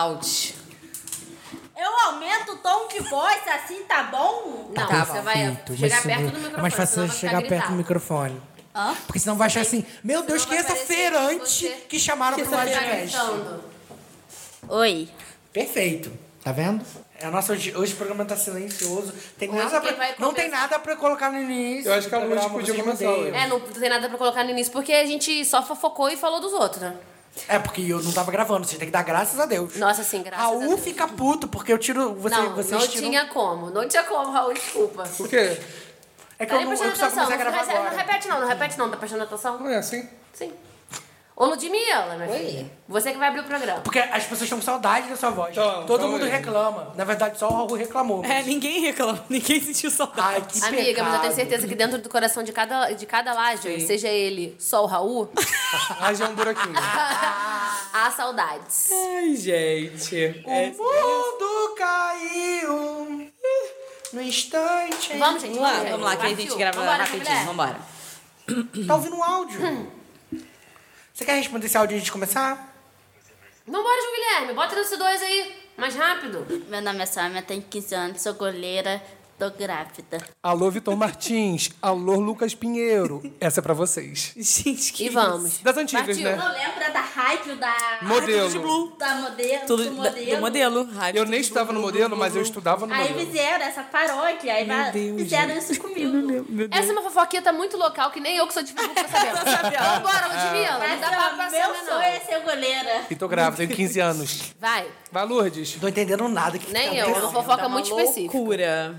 Out. Eu aumento o tom de voz, assim tá bom? Não, Tá você vai perfeito, chegar mas perto senão- do microfone. É mais fácil senão você vai ficar chegar perto do gritado. microfone. Hã? Porque senão vai achar assim, meu senão Deus, que vai essa parecer feirante você- que chamaram pro Você tá podcast. gritando. Oi. Perfeito. Tá vendo? É, nossa, hoje, hoje o programa tá silencioso. Tem Não, coisa porque pra- vai não tem começar. nada pra colocar no início. Eu acho que a pra Lud gravar uma podia música de começar rodeio. É, não tem nada pra colocar no início, porque a gente só fofocou e falou dos outros, né? É, porque eu não tava gravando. Você tem que dar graças a Deus. Nossa, sim, graças a Raul Deus. fica puto, porque eu tiro... Você, um- não, vocês não tiram... tinha como. Não tinha como, Raul, desculpa. Por quê? É que eu Tá nem não eu precisava prestando atenção. começar a Não, gravar presta- não agora. repete não, não repete não. Tá prestando atenção? Não é assim? Sim. Ô, Ludmilla, minha Oi. filha. Você que vai abrir o programa. Porque as pessoas estão com saudade da sua voz. Tão, Todo tão mundo mesmo. reclama. Na verdade, só o Raul reclamou. É, ninguém reclama, ninguém sentiu saudade. Ai, que Amiga, pecado. mas eu tenho certeza que dentro do coração de cada, de cada laje, seja ele só o Raul, Ah, já é um buraquinho. há saudades. Ai, gente. É. O É. mundo caiu no instante. hein? Vamos, gente. Vamos lá, gente. vamos lá, que aí a gente Partiu. grava Vambora, rapidinho, mulher. vambora. Tá ouvindo um áudio? Você quer responder esse áudio antes de começar? Vambora, João Guilherme. Bota nos dois aí. Mais rápido. Meu nome é Samia, tenho 15 anos, sou goleira, tô grávida. Alô, Vitor Martins. Alô, Lucas Pinheiro. Essa é pra vocês. Gente, que E vamos. Das antigas, Partiu. né? Não lembra da rádio da, Ai, tudo de Modelo. blue. da modelo, Tudo do da- modelo? do modelo. Ai, Eu tudo nem de estava no blue, modelo, blue, mas eu blue. estudava no Aí modelo. fizeram essa paródia, aí Meu na- Deus, fizeram gente. isso comigo. Meu Deus. Essa é uma fofoquita muito local que nem eu que sou de Facebook tô sabendo. Vambora, Ludmilla. Não Mas dá pra ó, passar, é meu né, sonho é não. ser goleira. E tô grávida, tenho 15 anos. Vai. Vai, Lourdes. Não tô entendendo nada. que Nem tá eu, é acontecendo. uma fofoca muito específica. Loucura.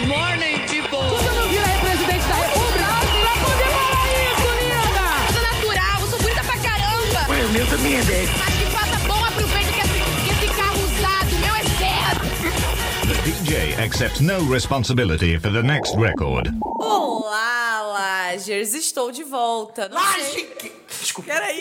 Você não vira presidente da República pra poder falar isso, linda! Eu sou natural, eu sou bonita pra caramba! Ué, o meu também é 10. Mas que faça bom, aproveita que esse, que esse carro usado, o meu é zero! The DJ accepts no responsibility for the next record. Olá, Lagers, estou de volta. Não sei- Laje! Desculpa. Peraí.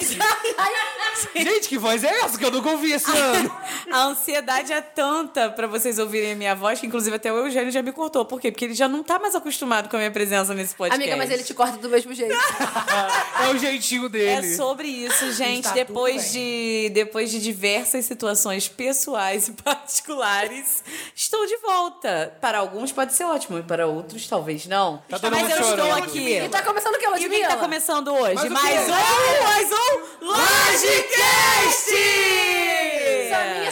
Gente, que voz é essa que eu nunca ouvi esse ano? A ansiedade é tanta pra vocês ouvirem a minha voz, que inclusive até o Eugênio já me cortou. Por quê? Porque ele já não tá mais acostumado com a minha presença nesse podcast. Amiga, mas ele te corta do mesmo jeito. É o jeitinho É dele. sobre isso, tá gente. Está tudo depois, de, depois de diversas situações pessoais e particulares, estou de volta. Para alguns pode ser ótimo, e para outros talvez não. Tá todo Mas mundo eu estou chorando. aqui. E tá começando o quê, E o que Ludmilla? está começando hoje? Mas o é? Mais quê? um, mais um Samia Logicast!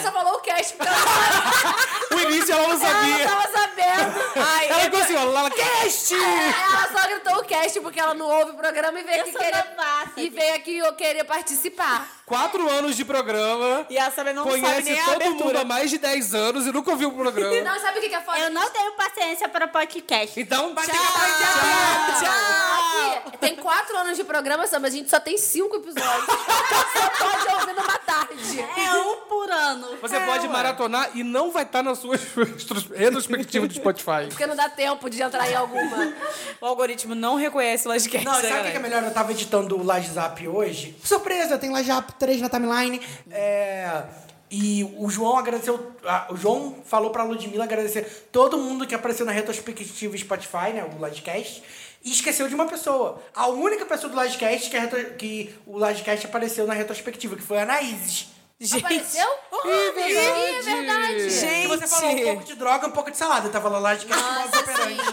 só falou o cast, porque ela não O início ela não ela tá- sabia. não tava sabendo. É, Ai, Ela eu- ficou assim, ó, Lala, cast! É. Ela só gritou o cast porque ela não ouve o programa e veio Eu aqui sou querer... novaça, E veio aqui eu querer participar. Quatro anos de programa. E a Samia não sabe Conhece nem a todo mundo abertura. há mais de 10 anos e nunca ouviu o programa. Não, sabe o que que é foda? Eu não tenho paciência para podcast. Então, bate Tchau, tchau, tchau. Aqui, tem quatro anos de programa, Sam, mas a gente só tem cinco episódios. Só pode ouvir numa tarde. É um por ano. É Você pode maratonar e não vai estar na sua retrospectiva do Spotify. Porque não dá tempo de entrar em alguma. O algoritmo não reconhece o Logicast. Não, né, sabe o que que é galera? melhor? Eu tava editando o Laje Zap hoje. Surpresa, tem Laje Zap 3 na timeline. É, E o João agradeceu. ah, o João falou pra Ludmilla agradecer todo mundo que apareceu na retrospectiva Spotify, né? O Lodcast. E esqueceu de uma pessoa. A única pessoa do Lodcast que, a retro- que o Lodcast apareceu na retrospectiva, que foi a Anaíses. Gente, Apareceu? Ih, Ih, é verdade. verdade. E você falou um pouco gente. de droga, um pouco de salada. Tava lá Lodcast modo operante.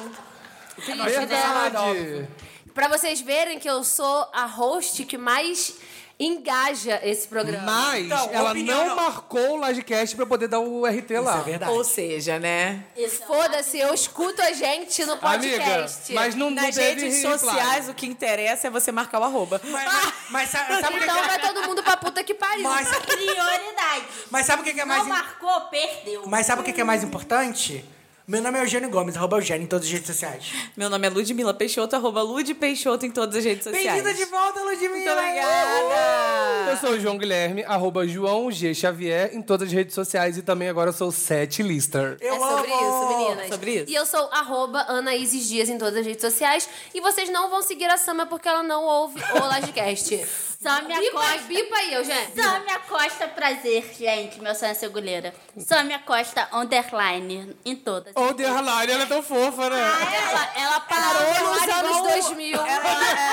Triste dela. Verdade. Pra vocês verem que eu sou a host que mais engaja esse programa. Mas Então, ela opinião não não. marcou o livecast pra poder dar o RT lá. É verdade. Ou seja, né? Foda-se, eu escuto a gente no Amiga, podcast. mas não, não Nas teve redes reply. sociais, o que interessa é você marcar o arroba. Mas, mas- mas sa- sabe, o que Então que é- vai todo mundo pra puta que pariu. Mas- Prioridade. mas sabe o que que é mais. Não marcou, perdeu. Mas sabe o que que é mais importante? Meu nome é Eugênio Gomes, arroba Eugênio em todas as redes sociais. Meu nome é Ludmila Peixoto, arroba Lud Peixoto em todas as redes sociais. Bem-vinda de volta, Ludmilla! Muito obrigada! Eu sou o João Guilherme, arroba João G. Xavier, em todas as redes sociais e também agora sou set lister. Eu é sobre amo! isso, meninas. Sobre isso. E eu sou arroba Anaíses Dias em todas as redes sociais. E vocês não vão seguir a Sama porque ela não ouve o Lajcast. Samia Bipa, Costa. bipa aí, Eugênio. Samia Costa, prazer, gente. Meu sonho é ser goleira. Samia Costa, underline, em todas. Ah, Ou The Haline, ela é tão fofa, né? Ela, ela parou nos anos Então, 2000. Ela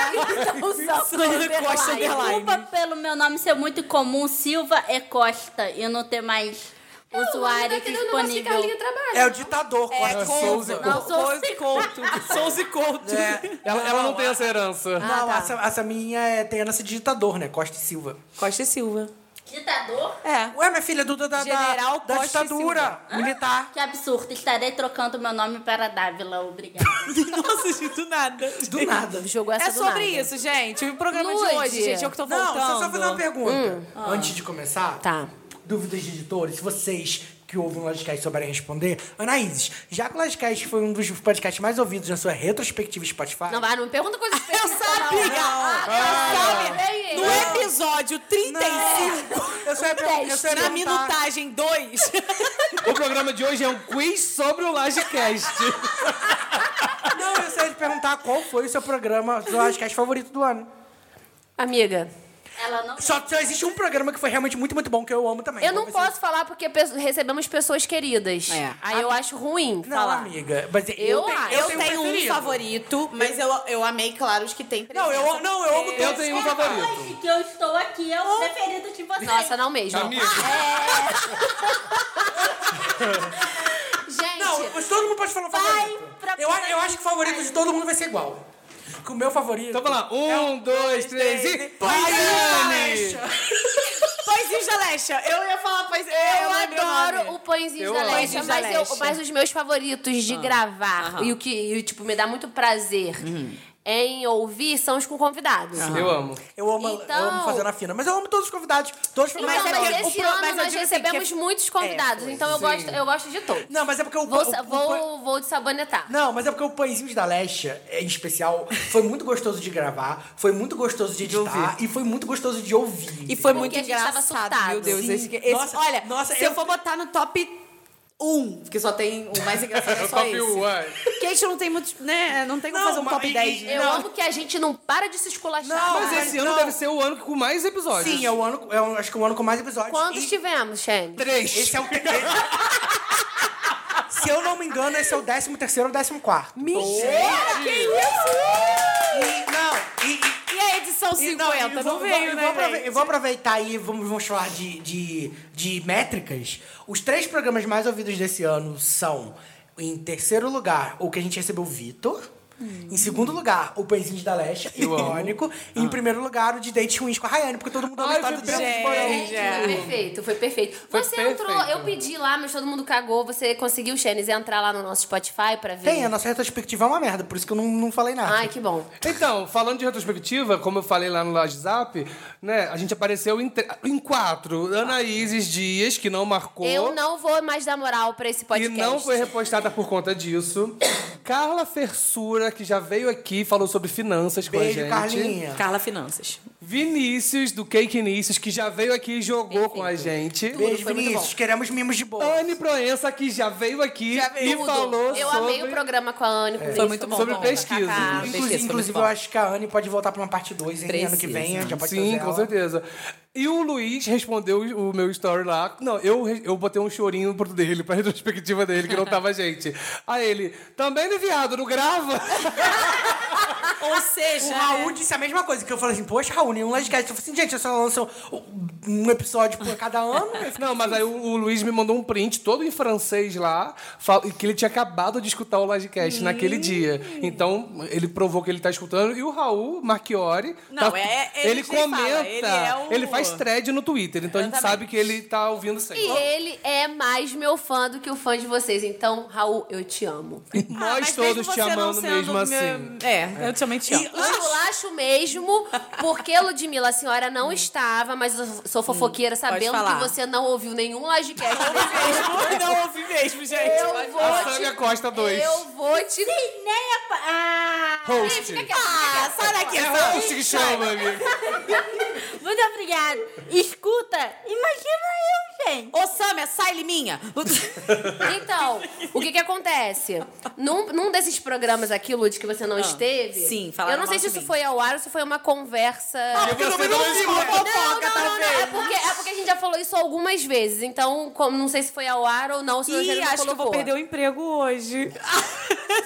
Sônia Costa Underline. Desculpa pelo meu nome ser muito comum, Silva é Costa, e não ter mais tá usuário disponível. É o ditador, Costa Souza. Não, Souza assim. e Couto. Souza e Couto. É. Ela, ela não tem essa herança. Não, essa, essa minha é, tem essa de ditador, né? Costa e Silva. Costa e Silva. Ditador? É. Ué, minha filha, do, da, da, General da Costa e ditadura militar. Que absurdo, estarei trocando meu nome para Dávila, obrigada. Nossa, gente, do nada. Do nada. Jogou essa É do sobre nada. isso, gente. O programa de Lud. hoje, gente, eu que tá tô Não, voltando. deixa eu só fazer uma pergunta. Antes de começar, Tá. dúvidas de editores, se vocês que ouvem o Lodcast souberem responder. Anaíses, já que o Lodcast foi um dos podcasts mais ouvidos na sua retrospectiva Spotify... Não vai, não me pergunta coisa Eu específica. sabia! Ah, eu No sabia. episódio 35, Eu só ia perguntar... Eu só ia na perguntar- minutagem 2, O programa de hoje é um quiz sobre o Lajecast. Não, eu só ia te perguntar qual foi o seu programa, seu Lodcast favorito do ano. Amiga, Ela não Só, só existe um programa que foi realmente muito, muito bom, que eu amo também. eu não Vocês- posso falar porque pe- recebemos pessoas queridas. É. Aí eu acho ruim Não, falar. amiga. Mas eu, Eu tenho, acho. eu Eu tenho, tem um preferido. favorito, mas eu, eu amei, claro, os que tem Não, eu, não, eu amo Eu todos. tenho um É favorito. hoje que eu estou aqui, é o preferido de vocês. Nossa, não mesmo. Amiga, Gente, Não, mas todo mundo pode falar o Vai favorito. pra Eu, a- eu puta acho que o favorito de todo mundo vai ser igual. Que o meu favorito. então vamos lá. Um, dois, três e. Baiane! Paizinhos da Lecha. Eu ia falar paizinhos. eu adoro o pãezinho Eu da amo. Leste, Pãezinhos da mas, eu- Leste. mas os meus favoritos de gravar e o que e, tipo me dá muito prazer em ouvir são os com convidados. Eu amo. Eu amo, eu amo Então- fazer na fina. Mas eu amo todos os convidados. Todos os Então, convidados mas, é são que ótimos. o esse pro- ano mas eu nós digo assim, que recebemos é- muitos convidados, então eu gosto, eu gosto de todos. Não, mas é porque o... Vou, o- o- vou, vou te sabonetar. Não, mas é porque o Pãezinhos da Lecha, em especial, foi muito gostoso de gravar, foi muito gostoso de editar e foi muito gostoso de ouvir. E foi Porque muito a gente tava engraçado, surtado. meu Deus. Sim. Esse, esse- Nossa, olha, nossa, se eu- eu... for botar no top 1, porque só tem o mais engraçado é só Top um. esse. one. Porque a gente não tem muitos, né? Não tem como Não, fazer um mas- top e- 10. né? Eu amo que a gente não para de se esculachar. Não, Mas esse ano não. deve ser o ano com mais episódios. Sim, é o ano, é o- acho que é o ano com mais episódios. Quantos E tivemos, Shane? Três. Esse é o... Se eu não me engano, esse é o 13 terceiro ou 14 quarto. Mentira! Que isso? E, não, e, e- E a edição E 50? e Não, vou- veio, vou- né? vou aprove- gente? Eu vou aproveitar e vamos, vamos falar de, de, de métricas. Os três programas mais ouvidos desse ano são, em terceiro lugar, o que a gente recebeu o Vitor. Em segundo lugar, o Pãezinho da Leste, irônico. E em primeiro lugar, o de Dates Ruins com a Rayane, porque todo mundo ama a Ai, história do foi Pedro de bem. Mourão. Gente, Foi perfeito, foi perfeito. Foi você perfeito. entrou, eu pedi lá, mas todo mundo cagou. Você conseguiu, Xenis, entrar lá no nosso Spotify pra ver? né? Tem, a nossa retrospectiva é uma merda, por isso que eu não, não falei nada. Ai, que bom. Então, falando de retrospectiva, como eu falei lá no WhatsApp, né? A gente apareceu em, tre- em quatro. Anaíses Dias, que não marcou. Eu não vou mais dar moral pra esse E podcast. não foi repostada por conta disso. Carla Fersura, que já veio aqui e falou sobre finanças Beijo, com a gente. Carlinha. Carla Finanças. Vinícius, do Cake Inícios, que já veio aqui e jogou com a gente. Beijo, foi muito Vinícius. Queremos mimos de boa. Anne Proença, que já veio aqui Já e veio Tudo. falou Eu sobre... É. amei o tá programa com a Anne. com o Foi Vinícius, muito bom. Sobre bom. pesquisa. Cacá, Inclusive, pesquisa, foi muito inclusive, bom. eu acho que a Anne pode voltar pra uma parte 2, hein? Ano que vem, Precisa. já pode Sim, trazer com ela. certeza. E o Luiz respondeu o meu story lá. Não, eu, re- eu botei um chorinho pro dele, pra retrospectiva dele, que não tava gente. Aí ele, também no viado, não grava? Ou O seja, Raul disse a mesma coisa, que eu falei assim, poxa, Raul, nenhum Lodcast. Eu falei assim, gente, eu só lanço um episódio por cada ano. Eu fiquei, Não, mas aí o, o Luiz me mandou um print todo em francês lá, fal- que ele tinha acabado de escutar o Lodcast naquele dia. Então, ele provou que ele tá escutando. E o Raul Marchiori. Não, tá- é- ele ele nem fala, comenta. ele é o- ele faz thread no Twitter, então a gente Exatamente. ah, sabe que ele tá ouvindo sempre. E ele é mais meu fã do que o fã de vocês. Então, Raul, eu te amo. ah, Nós mas todos mesmo te você não amando sendo mesmo meu- assim. É, eu também te amo. Esculacho mesmo, porque, Ludmilla, a senhora Hum. não estava, mas eu sou fofoqueira sabendo falar. que você não ouviu nenhum Lodcast. não ouvi mesmo, gente. Eu vou A te- Sânia Costa 2. Eu vou te... Nem a... pa- Ah, Host. Fica quieto, fica quieto. sai daqui. É host que chama, amigo. muito obrigada. Escuta, imagina eu, gente. Ô, Samia, sai pele minha. Então, o que que acontece? Num, num desses programas aqui, Lud, que você não esteve... Ah, sim, falaram Eu não sei mal de se isso mim. Ah, foi ao ar ou se foi uma conversa... E você não escuta. Não, não, não, não. É porque, é porque a gente já falou isso algumas vezes. Então, como- não sei se foi ao ar ou não. Se o Ih, Rogério não acho que eu vou colocou. perder o emprego hoje.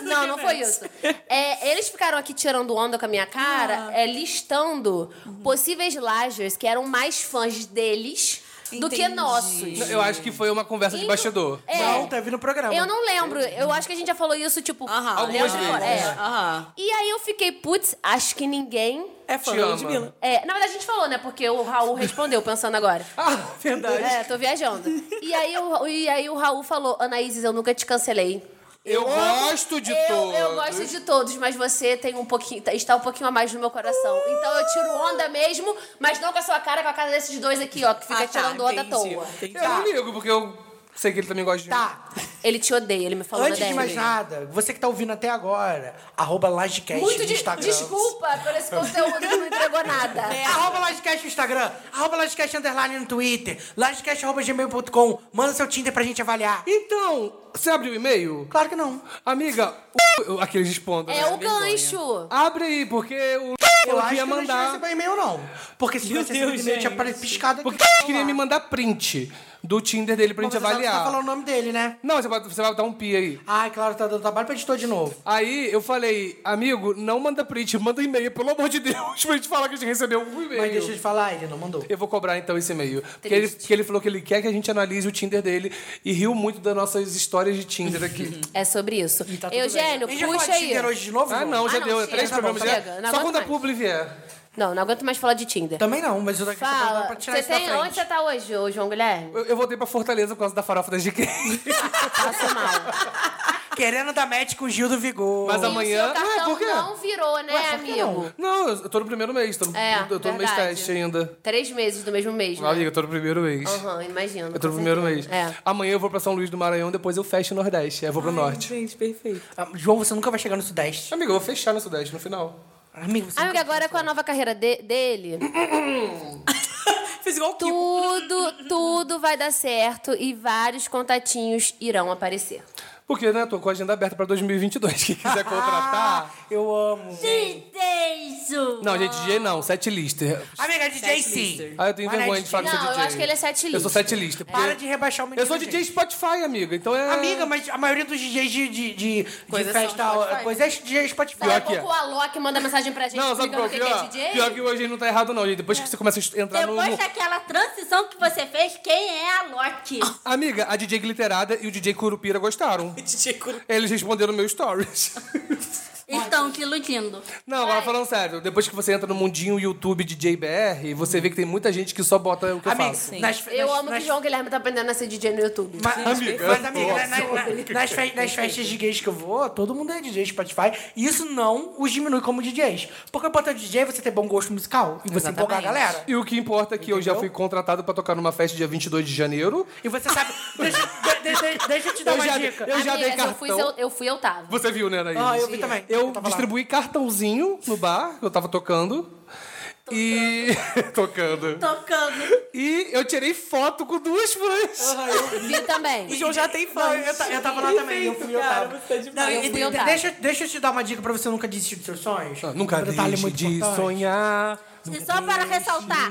Não, não foi isso. É, eles ficaram aqui tirando onda com a minha cara, Ah. é, listando possíveis lajers que eram mais fãs deles do que Entendi. nossos. Eu acho que foi uma conversa de Inclu- bastidor. É. Não, teve no programa. Eu não lembro. Eu acho que a gente já falou isso, tipo, Aham. Algumas lembra? vezes. É. Aham. E aí eu fiquei, putz, acho que ninguém. É fã Te da ama. Ludmilla. É, na verdade, a gente falou, né? Porque o Raul respondeu, pensando agora. Ah, verdade. É, tô viajando. E aí, o, e aí o Raul falou, Anaíses, eu nunca te cancelei. Eu gosto de eu, todos. eu gosto de todos, mas você tem um pouquinho, está um pouquinho a mais no meu coração. Então eu tiro onda mesmo, mas não com a sua cara, com a cara desses dois aqui, ó, que fica Ah, tá, tirando onda à entendi, toa. entendi. Eu não ligo, porque eu sei que ele também gosta de mim. Tá. Ele te odeia, ele me falou Antes na de mais DM. nada, você que tá ouvindo até agora, arroba Lagecast Muito no de, Instagram. É, desculpa por esse conteúdo que não me entregou nada. Arroba Lagecast no Instagram, arroba Lagecast underline no Twitter, lagecast arroba gmail.com. Manda seu Tinder pra gente avaliar. Então, você abriu o e-mail? Claro que não. Amiga, o... aqueles respondem. né? É o gancho. Abre aí, porque o... Eu acho que queria eu não tinha mandar... recebido e-mail, não. Porque se tivesse recebido e-mail, tinha pare- piscado aqui. Porque ele queria me mandar print do Tinder dele pra Mas gente você sabe que avaliar. Tá falando o nome dele, né? Não, você vai, você vai dar um pi aí. Ai, claro, tá dando trabalho pra editor de novo. Aí eu falei, amigo, não manda print, manda e-mail, pelo amor de Deus, pra gente falar que a gente recebeu um e-mail. Mas deixa eu te falar, ele não mandou. Eu vou cobrar então esse e-mail. Porque ele, porque ele falou que ele quer que a gente analise o Tinder dele e riu muito das nossas histórias de Tinder aqui. É sobre isso. tá tudo Eugênio, A gente vai puxa falar de Tinder aí. hoje de novo? ah, João? não, já Ah, não, deu. chega. três Tá bom, programas chega, já. não Só quando a aguento mais. publi vier. Não, não aguento mais falar de Tinder. Também não, mas eu tô aqui Fala. tá pra tirar Você isso da tem, frente. onde você tá hoje, ô João Guilherme? Eu, eu voltei pra Fortaleza por causa da farofa da GQ. Passo mal. Querendo dar match com o Gil do Vigor. Mas E o amanhã. seu cartão ah, por quê? não virou, né, amigo? Não, eu tô no primeiro mês. Tô no, É, eu tô no mês verdade. teste ainda. Três meses do mesmo mês, né? Amiga, eu tô no primeiro mês. Aham, imagino. Eu tô no com primeiro mês. certeza. É. Amanhã eu vou pra São Luís do Maranhão, depois eu fecho o Nordeste. Aí eu vou pro Norte. Gente, perfeito. Ah, João, você nunca vai chegar no Sudeste. Amiga, eu vou fechar no Sudeste no final. Amigo, você Amiga, agora com a nova carreira de- dele, Fiz É, igual o Kiko. tudo, tudo vai dar certo e vários contatinhos irão aparecer. Porque, né, tô com a agenda aberta pra 2022. Quem Ah. quiser contratar... Eu amo. Isso. Não, gente, DJ não. Set list. Amiga, é DJ sim. lister. Ah, eu tenho Mas vergonha é de falar que não, sou DJ. eu acho que ele é set list. Eu sou set list. porque Para de rebaixar o menino. Eu sou DJ gente. Spotify, amiga. Então é... Amiga, mas a maioria dos DJs de, de, de, de Coisa são festa, Spotify. coisa é DJ Spotify. Daqui a Pior que é. pouco o Alok manda mensagem pra gente Não, sabe qual explicando o que que, é que é pior? DJ. Pior que o Eugênio não tá errado, não, gente. Depois que você começa a entrar no... Depois daquela transição que você fez, quem é a Loki? Amiga, a DJ Glitterada e o DJ Curupira gostaram. DJ Curu- Eles responderam meu stories. Estão te iludindo. Não, agora falando sério, depois que você entra no mundinho YouTube de JBR, você vê que tem muita gente que só bota o que eu Amiga, faço. nas, Eu nas- amo nas- que o João Guilherme tá aprendendo a ser DJ no YouTube. Mas, Amiga, mas, amiga, nossa. na- na- na- nas, fe- nas festas de gays que eu vou, todo mundo é DJ Spotify. E isso não os diminui como DJs. Porque botar DJ é você ter bom gosto musical e você empolgar a galera. E o que importa é que eu já fui contratado pra tocar numa festa dia 22 de janeiro. E você sabe. deixa, de- deixa- deixa eu te dar Eu uma já- dica. eu já Amigas, dei Eu fui, cartão. eu, eu fui, eu tava. Você viu, né, Anaís? Ah, eu vi também. Eu, tava lá. distribuí cartãozinho no bar, que eu tava tocando. E. tocando. Tocando. E eu tirei foto com duas fãs. Vi também. O João já tem fã. Não, eu, ta- eu tava lá também, eu fui eu Cara, tava. você é demais. Não, e- Eu fui, eu de- tava. deixa, deixa eu te dar uma dica pra você nunca desistir dos seus sonhos. Ah, Nunca Um detalhe deixe muito de importante. sonhar. E só para ressaltar,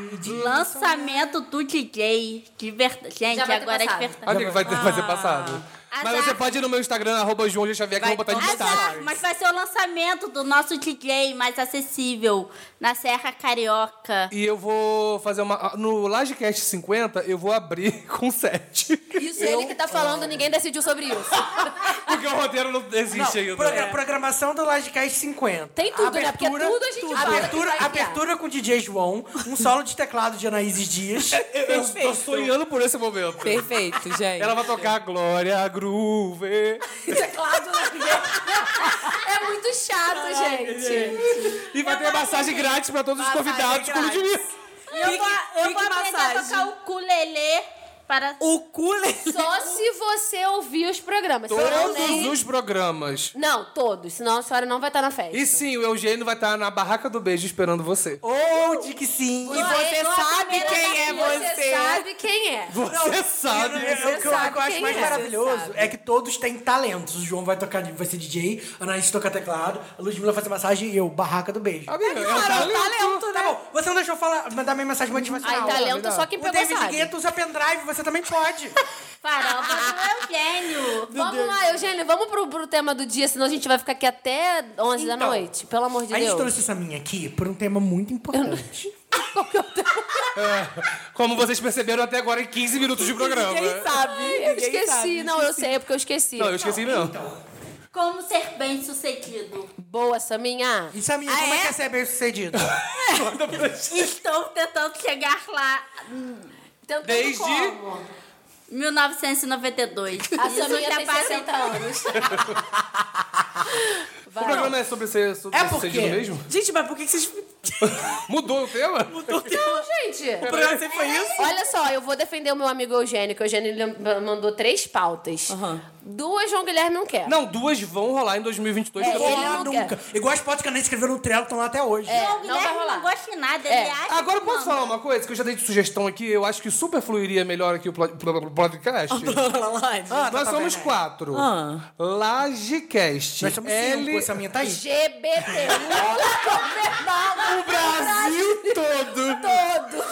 lançamento do DJ. De verdade. Gente, Já vai ter agora é de passado. verdade. Amiga, vai, ter- vai ser passado. Mas Azar. você pode ir no meu Instagram, arroba João G. Xavier, que eu vou botar de Azar, destaque. Ah, mas vai ser o lançamento do nosso DJ mais acessível na Serra Carioca. E eu vou fazer uma. No Lagecast 50, eu vou abrir com 7. Isso ele que tá falando, ninguém decidiu sobre isso. Porque o roteiro não existe ainda. Não, é progra- programação do Lagecast 50. Tem tudo, né? Porque tudo a gente fala que abertura, vai enfiar. abertura com DJ João, um solo de teclado de Anaíses Dias. Eu tô sonhando por esse momento. Perfeito, gente. Ela vai tocar Glória Groove. Teclado, né? É muito chato, gente. E vai ter massagem grátis pra todos os Massagem convidados com o grátis. Ludmilla. Eu vou, eu pique vou aprender a massagem. tocar o ukulele para. O ukulele. Só se você ouvir os programas. senão Todos nem- os programas. Não, todos. Senão a senhora não vai estar na festa. E sim, o Eugênio vai estar na barraca do beijo esperando você. Ou de que sim. E é você sabe quem é Você você. sabe quem é. Você sabe. O que eu sabe acho quem mais é. maravilhoso Você é que todos têm talentos. O João vai tocar, vai ser DJ, a Anaís toca teclado, a Ludmilla faz a massagem e eu, barraca do beijo. Amiga, é um Cara, o talento. talento, Tá né? bom, você não deixou eu falar, mandar minha mensagem Aí motivacional. talento só quem o pegou David sabe. Guetta usa pendrive, você também pode. Farofa do Eugênio. Vamos lá, Eugênio, vamos pro, pro tema do dia, senão a gente vai ficar aqui até 11 da Então, noite. Pelo amor de a gente Deus. trouxe essa minha aqui por um tema muito importante. Como vocês perceberam até agora em 15 minutos de programa. né? Ninguém sabe. Ai, ninguém Eu sabe. esqueci. Não, eu sei, é porque eu esqueci. Não, eu esqueci não. Então, Como ser bem sucedido. Boa, Saminha. E Samir, como é? que é ser bem sucedido? Estou tentando chegar lá. Hum. Tentando Desde- como? 1992. A Isso Saminha já tem faz 60 anos. O programa é sobre ser sobre É ser porque- sucedido mesmo? Gente, mas por que que vocês... Mudou o tema? Não, gente. Pra você foi isso? Olha só, eu vou defender o meu amigo Eugênio, que o Eugênio lem- mandou três pautas. Aham. Duas João Guilherme não quer. Não, duas vão rolar em 2022. É, Eu- ele Rolar não nunca. Igual as fotos que a Anaís escreveu no trelo estão lá até hoje. É, Não, o não Guilherme vai não, rolar. gosta de nada. É. Ele acha Agora que posso manda. falar uma coisa que eu já dei de sugestão aqui, eu acho que super fluiria melhor aqui o plo- plo- plo- podcast. Ah, tá, Nós tá somos vendo? quatro. Ah. Lagecast. Nós somos L- cinco, essa minha tá aí. GBT. O Brasil todo.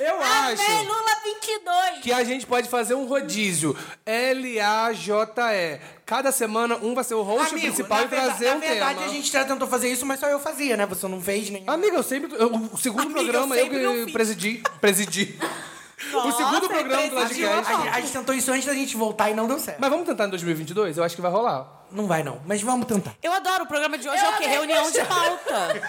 Eu Ah, Vem, acho Ah, Lula 22. que a gente pode fazer um rodízio. L-A-J-E. Cada semana um vai ser o host Amigo, principal na e verda- trazer na um verdade, tema. a gente já tentou fazer isso, mas só eu fazia, né? Você não fez nenhum. É. Amiga, eu sempre. eu- o segundo Amiga, eu programa eu, sempre não que fiz. presidi. Presidi. o Nossa, segundo programa do presidi, A, Lagecast. gente- a gente tentou isso antes da gente voltar e não deu certo. Mas vamos tentar em 2022? Eu acho que vai rolar. Não vai, não. Mas vamos tentar. Eu adoro o programa de hoje, Eu é o quê? amei, Reunião de poxa. pauta.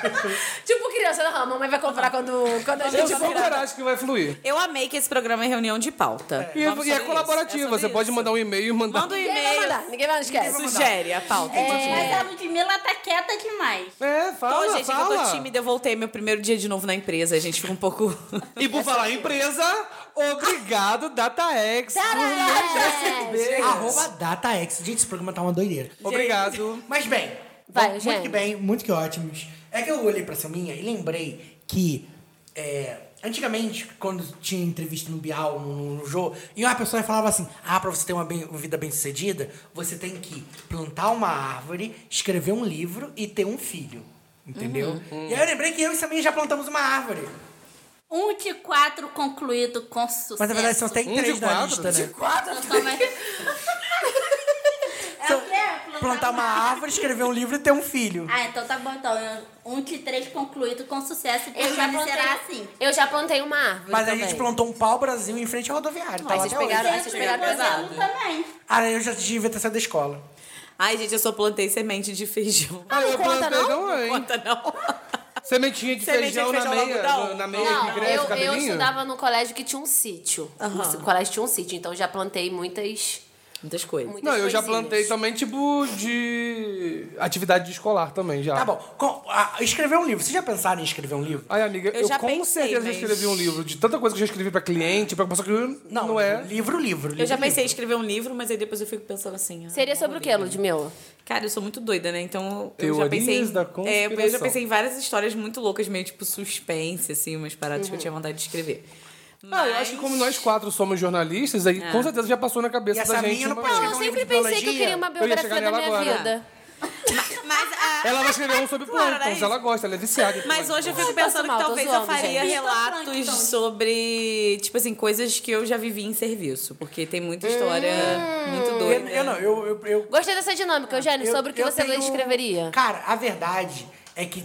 tipo criança, não, a mamãe vai comprar quando, quando a Eu gente te acho que vai fluir. Eu amei que esse programa é reunião de pauta. E, Vamos e é sobre isso, colaborativo, é sobre você isso. pode mandar um e-mail e mandar. Manda um Ninguém vai e-mail, mandar, É. ninguém vai, não esquece. sugere a pauta. Mas a Ludmilla tá quieta demais. É, fala, Então, gente, é que fala. eu tô tímida, eu voltei meu primeiro dia de novo na empresa. A gente fica um pouco. E por falar é em empresa, obrigado DataX por nos receber. Arroba DataX. Gente, esse programa tá uma doideira. Obrigado. Mas bem, Vai, muito Eugênio. que bem, muito que ótimos. É que eu olhei pra Selminha e lembrei que é, antigamente, quando tinha entrevista no Bial, no, no Jô, e uma pessoa falava assim: Ah, pra você ter uma, bem- uma vida bem sucedida, você tem que plantar uma árvore, escrever um livro e ter um filho. Entendeu? E aí eu lembrei que eu e Saminha já plantamos uma árvore. Um de quatro concluído com sucesso. Mas na verdade só tem Um três de na quatro? lista, né? Eu tô mais- É o quê? Plantar uma árvore, escrever um livro e ter um filho. Ah, então tá bom. Então, Eu- um de três concluído com sucesso. Eu já, Porque será plantei, um. assim. eu já plantei uma árvore Mas a também. gente plantou um pau-brasil em frente ao rodoviário. Tá Aí lá vocês até hoje. pegaram- aí vocês Sempre pegaram você pesado. um também. Ah, eu já devia ter saído da escola. Ai, gente, eu só plantei semente de feijão. Ah, eu conta, plantei não? também. Conta não. Sementinha de Sementinha de feijão, na feijão meia, algodão. no- na meia que Não, cresce, eu, eu cabelinho. estudava num colégio que tinha um sítio. Aham. O colégio tinha um sítio, então já plantei muitas. Muitas coisas. muitas Não, eu já coisinhas. plantei também, tipo, de atividade escolar também, já. Tá bom. Com- ah, escrever um livro. Vocês já pensaram em escrever um livro? Ai, amiga, eu, Eu já com pensei, certeza já mas- escrevi um livro. De tanta coisa que eu já escrevi pra cliente, pra pessoa que não, é. Livro, livro. livro Eu já pensei em escrever um livro, mas aí depois eu fico pensando assim. ah, Seria sobre o quê, Ludmilla? Cara, eu sou muito doida, né? Então eu Teorias já pensei. Em, é, da eu já conspiração. pensei em várias histórias muito loucas, meio tipo suspense, assim, umas paradas Uhum. que eu tinha vontade de escrever. Ah, eu acho que como nós quatro somos jornalistas, aí com certeza já passou na E cabeça essa da minha gente. não uma- pode escrever Não, eu um sempre livro de pensei que eu biologia? queria uma Eu ia chegar biografia da minha nela agora. vida. Mas a. Ela vai escrever um sobre Claro, era plânctons, ela isso. gosta, ela é viciada. em Mas plâncton. hoje eu fico passa pensando mal, que tô talvez zoando, eu faria Então, gente. tá relatos sobre, tipo assim, coisas que eu já vivi em serviço. Porque tem muita Hum. história muito Eu, doida. eu não, eu... eu, eu Gostei dessa Ah, dinâmica, Eugênio, eu- sobre o que eu você tenho- um escreveria. Cara, a verdade é que...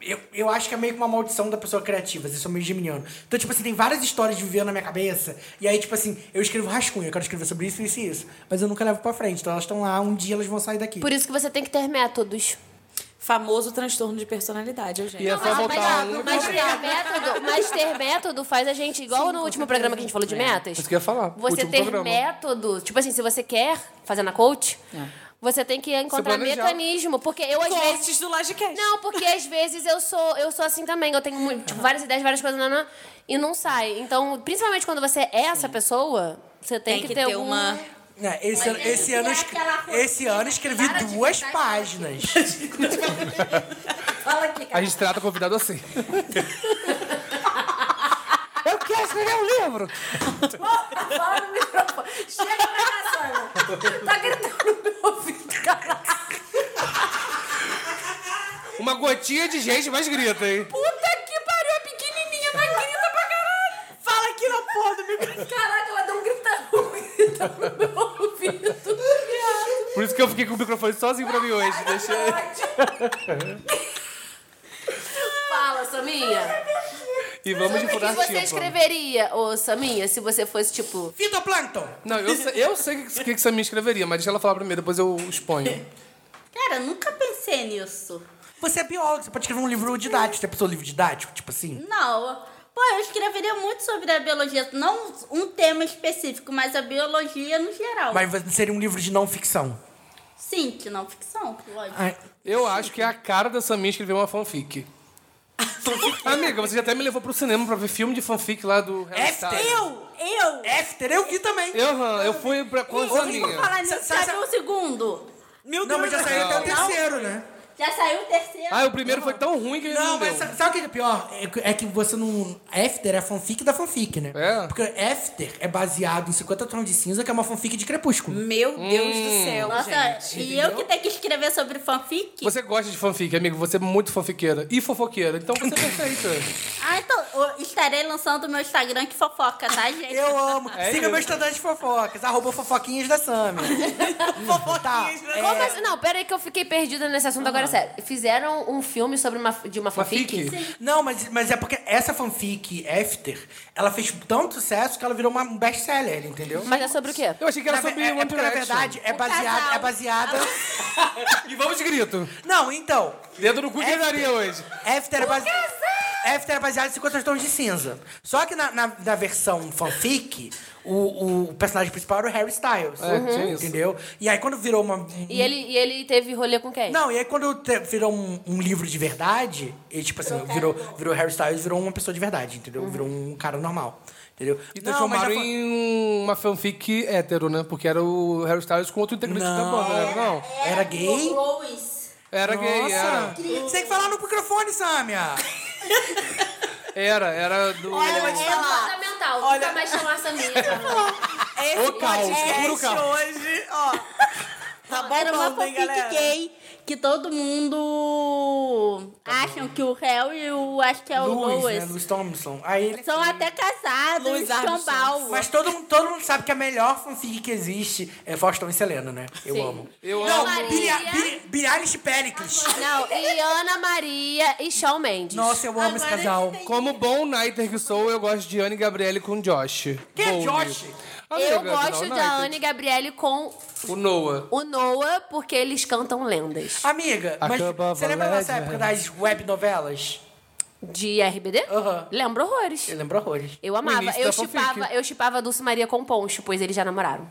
Eu, eu acho que é meio que uma maldição da pessoa criativa, assim, eu sou meio geminiano. Então, tipo assim, tem várias histórias de viver na minha cabeça. E aí, tipo assim, eu escrevo rascunho, eu quero escrever sobre isso, isso e isso. Mas eu nunca levo pra frente. Então elas estão lá, um dia elas vão sair daqui. Por isso que você tem que ter métodos. Ah, Famoso transtorno de personalidade, Eugênio. E é só voltar um. mas, ter método, mas ter método faz a gente, igual no último programa que a gente falou de metas. É. Isso que eu ia falar, Você último ter programa. método, tipo assim, se você quer fazer na coach, Você tem que encontrar planejar. mecanismo. Porque eu, às vezes. Cortes do Lajecast. Não, porque às vezes eu sou, eu sou assim também. Eu tenho muito- tipo, várias ideias, várias coisas, nanã, e não sai. Então, principalmente quando você é essa pessoa, você tem, Tem que ter, ter algum- uma- É, esse, ano, tem que esse, ano, criar eu escre- aquela coisa esse ano escrevi para de duas inventar páginas. Fala aqui, cara. A gente trata convidado assim. Eu quero escrever um livro! Fala no microfone. Chega pra Simon. Tá gritando no meu ouvido, cara. Uma gotinha de gente mais grita, hein? Puta que pariu, é a pequenininha tá grita pra caralho. Fala aqui na porra do microfone. Caraca, ela deu um gritarume no meu ouvido. Por isso que eu fiquei com o microfone sozinho pra mim hoje. Deixei... Fala, Saminha. E vamos de O que furar você tipo. escreveria, ô Saminha, se você fosse, tipo... Fitoplâncton. Não, eu sei, eu sei o que, que, que Samir escreveria, mas deixa ela falar primeiro, depois eu exponho. Cara, nunca pensei nisso. Você é biólogo, você pode escrever um livro didático. Você pensou um livro didático, tipo assim? Não. Pô, eu escreveria muito sobre a biologia. Não um tema específico, mas a biologia no geral. Mas você- seria um livro de não ficção. Sim, de não ficção, lógico. Ai, Eu acho que é a cara da Samir escrever uma fanfic. Amiga, você já até me levou pro cinema pra ver filme de fanfic lá do Harry É F- É Styles. Eu, eu. After, eu vi também. Eu, aham, eu fui pra com a Ih, vou Saminha. falar nisso. Sa- sa- Cadê o um segundo? Meu Não, mas já saiu até o Não. terceiro, né? Já saiu o terceiro? Ah, o primeiro foi tão ruim que ele Não, não, deu. mas sa- sabe o que é pior? É que- É que você não. After é a fanfic da fanfic, né? É. Porque After é baseado em 50 Tons de Cinza, que é uma fanfic de Crepúsculo. Meu Deus Hum. do céu, Nossa, gente. e eu que tenho que escrever sobre fanfic? Você gosta de fanfic, amigo. Você é muito fanfiqueira e fofoqueira. Então você é perfeita. Ah, então eu estarei lançando o meu Instagram que fofoca, tá, gente? Eu amo. É Siga isso. meu Instagram de fofocas, arroba fofoquinhas da Tá. Sammy. fofoquinhas É. da Como assim? Não, pera aí que eu fiquei perdida nesse assunto agora, sério. Fizeram um filme sobre uma, de uma fanfic? Ah. Fanfic? Não, mas, mas é porque essa fanfic, After, ela fez tanto sucesso que ela virou uma um best-seller, entendeu? Mas é sobre o quê? Eu achei que era Na ve- sobre é, é One porque, na Direction. Ah. verdade, é Um baseada... casal. É baseada... E vamos de grito. Não, então... Dedo no cu de daria hoje. After é Um baseada... After é baseada em 50 tons de cinza. Só que na, na, na versão fanfic, o, o personagem principal era o Harry Styles. Uhum. É, tinha isso. Entendeu? E aí quando virou uma... E ele, e ele teve rolê com quem? Não, e aí quando te- virou um, um livro de verdade, e tipo assim, virou, virou Harry Styles, virou uma pessoa de verdade, entendeu? Virou um cara normal, entendeu? E Não, mas transformaram a fa- em uma fanfic hétero, né? Porque era o Harry Styles com outro integrante da Não. banda, né? Não. É, Era gay? Rose. Era gay, era. Nossa! Você tem que falar no microfone, Samia! Era, era do. é fundamental. Olha... Nunca mais chamar Saminha. Esse O caos, podcast puro caos. hoje, ó. Tá bom, Era uma hein, fanfic galera? gay que todo mundo acham que o Harry e o acho que é o Louis, né? Louis. Louis Tomlinson. Aí ele... São até casados, Louis Chombal. Armstrong. Mas todo mundo, todo mundo sabe que a melhor fanfic que existe é Faustão e Selena, né? Eu amo. Eu Não, amo. Billie- Maria. Billie- Billie Eilish e Pericles. Não, e Ana Maria e Shawn Mendes. Nossa, eu amo esse casal. Como bom nighter que sou, eu gosto de Anne e Gabriele com Josh. Quem é Bowie. Josh? Amiga, Eu gosto tá não, é, da nighter. Anne Gabriele com O Noah. o Noah, porque eles cantam lendas. Amiga, mas Acabava você lembra dessa legend. época das web novelas? De RBD? Aham. Lembro horrores. Eu lembro horrores. Eu O amava. início Eu da fanfic. chipava, eu chipava Dulce Maria com Poncho, pois eles já namoraram.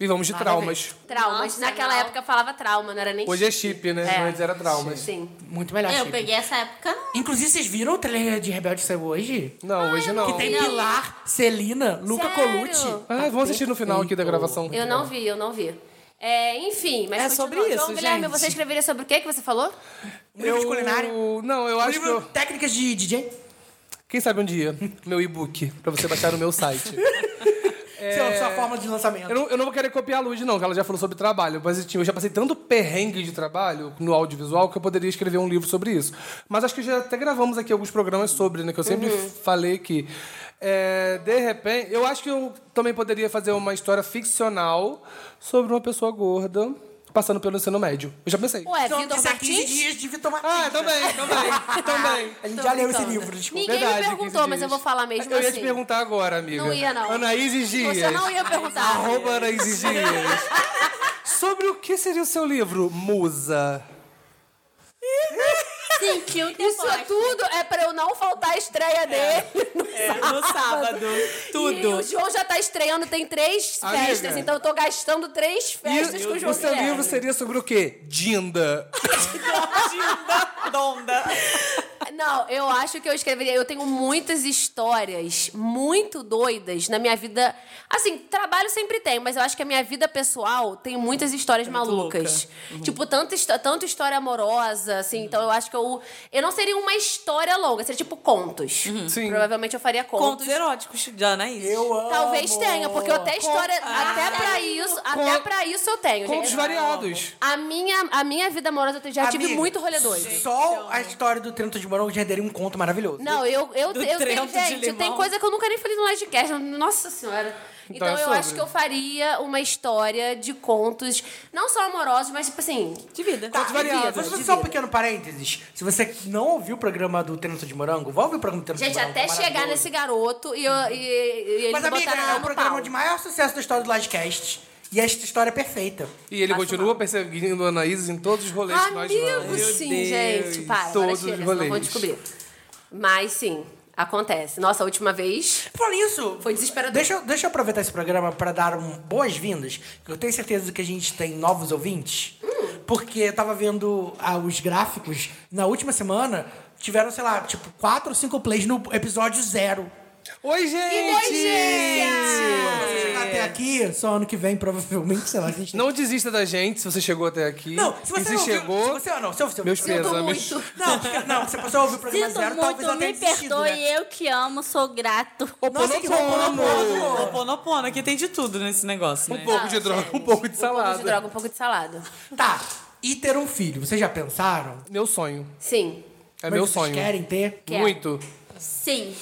E vamos de traumas. Traumas. Nossa, Naquela não. época falava trauma, não era nem Hoje é chip, né? É. Antes era traumas. Sim. Muito É, melhor, Eu Chico. peguei essa época. Inclusive, vocês viram o trailer de Rebelde Saiu hoje? Não, Ah, hoje não. Que tem Pilar, Celina, Luca Sério? Colucci. um Ah, vamos assistir no final aqui da gravação. Eu não vi, eu não vi. É, enfim, mas É continua. sobre João isso, Guilherme, gente. você escreveria sobre o que que você falou? Um livro de culinária. Não, eu Um acho que. livro eu- técnicas de DJ. Quem sabe um dia, meu e-book, pra você baixar no meu site. Sua, sua forma de lançamento. É. Eu não, eu não vou querer copiar a Luz, não, que ela já falou sobre trabalho. Mas assim, eu já passei tanto perrengue de trabalho no audiovisual que eu poderia escrever um livro sobre isso. Mas acho que já até gravamos aqui alguns programas sobre, né? Que eu sempre Uhum. falei que. é, de repente, eu acho que eu também poderia fazer uma história ficcional sobre uma pessoa gorda passando pelo ensino médio. Eu já pensei. Ué, São Vitor 15 Martins? dias de Vitor Martins. Ah, também, também, também. A gente já leu esse brincando. livro, desculpa. Ninguém me Verdade, perguntou, 15 mas eu dias. vou falar mesmo Eu ia assim. te perguntar agora, amiga. Não ia, não. Anaíses Dias. Você não ia perguntar. Arroba Anaíses Dias. Sobre o que seria o seu livro, Musa? Sim, link. Eu Isso tudo é pra eu não faltar a estreia dele. É, tá. no sábado. E o Tudo. João já tá estreando, tem três Amiga. festas, então eu tô gastando três festas com o E João o seu Guilherme. livro seria sobre o quê? Dinda. Dinda, donda. Não, eu acho que eu escreveria. Eu tenho muitas histórias muito doidas na minha vida. Assim, trabalho sempre tem, mas eu acho que a minha vida pessoal tem muitas histórias malucas. Tipo, tanta, histó- tanto história amorosa, assim. Então eu acho que eu. Eu não seria uma história longa, seria tipo contos. Sim. Provavelmente eu faria contos. Contos eróticos de Anaís. Eu amo. Talvez tenha, porque eu até história. Ah, até pra isso, até pra isso eu tenho. Contos gente. variados. A minha, a minha vida amorosa, eu já tive Amiga, muito rolê doido. Só a história do Trento de Morango já daria um conto maravilhoso. Não, eu, eu, Do eu tenho, Trento de gente, tem limão. coisa que eu nunca nem falei no livecast. Nossa Senhora. Então, Então é eu sobre. acho que eu faria uma história de contos, não só amorosos, mas tipo assim... De vida. Tá, Contos variado. variados. Mas só um pequeno parênteses. Se você não ouviu o programa do Trento de Morango, vai ouvir o programa do Trento de Gente, Morango. até tá chegar maravilhoso. nesse garoto e, eu- e, e ele Mas, amiga, botar é lá o no programa pau. de maior sucesso da história do Livecast. E esta história é perfeita. E ele Acho continua perseguindo a Anaís em todos os rolês que nós Amigo, vamos. sim, Meu Deus. gente. Para, agora Todos chega, os senão eu vou rolês. descobrir. Mas sim, acontece. Nossa, a última vez... Por isso... Foi desesperador. Deixa, eu- deixa eu aproveitar esse programa para dar um boas-vindas, que eu tenho certeza que a gente tem novos ouvintes. Porque eu tava vendo ah, os gráficos, na última semana, tiveram, sei lá, tipo, quatro ou cinco plays no episódio zero. Oi, gente! Se chegar É. até aqui, só ano que vem, provavelmente, sei lá, a gente Não desista da gente se você chegou até aqui. Não, se você e se não ouviu- chegou, se você, ah, não, se você, meus se- Sinto pésames. muito. um Não, porque- não, se a pessoa ouvir o programa Sinto zero, talvez muito, ela tenha me desistido, perdoe, né? eu que amo, sou grato. Nossa, que né? Oponopono. oponopono. Oponopono, aqui tem de tudo nesse negócio, né? Um pouco de droga, um pouco de Um pouco de salada. droga, um pouco de salada. Tá, e ter um filho, vocês já pensaram? Meu sonho. Sim. É Mas meu vocês sonho. querem ter? Quer. Muito. Sim.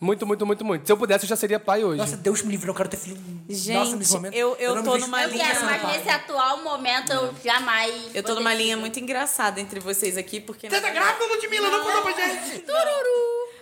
Muito, muito, muito, muito. Se eu pudesse, eu já seria pai hoje. Nossa, Deus me livre, eu não quero ter filho. Nossa, nesse Gente, momento. eu- eu não me tô vejo numa Eu sendo linha- quero, pai. mas nesse atual momento eu jamais. Eu tô numa linha muito engraçada entre vocês aqui, porque. Você tá grávida, Ludmilla? Não contou pra gente!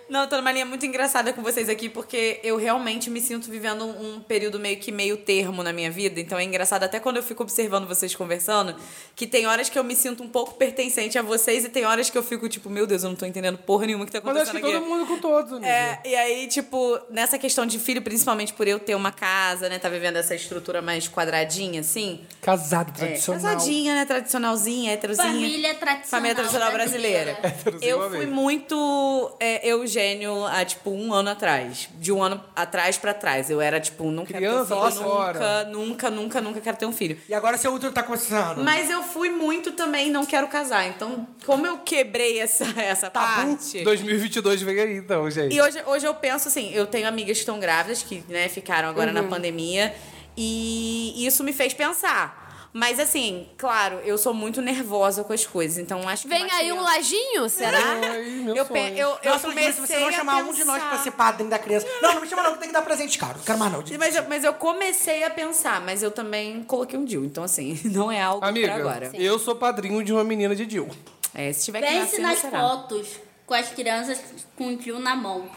Não, eu tô numa linha muito engraçada com vocês aqui, porque eu realmente me sinto vivendo um, um período meio que meio termo na minha vida. Então é engraçado, até quando eu fico observando vocês conversando, que tem horas que eu me sinto um pouco pertencente a vocês e tem horas que eu fico tipo, meu Deus, eu não tô entendendo porra nenhuma que tá Mas acontecendo acho que aqui. todo mundo com todos, amigo. É, e aí, tipo, nessa questão de filho, principalmente por eu ter uma casa, né? Tá vivendo essa estrutura mais quadradinha, assim. Casado, tradicional. Casadinha, né? Tradicionalzinha, heterozinha. Família tradicional. Família tradicional brasileira. É, Eu fui muito é, Eugênio há, tipo, um ano atrás. De um ano atrás pra trás. Eu era, tipo, não quero Criança, ter um lá filho. fora. Nunca, nunca, nunca, nunca quero ter um filho. E agora seu útero tá começando. Mas eu fui muito também, não quero casar. Então, como eu quebrei essa, essa Tá, parte... 2022 vem aí, então, gente. E hoje, hoje eu penso assim, eu tenho amigas que estão grávidas, que né, ficaram agora Uhum. na pandemia, e isso me fez pensar. Mas assim, claro, eu sou muito nervosa com as coisas, então acho que. Vem uma aí um criança- lajinho, será? Ai, meu eu, sonho. pe- eu, eu Nossa, comecei Ludmilla, se você não a chamar um de nós pensar- pra ser padrinho da criança. Não, não me chama não, que tem que dar presente, cara. Não quero mais não. Mas eu, mas eu comecei a pensar, mas eu também coloquei um deal. Então, assim, não é algo Amiga, pra agora. eu sou padrinho de uma menina de Dil. É, se tiver que Pense assim, nascer, nas será. fotos com as crianças com o tio na mão.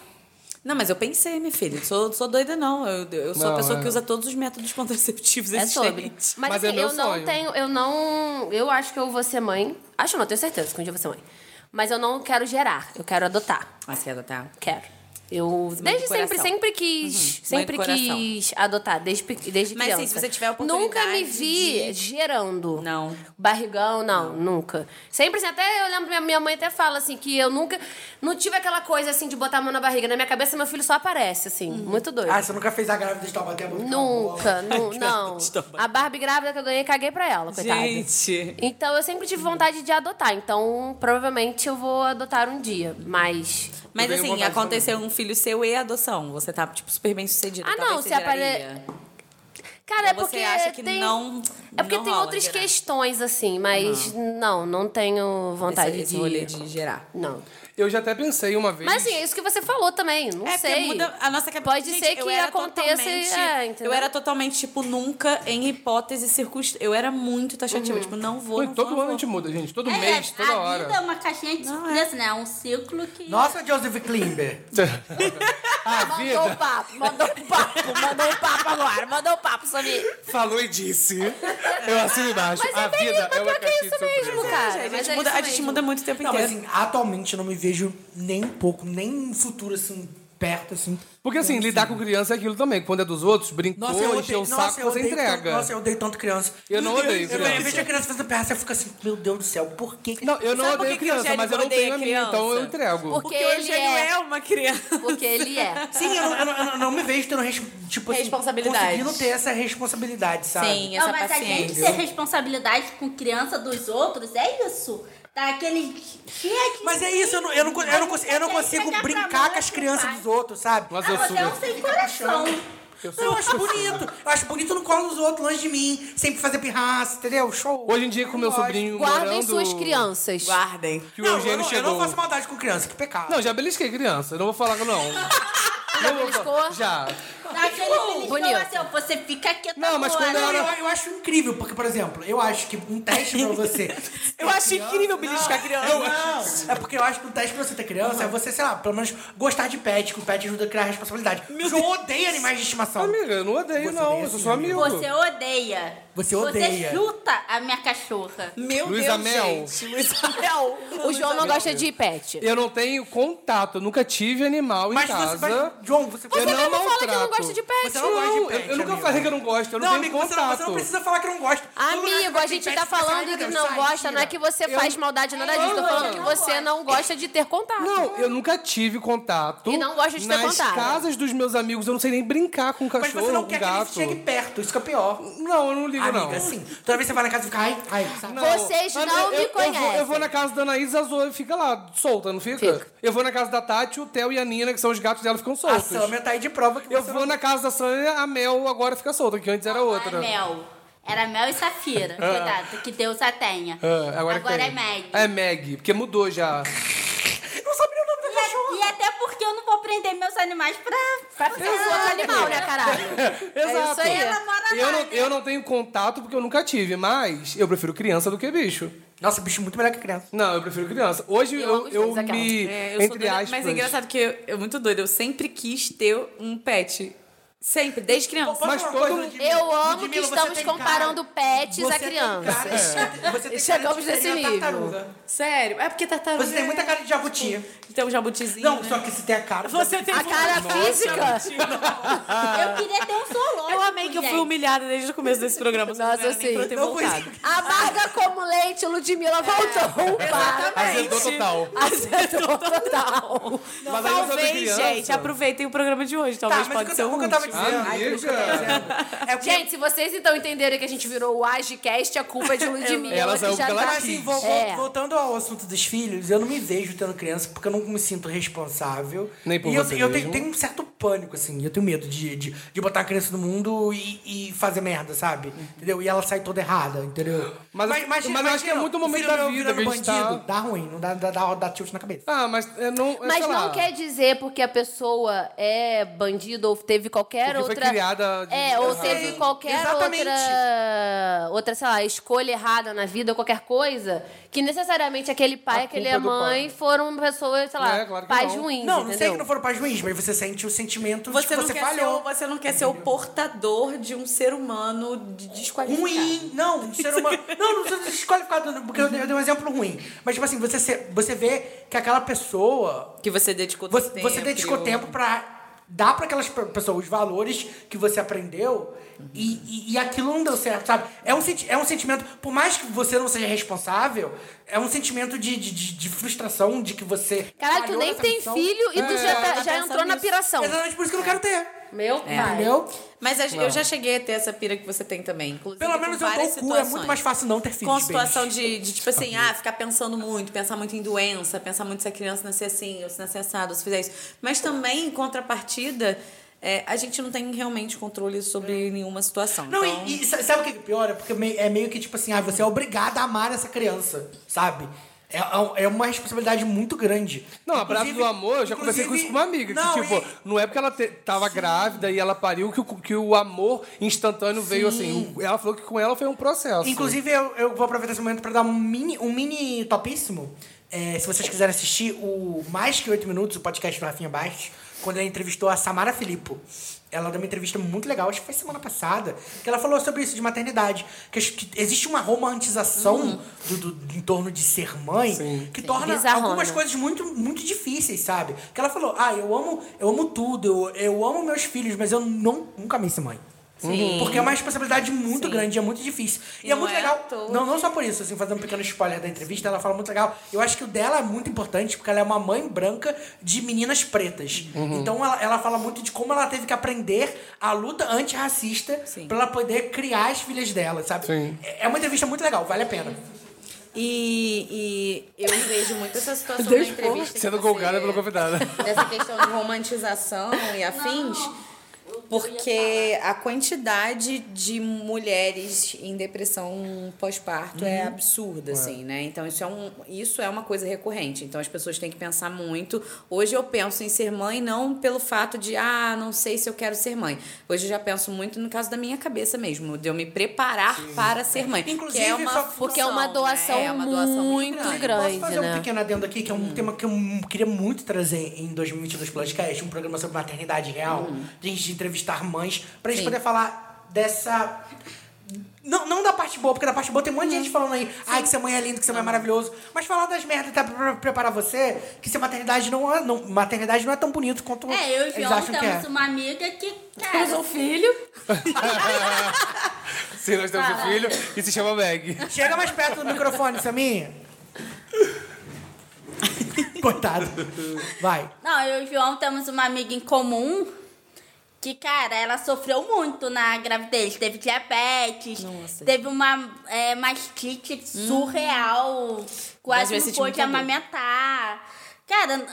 Não, mas eu pensei, minha filha. Sou, sou doida, não. Eu, eu sou Não, a pessoa é. que usa todos os métodos contraceptivos É sobre. existentes. Mas, Mas assim, é meu eu não sonho. tenho. Eu não. Eu acho que eu vou ser mãe. Acho não, tenho certeza que um dia eu vou ser mãe. Mas eu não quero gerar, eu quero adotar. Ah, você tá? Quero. Eu do desde sempre, coração. Uhum. sempre quis, Mãe do sempre coração. quis adotar desde pe- desde Mas, criança. assim, se você tiver a Nunca me oportunidade vi de- gerando. Não. Barrigão, não, nunca. Sempre assim, até eu lembro, minha, minha mãe até fala assim, que eu nunca. Não tive aquela coisa assim de botar a mão na barriga. Na minha cabeça, meu filho só aparece, Uhum. assim. Muito doido. Ah, você nunca fez a grávida de Taubaté? botar uma bola? Nunca, nu- não. A Barbie grávida que eu ganhei, caguei pra ela, coitada. Gente. Então eu sempre tive vontade de adotar, então provavelmente eu vou adotar um dia, mas. Mas Eu tenho assim, vontade aconteceu um filho seu e adoção. Você tá, tipo, super bem sucedida. Ah, Talvez não, você se apare- geraria. Cara, Ou é porque você acha que tem. não. É porque não tem rola outras gerar. questões, assim, mas não, não tenho vontade esse, esse de. rolê de gerar. Não. Eu já até pensei uma vez. Mas assim, é isso que você falou também, não É, porque sei. muda a nossa cabeça. Pode Gente, ser eu que era aconteça e- totalmente- é, entendeu? Eu era totalmente, tipo, nunca, em hipótese, circunstância. Eu era muito taxativa. Uhum. Tipo, não vou. Pô, não todo vou, não ano a vou. gente muda, gente. Um Todo É, mês, toda a hora. É vida é uma caixinha de surpresa, né? É um ciclo que. Nossa, Joseph Klimber. mandou um papo, mandou um papo, mandou um papo agora, mandou um papo, Samir. Falou e disse. Eu assino embaixo. Mas a é bem, vida mas é uma pior que é caixinha de isso mesmo, surpresa. cara. a Mas gente, é muda, isso a gente mesmo. muda muito o tempo Não, mas inteiro. assim, atualmente eu não me vejo nem um pouco, nem um futuro assim, perto assim. Porque assim, Então, lidar com criança é aquilo também. Quando é dos outros, brincou, Nossa, eu encheu odeio, o nossa, saco, eu você odeio entrega. Tanto, nossa, eu odeio tanto criança. Eu não Meu Deus, odeio Eu criança. vejo a criança fazendo perna, eu fico assim, meu Deus do céu, por que que... Não, eu não Sabe por odeio que que o criança, Eugênio mas eu não odeia tenho a minha, criança? então eu entrego. Porque o ele Eugênio é. é uma criança. Porque ele é. Sim, eu não, eu não- eu não- eu não me vejo tendo res- tipo, assim, Responsabilidade. conseguindo ter essa responsabilidade, sabe? é Sim, Não, essa mas a gente paciência. ter responsabilidade com criança dos outros, é isso. Tá aquele. Que é que Mas é isso, eu não, eu não, co- eu não, cons- eu não consigo brincar com as crianças dos outros, sabe? Mas Ah, eu você é sou. um sem coração. Não, eu acho bonito. Eu acho bonito no colo dos outros, longe de mim. Sempre fazer pirraça, entendeu? Show. Hoje em dia, com meu Eu gosto. sobrinho Guardem morando... suas crianças. Guardem. Que o Não, eu Eugênio não, eu chegou. não faço maldade com criança, que pecado. Não, já belisquei criança. Não vou falar que não. não vou falar. beliscou? Já. Naquele Bonito. beliscão assim, ó, você fica quieta Não, mas agora. quando Não, eu, ela- eu acho incrível, porque, por exemplo, eu acho que um teste pra você. Eu acho incrível beliscar criança. Não, é porque eu acho que um teste pra você ter criança é você, sei lá, pelo menos gostar de pet, que o pet ajuda a criar responsabilidade. O João odeia animais de estimação. Amiga, eu não odeio, Você não. odeia Eu sou sim, só amigo. é um Você odeia. Você odeia. Você chuta a minha cachorra. Meu Luísa Deus, Mel. gente. Luísa Mel. O João não gosta de pet. Eu não tenho contato. eu Nunca tive animal Mas em casa. você vai. João, você Eu Você não mesmo fala que não maltrato. gosta de pet. Você não gosta de Não, eu, pet, eu nunca amigo. falei que eu não gosto. Eu não, Não, tenho amigo, você não, contato. você não precisa falar que não gosta. Todo lugar que Amigo, vai a ter gente pet, tá você vai falar, falando "Meu que Deus, não sai, gosta, não é tira." que você faz maldade, nada disso. Tô falando que você não gosta de ter contato. Não, eu nunca tive contato. E não gosto de ter Nas contato. casas dos meus amigos, eu não sei nem brincar com um Mas cachorro, você não com quer que ele gato. chegue perto, isso que é pior. Não, eu não ligo, Amiga, não. assim, toda vez que você vai na casa e fica, ai, ai, sabe? Não. Vocês não Amiga, me eu, eu vou- Eu vou, conhecem. na casa da Anaís, a Zoe fica lá, solta, não fica? Fica. Eu vou na casa da Tati, o Theo e a Nina, que são os gatos dela, ficam A soltos. Samia tá aí de prova que Eu você vou na casa da Sânia, a Mel agora fica solta, que antes era é outra. A é Mel. Era Mel e Safira. Cuidado, que Deus a tenha. Ah, agora Agora quem? é Meg. É Meg, porque mudou já. não sabia o nome do cachorro. E até porque eu não vou prender meus animais pra... pra Eu sou outro animal, né, caralho? Exato. isso aí. Ela mora lá, eu, não, né? eu não tenho contato porque eu nunca tive, mas eu prefiro criança do que bicho. Nossa, bicho muito melhor que criança. Não, eu prefiro criança. Hoje Eu amo eu, os eu, dois, aquela. me. É, eu sou entre doida, aspas. Mas é engraçado que eu, eu muito doida. Eu sempre quis ter um pet. Sempre, desde criança. falar uma Mas todo coisa, mundo- Ludmilla? Eu amo Ludmilla, que você estamos tem cara- comparando pets você a tem crianças. cara de- você tem Chegamos cara de nesse seria uma nível. tartaruga. Sério. É porque tartaruga... Você tem muita cara de jabuti. de... Tem um jabutizinho. Não, né? só que se tem a cara. Você tem A cara física. Eu queria ter um zoológico, Eu amei que eu fui um gente. humilhada desde o começo desse programa. vocês Nossa, não eram nem sim. pra eu ter Não foi- voltado. Amarga como leite, Ludmilla voltou. Para. Azedou total. Acertou total. Mas aí você é Talvez, criança. gente, aproveitem o programa de hoje. Tá, Talvez mas o pode que ser um eu- o o que eu tava último. dizendo? É porque- Gente, se vocês então entenderem que a gente virou o Agcast, a culpa é de Ludmilla. Ela saiu já porque ela tá- quis. Assim, vol- vol- É. Voltando ao assunto dos filhos, eu não me vejo tendo criança porque eu não me sinto responsável. Nem por e eu, você eu mesmo? tenho, tenho um certo pânico, assim. Eu tenho medo de, de, de botar a criança no mundo e, e fazer merda, sabe? Uhum. Entendeu? E ela sai toda errada, entendeu? Mas- mas eu acho que é muito o momento filho da meu vida virando que a gente tá- bandido, Dá ruim, não dá, dá, dá, dá tilt na cabeça. Ah, mas é, não. é, Mas sei não lá. quer dizer porque a pessoa é bandido ou teve qualquer Porque foi outra. criada de- é, ou errado. teve Sim, qualquer exatamente. outra. Outra, sei lá, escolha errada na vida ou qualquer coisa. Que necessariamente aquele pai, A aquele culpa é do mãe pai. foram pessoas, sei lá, É, claro que pais não. ruins. Não, não entendeu? sei que não foram pais ruins, mas você sente o sentimento de Você, que não você quer ser, falhou. o- você não quer ser o portador de um ser humano de- desqualificado. Ruim, não, um ser humano. Não, não sou desqualificado, porque eu dei eu dei um exemplo ruim. Mas, tipo assim, você, se- você vê que aquela pessoa Que você dedicou Você, tempo. você dedicou tempo pra dar pra aquelas pe- pessoas os valores que você aprendeu e, e, e aquilo não deu certo, sabe? É um, senti- é um sentimento, por mais que você não seja responsável, é um sentimento de, de, de- de frustração de que você. Caralho, tu falhou nem nessa tem missão. filho e tu É, já, tá- tá já pensando entrou na nisso. piração. Exatamente por isso que eu não quero ter. Meu pai. Entendeu? Mas a- eu já cheguei a ter essa pira que você tem também. Inclusive, Pelo com menos eu dou várias o cu, é muito situações. mais fácil não ter filho. Com situação de, de, tipo assim, ah, ficar pensando muito, pensar muito em doença, pensar muito se a criança nascer assim, ou se nascer assado, ou se fizer isso. Mas também, em contrapartida, é, a gente não tem realmente controle sobre nenhuma situação. Não, então... e, e sa- sabe o que é pior? É porque mei- é meio que tipo assim, ah, você é obrigado a amar essa criança, sabe? É, é uma responsabilidade muito grande. Não, a brava do Inclusive- amor, eu já conversei com isso com uma amiga. não, que, tipo, e- não é porque ela te- tava grávida e ela pariu que o, que o amor instantâneo veio assim. Ela falou que com ela foi um processo. Inclusive, eu, eu vou aproveitar esse momento pra dar um mini, um mini topíssimo. É, se vocês quiserem assistir o Mais Que Oito Minutos, o podcast do Rafinha Bastos, quando ela entrevistou a Samara Filippo. Ela deu uma entrevista muito legal, acho que foi semana passada, que ela falou sobre isso de maternidade. Que, acho que existe uma romantização do, do- do- em torno de ser mãe que torna Bizarrona. algumas coisas muito, muito difíceis, sabe? Que ela falou: ah, eu amo, eu amo tudo, eu, eu amo meus filhos, mas eu não, nunca amei ser mãe. Porque é uma responsabilidade muito grande, é muito difícil. E é Não muito é à legal. toa. Não, não só por isso, assim, fazendo um pequeno spoiler da entrevista, ela fala muito legal. Eu acho que o dela é muito importante, porque ela é uma mãe branca de meninas pretas. Uhum. Então ela, ela fala muito de como ela teve que aprender a luta antirracista Sim. pra ela poder criar as filhas dela, sabe? Sim. É é uma entrevista muito legal, vale a pena. E, e eu vejo muito essa situação Deus na entrevista. que Sendo você- colgada pela convidada. Dessa questão de romantização e afins. Porque a quantidade de mulheres em depressão pós-parto é absurda, assim, né? Então isso é, um, isso é uma coisa recorrente. Então as pessoas têm que pensar muito. Hoje eu penso em ser mãe não pelo fato de, ah, não sei se eu quero ser mãe. Hoje eu já penso muito no caso da minha cabeça mesmo, de eu me preparar para ser mãe. Inclusive, que é só- uma Porque é uma função, né? doação, É uma doação muito grande, Posso fazer né? um pequeno adendo aqui, que é um Hum. tema que eu queria muito trazer em 2022 Podcast, um programa sobre maternidade real, Hum. de a gente entrevistar mães, pra gente Sim. poder falar dessa... Não, não da parte boa, porque da parte boa tem um monte de gente falando aí, ai, que ser mãe é lindo, que ser mãe é maravilhoso. Mas falar das merdas tá pra preparar você, que ser maternidade não é, não, maternidade não é tão bonito quanto É, eu e eles Viola acham que é. temos uma amiga que, Temos um cara, filho. Sim, nós temos um filho e se chama Meg. Chega mais perto do microfone, Samir. Coitado. Vai. não, eu e João temos uma amiga em comum que, cara, ela sofreu muito na gravidez. Teve diabetes, Nossa. teve uma é, mastite surreal, Às quase vezes não você pôde tinha um tabu. amamentar. Cara,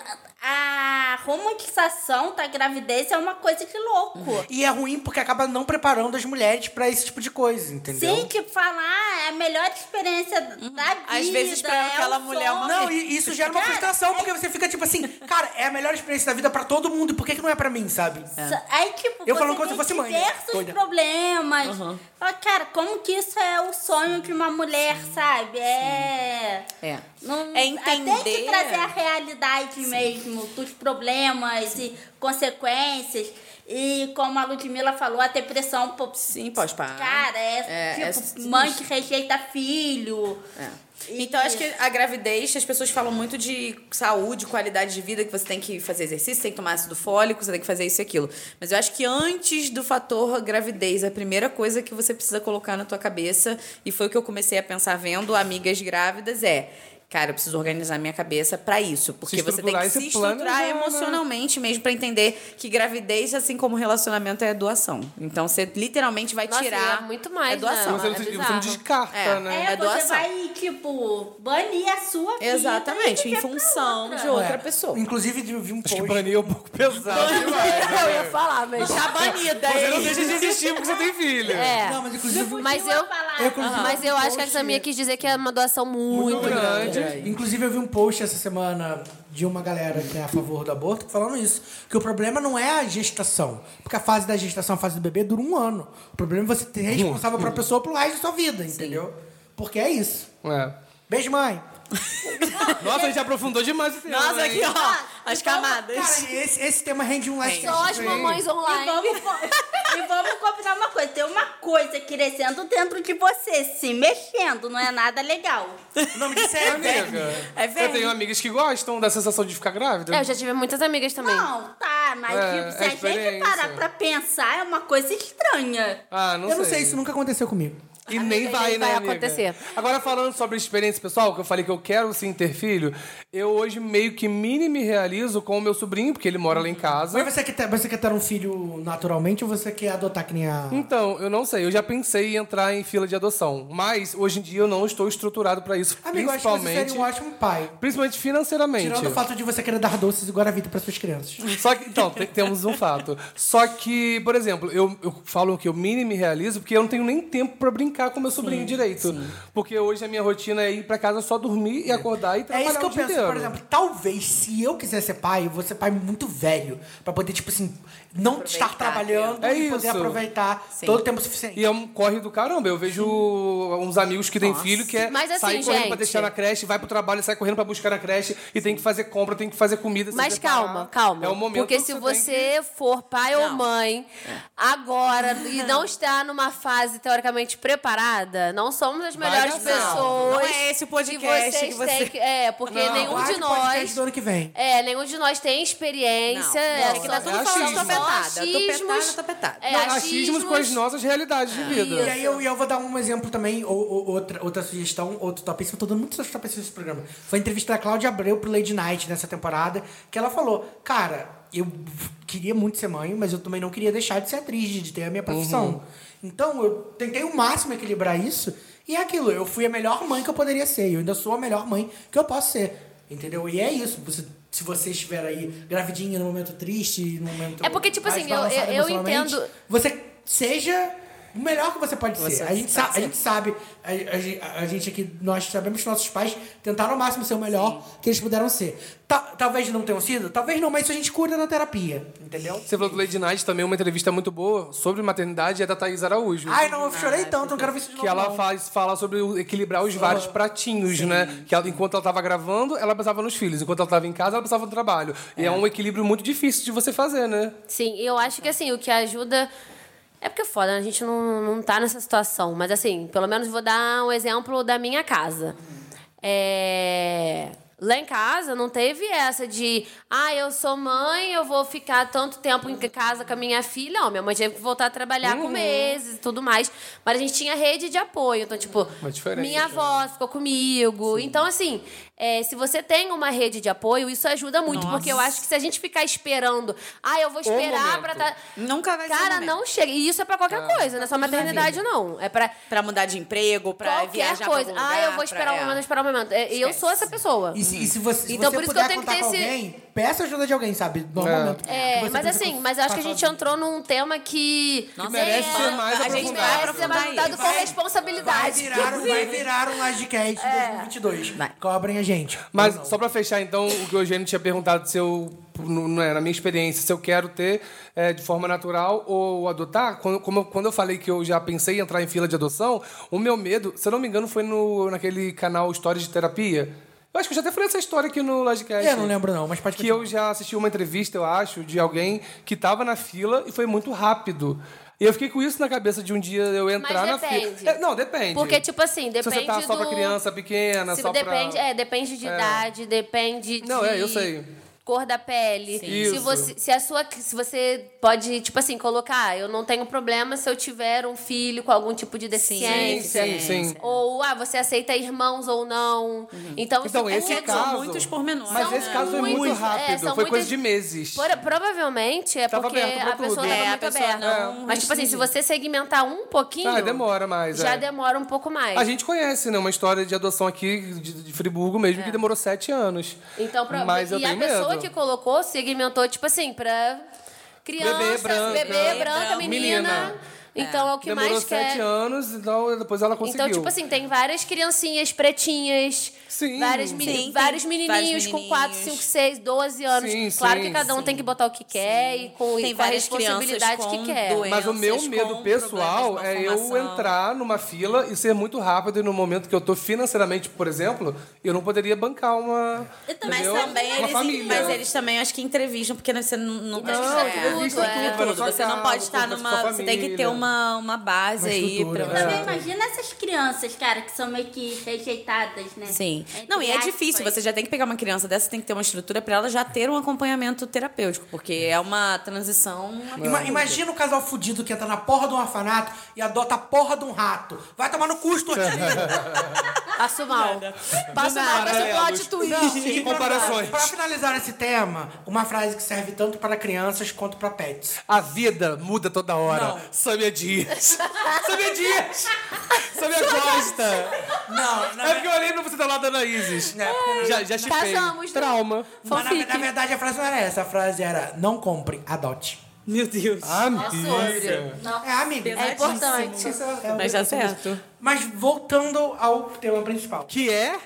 a romantização da gravidez é uma coisa de louco. Uhum. E é ruim porque acaba não preparando as mulheres pra esse tipo de coisa, entendeu? Sim, que falar é a melhor experiência da vida. Uhum. Às vezes pra é aquela um mulher é uma sonho. Não, e isso gera uma Cara, frustração, porque você fica tipo assim, cara, é a melhor experiência da vida pra todo mundo, por que, que não é pra mim, sabe? Aí, tipo, Eu você falando como tem se fosse mãe, né? diversos Doida. problemas. Fala, cara, como que isso é o sonho de uma mulher, sabe? É... É. Não, É Tem que entender. trazer a realidade mesmo dos problemas e consequências. E como a Ludmilla falou, a depressão... pô, Sim, pós-parto. Cara, é, É, tipo, é- mãe que rejeita filho. É. Então, acho que a gravidez, as pessoas falam muito de saúde, qualidade de vida, que você tem que fazer exercício, tem que tomar ácido fólico, você tem que fazer isso e aquilo. Mas eu acho que antes do fator gravidez, a primeira coisa que você precisa colocar na tua cabeça, e foi o que eu comecei a pensar vendo amigas grávidas, é. Cara, eu preciso organizar minha cabeça pra isso. Porque você tem estruturar que e se se estruturar planejar, né? emocionalmente mesmo pra entender que gravidez, assim como relacionamento, é doação. Então você literalmente vai Nossa, e é tirar. muito mais, É doação. né? Então Você não, É se- você bizarro. não descarta, É. né? É, É você doação. vai, tipo, banir a sua vida. Exatamente, e em viver pra função outra. de É. outra pessoa. Inclusive, eu vi um Acho post. que banir é um pouco pesado. Eu ia falar, mas. Tá banida, Você não hein? deixa de existir porque você tem filho. É. Não, mas inclusive. Mas eu, falar. inclusive, mas eu acho que essa minha quis dizer que é uma doação muito, grande. Inclusive, eu vi um post essa semana de uma galera que é a favor do aborto falando isso. Que o problema não é a gestação. Porque a fase da gestação, a fase do bebê, dura um ano. O problema é você ter Um responsável pra pessoa pelo resto da sua vida, entendeu? Porque é isso. É. Beijo, mãe. Nossa, a gente aprofundou demais esse tema, Nossa, hein? aqui, ó, as Cara, camadas. esse, esse tema rende um like. Só as mamães E online. vamos, co- e vamos combinar uma coisa: tem uma coisa crescendo dentro de você, se mexendo, não é nada legal. O nome disso é Amiga, É velho. eu tenho amigas que gostam da sensação de ficar grávida. É, eu já tive muitas amigas também. Não, tá, mas É, tipo, se é a gente experiência. parar pra pensar, é uma coisa estranha. Ah, não Eu não sei, isso nunca aconteceu comigo. E nem vai, nem né, vai amiga? acontecer. Agora, falando sobre experiência pessoal, que eu falei que eu quero sim ter filho, eu hoje meio que mini me realizo com o meu sobrinho, porque ele mora lá em casa. Mas você quer, ter, você quer ter um filho naturalmente ou você quer adotar que nem a. Então, eu não sei, eu já pensei em entrar em fila de adoção, mas hoje em dia eu não estou estruturado pra isso, Amigo, eu acho que você principalmente, seria um ótimo pai. principalmente financeiramente. Tirando o fato de você querer dar doces e guaravita para suas crianças. Só que, então, te- temos um fato. Só que, por exemplo, eu, eu falo que eu mini me realizo porque eu não tenho nem tempo pra brincar com meu sobrinho direito. Porque hoje a minha rotina é ir pra casa só dormir e acordar e É trabalhar isso que o eu dia penso. inteiro. Por exemplo, talvez se eu quiser ser pai, eu vou ser pai muito velho. Pra poder, tipo assim, não estar trabalhando É e poder isso. aproveitar Sim. todo o tempo suficiente. E é um corre do caramba. Eu vejo uns amigos que têm filho que é Mas assim, sair correndo pra gente- deixar na creche, vai pro trabalho, sai correndo pra buscar na creche e tem que fazer compra, tem que fazer comida. se Mas preparar. calma, calma. É o momento porque que se tem você for pai ou mãe agora e não está numa fase teoricamente preparada, não somos as Vai melhores dar certo. pessoas. Não é esse o podcast e vocês que você- têm que- É, porque Não. nenhum Guarde de o podcast nós. do ano Então, que vem. É, nenhum de nós tem experiência. Não, não, é que tá é tudo achismo. falando só Topetada, achismos. topetada, topetada. É, Que... Não, achismos com as nossas realidades de vida. E aí eu, e eu vou dar um exemplo também, ou, ou- outra, outra sugestão, outro topíssimo. Eu tô dando muitos topíssimos nesse programa. Foi a entrevista da Cláudia Abreu pro Lady Night nessa temporada, que ela falou, cara, eu queria muito ser mãe, mas eu também não queria deixar de ser atriz, de ter a minha profissão. Então eu tentei o máximo equilibrar isso, e é aquilo, eu fui a melhor mãe que eu poderia ser, e eu ainda sou a melhor mãe que eu posso ser. Entendeu? E é isso. você- se você estiver aí gravidinha num momento triste, num momento. É porque, tipo assim, eu- eu- desbalançado eu Então, emocionalmente, entendo- você seja o melhor que você pode ser. A gente, sa- a gente sabe, a, a gen- a gente aqui, nós sabemos que nossos pais tentaram ao máximo ser o melhor que eles puderam ser. Ta- talvez não tenham sido, talvez não, mas isso a gente cura na terapia, entendeu? Você falou do Lady Night também, uma entrevista muito boa sobre maternidade é da Thaís Araújo. Ai, não, eu Ah, chorei é tanto, não quero ver isso de novo. Que ela não. faz, fala sobre o- equilibrar os vários pratinhos, né? Que ela- enquanto ela tava gravando, ela pensava nos filhos. Enquanto ela tava em casa, ela pensava no trabalho. E é um equilíbrio muito difícil de você fazer, né? Sim, e eu acho que assim, o que ajuda. É porque é foda, né? a gente não, não tá nessa situação. Mas assim, pelo menos vou dar um exemplo da minha casa. É, Lá em casa não teve essa de, ah, eu sou mãe, eu vou ficar tanto tempo em casa com a minha filha. Não, minha mãe teve que voltar a trabalhar Uhum. com meses e tudo mais. Mas a gente tinha rede de apoio. Então, tipo, Uma diferença, minha né? avó avó ficou comigo. Então, assim, é, se você tem uma rede de apoio, isso ajuda muito. Porque eu acho que se a gente ficar esperando, ah, eu vou esperar momento. pra tá. Nunca vai ser o Cara, momento. não chega. E isso é pra qualquer coisa, não é só maternidade, não. É pra. Pra mudar de emprego, pra Qualquer viajar coisa. pra algum lugar, Ah, eu vou pra- esperar um é. momento, eu vou esperar um momento. É, E eu sou essa pessoa. E se, e hum. se você, se Então, você por isso que puder eu tenho que contar ter com esse- alguém, peça ajuda de alguém, sabe? No É. momento. É, que você mas pensa assim, que mas eu acho que a tá gente sozinho. entrou num tema que. Nossa, merece é. ser mais A gente vai aprofundado. merece ser aprofundar mais isso. dado com Vai responsabilidade. virar, um- vai virar um É. Livecast em 2022. Cobrem a gente. Mas Ou não. só pra fechar, então, o que o Eugênio tinha perguntado se eu, no- não é, na minha experiência, se eu quero ter é, de forma natural ou adotar, quando, como eu- quando eu falei que eu já pensei em entrar em fila de adoção, o meu medo, se eu não me engano, foi no, naquele canal Histórias de Terapia. Eu acho que eu já até falei essa história aqui no Lodcast. É, Eu não lembro não, mas pode Que eu já assisti uma entrevista, eu acho, de alguém que tava na fila e foi muito rápido. E eu fiquei com isso na cabeça de um dia eu entrar na depende. fila. É, não, depende. Porque, tipo assim, depende. Se você tá só pra do- criança pequena, Se só depende, pra... É, depende de idade, depende de... Não, é, eu sei. Cor da pele. Se Isso. você, se a sua, se você pode, tipo assim, colocar, eu não tenho problema se eu tiver um filho com algum tipo de deficiência. sim, sim. Ou, ah, você aceita irmãos ou não. Então, Então, isso esse tudo- caso... São muitos pormenores. Mas São esse caso foi muito muitos, é, rápido. são foi coisa muitas- de meses. Por- provavelmente é Tava porque aberto pra a pessoa tudo. tava É, a muito pessoa aberta. não Mas, tipo assim, se restringe. você segmentar um pouquinho... Ah, demora mais, Já é. demora um pouco mais. A gente conhece, né? Uma história de adoção aqui de, de Friburgo mesmo, que demorou sete anos. É. Então, pra, Mas eu e a tenho pessoa medo. que colocou segmentou, tipo assim, pra criança, Bebê, branca. bebê, branca, Branca, menina. menina. Então é, o que demorou mais sete quer. anos, então depois ela conseguiu. Então, tipo assim, tem várias criancinhas pretinhas, Sim. várias meni- Sim, tem vários menininhos vários com 4, menininhos. 5, 6, 12 anos. Sim, claro sim, que cada um sim. tem que botar o que quer e com, e Tem com a várias crianças responsabilidade que com quer. doença. Mas o meu crianças medo com pessoal problemas de é eu malformação. entrar numa fila e ser muito rápido e no momento que eu tô financeiramente, por exemplo, eu não poderia bancar uma. Então, Mas entendeu? também uma eles, família. mas eles também acho que entrevistam, porque você não, não, Não, é, entrevista é, tudo, vai na sua Você não casa, pode estar conversa com numa. a Você tem que ter família. uma, uma base Uma aí pra estrutura, você. né? Também imagina essas crianças, cara, que são meio que rejeitadas, né? Sim. Entre Não, e é aspas. difícil. Você já tem que pegar uma criança dessa, tem que ter uma estrutura pra ela já ter um acompanhamento terapêutico, porque é uma transição. Ima- imagina o casal fudido que entra na porra de um orfanato e adota a porra de um rato. Vai tomar no custo Passo mal. Passo mal com né, esse plot twist. E Comparações. Pra, pra finalizar esse tema, uma frase que serve tanto para crianças quanto para pets. A vida muda toda hora. Não. Samia Dias. Samia Dias! Samia Costa! Não, na, É porque eu olhei pra você tá lá dando a Isis. É, porque Já, já chipei. Casamos, né? Trauma. mas na- Fanfic. na verdade a frase não era essa. A frase era: não compre, adote. Meu Deus. Ah, Amiga. É, amiga. É importante. É Mas outra dá coisa. certo. Mas voltando ao tema principal. Que é?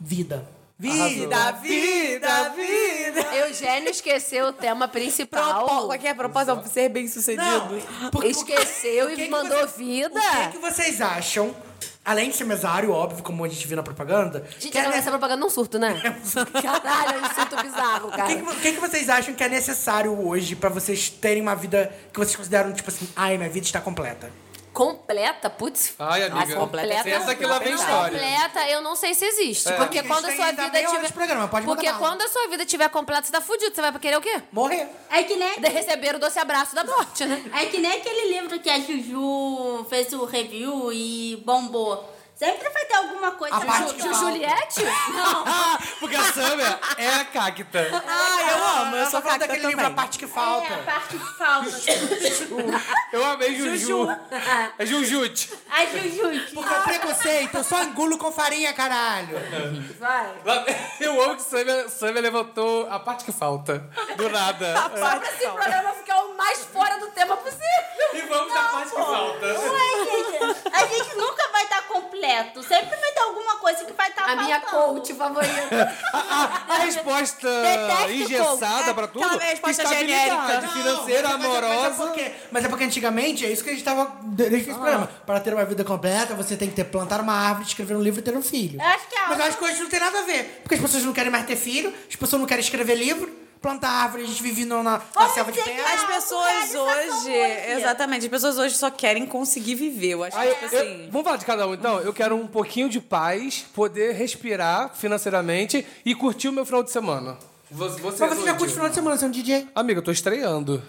Vida. Vida, vida, vida. Eugênio esqueceu o tema principal. Propo- Qual é que é a proposta de ser bem sucedido? Não, porque- Esqueceu o que e que mandou você- vida. O que, que vocês acham? Além de ser mesário, óbvio, como a gente viu na propaganda. Gente, que é essa, ne- essa propaganda é um surto, né? Caralho, é um surto bizarro, o cara. que, que, vo- o que que vocês acham que é necessário hoje pra vocês terem uma vida que vocês consideram, tipo assim, ai, minha vida está completa? Completa, putz. Ai, amiga. Ah, completa. É. Essa que lá vem não, história. Completa, eu não sei se existe. Porque Amiga, a quando a gente sua tem ainda vida meia hora tiver. de programa, pode porque mandar bala. quando a sua vida tiver completa, você tá fudido. Você vai querer o quê? Morrer. É que nem. De receber o doce abraço da morte, né? É que nem aquele livro que a Juju fez o review e bombou. Sempre vai ter alguma coisa A parte que Juju, Juliette? Porque a Sâmia é a cacta. Ah, eu amo, eu Ela sou tá falando cacta daquele também. livro, a parte que É, falta. a parte que falta. Eu amei Juju. É Jujute. a Juju. Porque é preconceito, eu só engulo com farinha, caralho. Vai. Eu amo que Sâmia, Sâmia levantou a parte que falta. Do nada. Só pra esse programa ficar o mais fora do tema possível. E vamos à parte que falta. Ué, gente, a gente nunca vai estar completo. Sempre vai ter alguma coisa que vai estar A faltando. minha coach favorita. A, a resposta Detesto engessada pouco. pra tudo. Aquela resposta estabilidade genérica. financeira, Não, mas é- mas é amorosa. Ah. porque- mas é porque antigamente é isso que a gente tava. Desde esse programa. Para ter uma vida completa, você tem que ter plantar uma árvore, escrever um livro e ter um filho. Eu acho que é Mas algo- eu acho que hoje não tem nada a ver. Porque as pessoas não querem mais ter filho, as pessoas não querem escrever livro, plantar árvore, a gente vive na, na Vamos selva de dizer que pedra. As Ah, pessoas o cara está hoje. com hoje. Exatamente, as pessoas hoje só querem conseguir viver. Eu acho que, Aí, tipo eu- assim. vamos falar de cada um, então? Eu quero um pouquinho de paz, poder respirar financeiramente e curtir o meu final de semana. Você, Mas você já curte final de semana, você é um DJ. Amiga, eu tô estreando.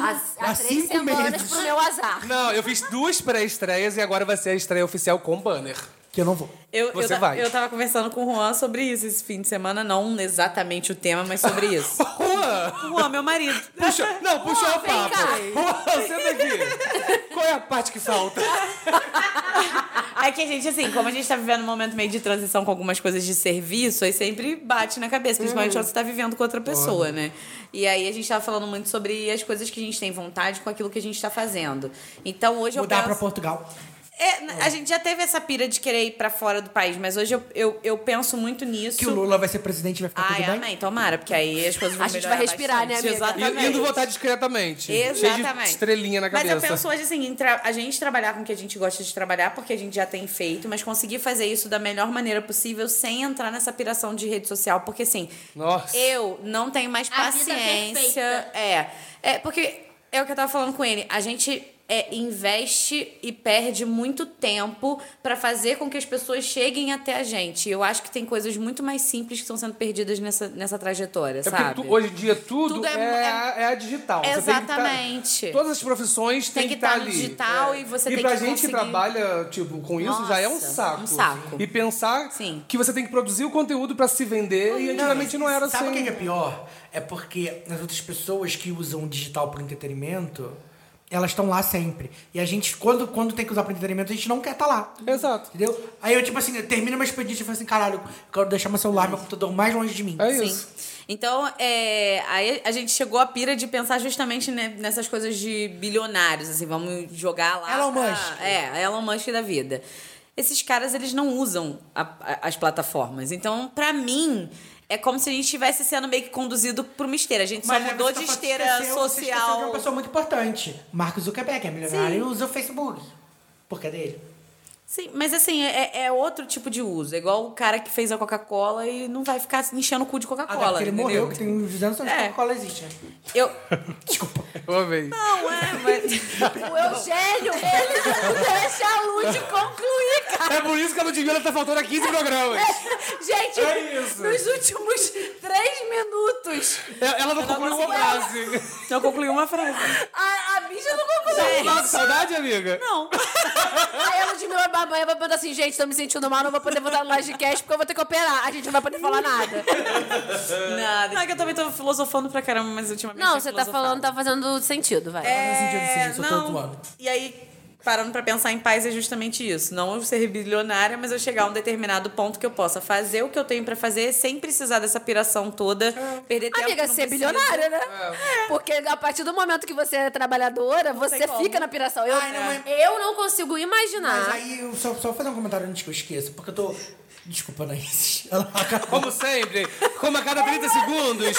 Há- Há Há três cinco semanas meses. pro meu azar. Não, eu fiz duas pré-estreias e agora vai ser a estreia oficial com banner. Que eu não vou. Eu, Você eu, ta- vai. eu tava conversando com o Juan sobre isso esse fim de semana, não exatamente o tema, mas sobre isso. Juan! o Juan, meu marido. Puxa, não, puxa Juan, o vem papo. cá. Juan, senta aqui. Qual é a parte que falta? Aí que a gente, assim, como a gente tá vivendo um momento meio de transição com algumas coisas de serviço, aí sempre bate na cabeça, principalmente quando você tá vivendo com outra pessoa, né? E aí a gente tava falando muito sobre as coisas que a gente tem vontade com aquilo que a gente tá fazendo. Então hoje Mudar eu pra penso... Portugal. É, n- a gente já teve essa pira de querer ir pra fora do país, mas hoje eu, eu, eu penso muito nisso. Que o Lula vai ser presidente e vai ficar Ai, tudo bem. amém, tomara, porque aí as coisas vão A gente melhorar vai respirar, bastante. né, amiga? Exatamente. E- Indo votar discretamente. Cheio de Exatamente. estrelinha na cabeça. Mas eu penso hoje assim, em tra- a gente trabalhar com o que a gente gosta de trabalhar, porque a gente já tem feito, mas conseguir fazer isso da melhor maneira possível sem entrar nessa piração de rede social, porque assim, Nossa. eu não tenho mais A vida paciência. perfeita. É, é, porque é o que eu tava falando com ele, a gente é, investe e perde muito tempo pra fazer com que as pessoas cheguem até a gente. Eu acho que tem coisas muito mais simples que estão sendo perdidas nessa, nessa trajetória, É sabe? porque tu- hoje em dia tudo, Tudo é, é- a- é a digital. Você tem que tá- Exatamente. todas as profissões Tem têm que que estar tá no ali. é. digital e você tem pra que gente que conseguir- trabalha tipo, com isso já é um Nossa, saco. um saco. E pensar Sim. que você tem que produzir o conteúdo pra se vender e antigamente não era Sabe o assim. que que é pior? É porque as outras pessoas que usam o digital para entretenimento, elas estão lá sempre. E a gente, quando, quando tem que usar para entretenimento, a gente não quer estar lá. Exato. Entendeu? Aí eu, tipo assim, eu termino meu expediente e falo assim, caralho, eu quero deixar meu celular, meu computador mais longe de mim. É isso. Sim. Então, é, aí a gente chegou à pira de pensar justamente né, nessas coisas de bilionários, assim, vamos jogar lá. Elon pra- Musk. É, Elon Musk da vida. Esses caras, eles não usam a- a- as plataformas. Então, pra mim, é como se a gente estivesse sendo meio que conduzido por uma esteira. A gente aí só você mudou tá de falando, esteira você esqueceu- você esqueceu de uma social. pessoa muito importante. Mark Zuckerberg é milionário e usa o Facebook. Porque é dele. Sim, mas assim, é, é outro tipo de uso. É igual o cara que fez a Coca-Cola e não vai ficar enchendo o cu de Ah, porque Coca-Cola. ele entendeu? morreu, que tem uns 200 anos que É. Coca-Cola existe. né? Eu... Desculpa. Eu amei. Não, é, mas... O Eugênio, ele não deixa a Lud concluir, cara. É por isso que a Ludmilla tá faltando há 15 programas. Gente, É isso. nos últimos três minutos, Ela ela não concluiu é. uma frase. Não concluí uma frase. a, a bicha não concluiu. Tá com saudade, amiga? É Não. Aí a Ludmilla Barbanha vai mandar assim, gente, tô me sentindo mal, não vou poder voltar no Livecast porque eu vou ter que operar. A gente não vai poder falar nada. Nada. Não, é que eu também tô filosofando pra caramba, mas ultimamente. Não, eu você tá filosofava. falando, tá fazendo sentido, vai. Não faz sentido esse É, jeito, eu só tô não. zoando. E aí. parando pra pensar em paz é justamente isso. Não eu ser bilionária, mas eu chegar a um determinado ponto que eu possa fazer o que eu tenho pra fazer sem precisar dessa piração toda, É. perder tempo. Amiga, que não ser precisa. bilionária, né? Porque a partir do momento que você é trabalhadora, você como. fica na piração. Eu, Ai, não, mas- eu não consigo Mas imaginar. aí, eu só, só fazer um comentário antes que eu esqueça, porque eu tô. Desculpa, Anaís. Ela Como sempre, como a cada 30 é. segundos.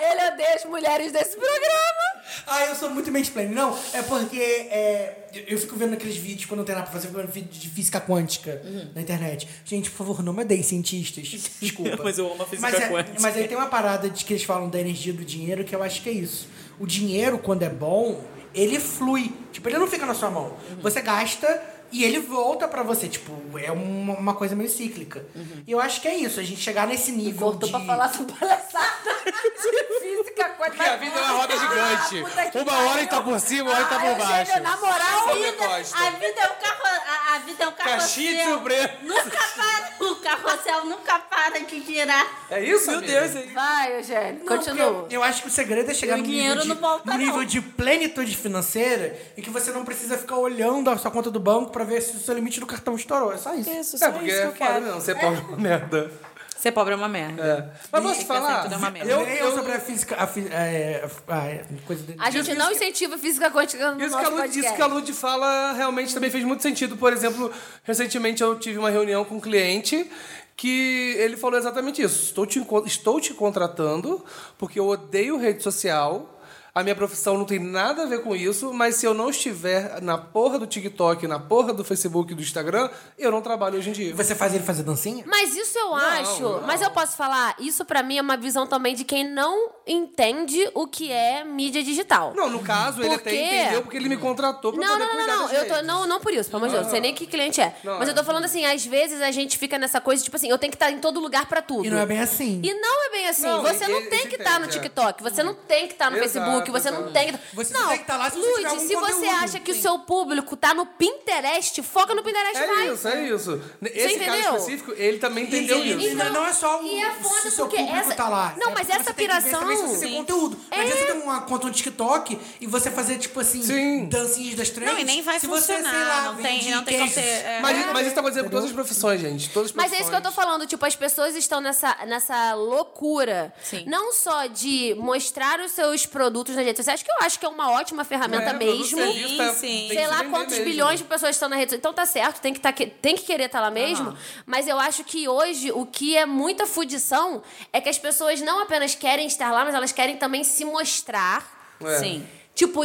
Ele odeia as mulheres desse programa. Ah, eu sou muito mansplaining. Não, é porque é, eu- eu fico vendo aqueles vídeos quando não tem nada pra fazer, eu fico vendo vídeo de física quântica Uhum. na internet. Gente, por favor, não me odeiem cientistas. Desculpa. Mas eu amo a física Mas é- quântica. Mas aí tem uma parada de que eles falam da energia do dinheiro que eu acho que é isso. O dinheiro, quando é bom, ele flui. Tipo, ele não fica na sua mão. Uhum. Você gasta... E ele volta pra você, tipo, é uma, uma coisa meio cíclica. Uhum. E eu acho que é isso, a gente chegar nesse nível Voltou de... pra falar sobre palhaçada de física quântica. Minha vida é uma roda puta que gigante. Uma pariu. hora ele tá por cima, uma hora ele tá Ah, por eu baixo. chego, na moral, A Sobe a vida, costa. a vida é um carro, a, a vida é um Cachito carrossel. preto. Nunca para, o carrossel nunca para de girar. É isso? Meu Deus, é Vai, Eugênio, Não, continua. porque Eu acho que o segredo é chegar E o num nível, dinheiro de, não volta, num nível não. de plenitude financeira e que você não precisa ficar olhando a sua conta do banco pra ver se o seu limite do cartão estourou. É só isso. Isso, só É, porque isso que é eu foda quero. não, você é pobre é uma merda. Ser pobre é uma merda. É. Mas posso te falar? tudo é uma merda. Eu, eu sobre a física. A, fi- é, a- é, coisa de... A gente não incentiva física quântica no Isso que, nosso a Lud, isso podcast. que a Lud fala realmente também fez muito sentido. Por exemplo, recentemente eu tive uma reunião com um cliente que ele falou exatamente isso. Estou te, encon- estou te contratando porque eu odeio rede social. A minha profissão não tem nada a ver com isso, mas se eu não estiver na porra do TikTok, na porra do Facebook, do Instagram, eu não trabalho hoje em dia. Você faz ele fazer dancinha? Mas isso eu acho, não. mas eu posso falar, isso pra mim é uma visão também de quem não entende o que é mídia digital. Não, no caso, ele até Porque- entendeu porque ele me contratou pra Não, poder não, não, cuidar não, não. das Eu tô, redes. não, não por isso, pelo amor de Deus. Não sei nem que cliente é. Não, Mas eu é. tô falando assim, às vezes a gente fica nessa coisa, tipo assim, eu tenho que estar em todo lugar pra tudo. E não é bem assim. E não é bem assim. Não, você e- não e- tem isso que estar no entende, é. TikTok, você não tem que estar no Exato, Facebook, você não exato. tem que. tá Você não, tem tá que estar lá se você tiver Lude, algum se você conteúdo. acha que o seu público tá no Pinterest, foca no Pinterest É mais. isso, é isso. Esse caso entendeu? Então, específico, ele também entendeu E- e- isso. Não, não é só o- e é foda se o seu porque público essa- tá lá. Não, É mas porque essa você tem que ver piração- também se você tem Sim. conteúdo. Não adianta você ter uma conta no TikTok e você fazer, tipo assim, Sim. dancinhas das trends. Não, e nem vai se funcionar. Você, sei lá, não, tem, vende não tem como queijos. ser. é. Mas, isso- mas isso tá acontecendo com todas as profissões, gente. Todas as Mas é isso que eu tô profissões. falando, tipo, as pessoas estão nessa, nessa loucura. Sim. Não só de mostrar os seus produtos nas redes sociais, que eu acho que é uma ótima ferramenta É, produto, mesmo. serviço, tá- Sim, tem sim. que Sei se lá vender quantos mesmo. bilhões de pessoas estão na rede social. Então tá certo, tem que, tá que- tem que querer estar lá mesmo. Mas eu acho que hoje o que é muita fudição é que as pessoas não apenas querem estar lá, mas elas querem também se mostrar. É. Sim. Tipo,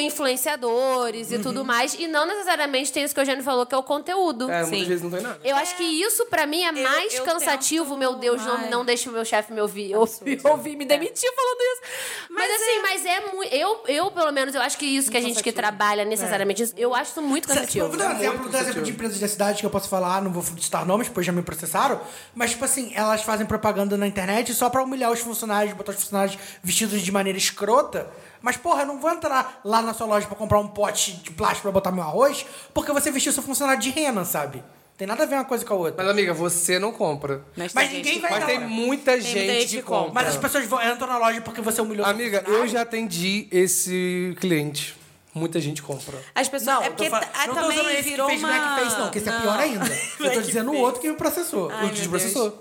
influenciadores e tudo mais. E não necessariamente tem isso que o Eugênio falou, que é o conteúdo. Uhum. É, muitas Sim. vezes não tem nada. Eu acho que isso pra mim é mais eu cansativo, tento- meu Deus, não, Ai. não deixa o meu chefe me ouvir, ouvir, ouvir me demitir falando isso. Mas, assim, mas é muito. Eu, eu, pelo menos, eu acho que isso que a gente que trabalha necessariamente, isso, eu acho isso muito Eu vou cansativo. dar um exemplo, dar um exemplo de empresas da cidade que eu posso falar, não vou citar nomes, pois já me processaram. Mas, tipo assim, elas fazem propaganda na internet só pra humilhar os funcionários, botar os funcionários vestidos de maneira escrota. Mas, porra, eu não vou entrar lá na sua loja pra comprar um pote de plástico pra botar meu arroz, porque você vestiu seu funcionário de rena, sabe? Tem nada a ver uma coisa com a outra. Mas, amiga, você não compra. Mas, Mas tem ninguém gente vai Mas na tem hora. muita muita gente gente que que compra. Mas tipo, as pessoas vão, entram na loja porque você humilhou seu Amiga, eu funcionário. já atendi esse cliente. Muita gente compra. As pessoas. Não, é eu tô porque fa- tá- ah, não tô usando também esse virou que fez uma. blackface, não, que esse é pior ainda. Eu tô dizendo o outro que me processou. o que te processou.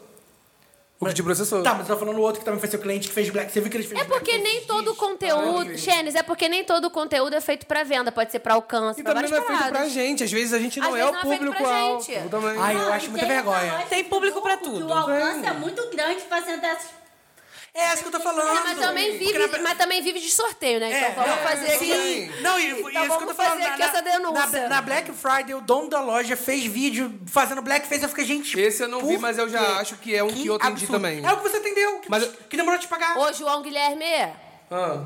O que te processou. Tá, mas eu tô falando o outro que também foi seu cliente que fez black. Você viu que eles fez É porque blackface nem esses todo o tá? dias? conteúdo. Xênis, é porque nem todo o conteúdo é feito pra venda, pode ser pra alcance, E pra também várias não é feito pra paradas. gente. Às vezes a gente tá Às não é vezes o não é feito pra público-alvo. gente. também. Ai, eu Não, acho e muita tem uma vergonha. loja Tem de público pra tudo. O alcance Vem. é muito grande fazendo essas... É isso que eu tô falando. É, mas, também Porque vive, na- mas também vive de sorteio, né? É, então vamos fazer aqui. sim. Não, e, e isso que eu vamos tô falando. fazer na- aqui na, essa denúncia. Na, na Black Friday, o dono da loja fez vídeo fazendo blackface. Eu fiquei, gente. Esse eu não vi, por mas eu já quê? acho que é um que eu atendi absurdo. também. É o que você atendeu, que, Mas- que demorou te pagar. Ô, João Guilherme, Ah.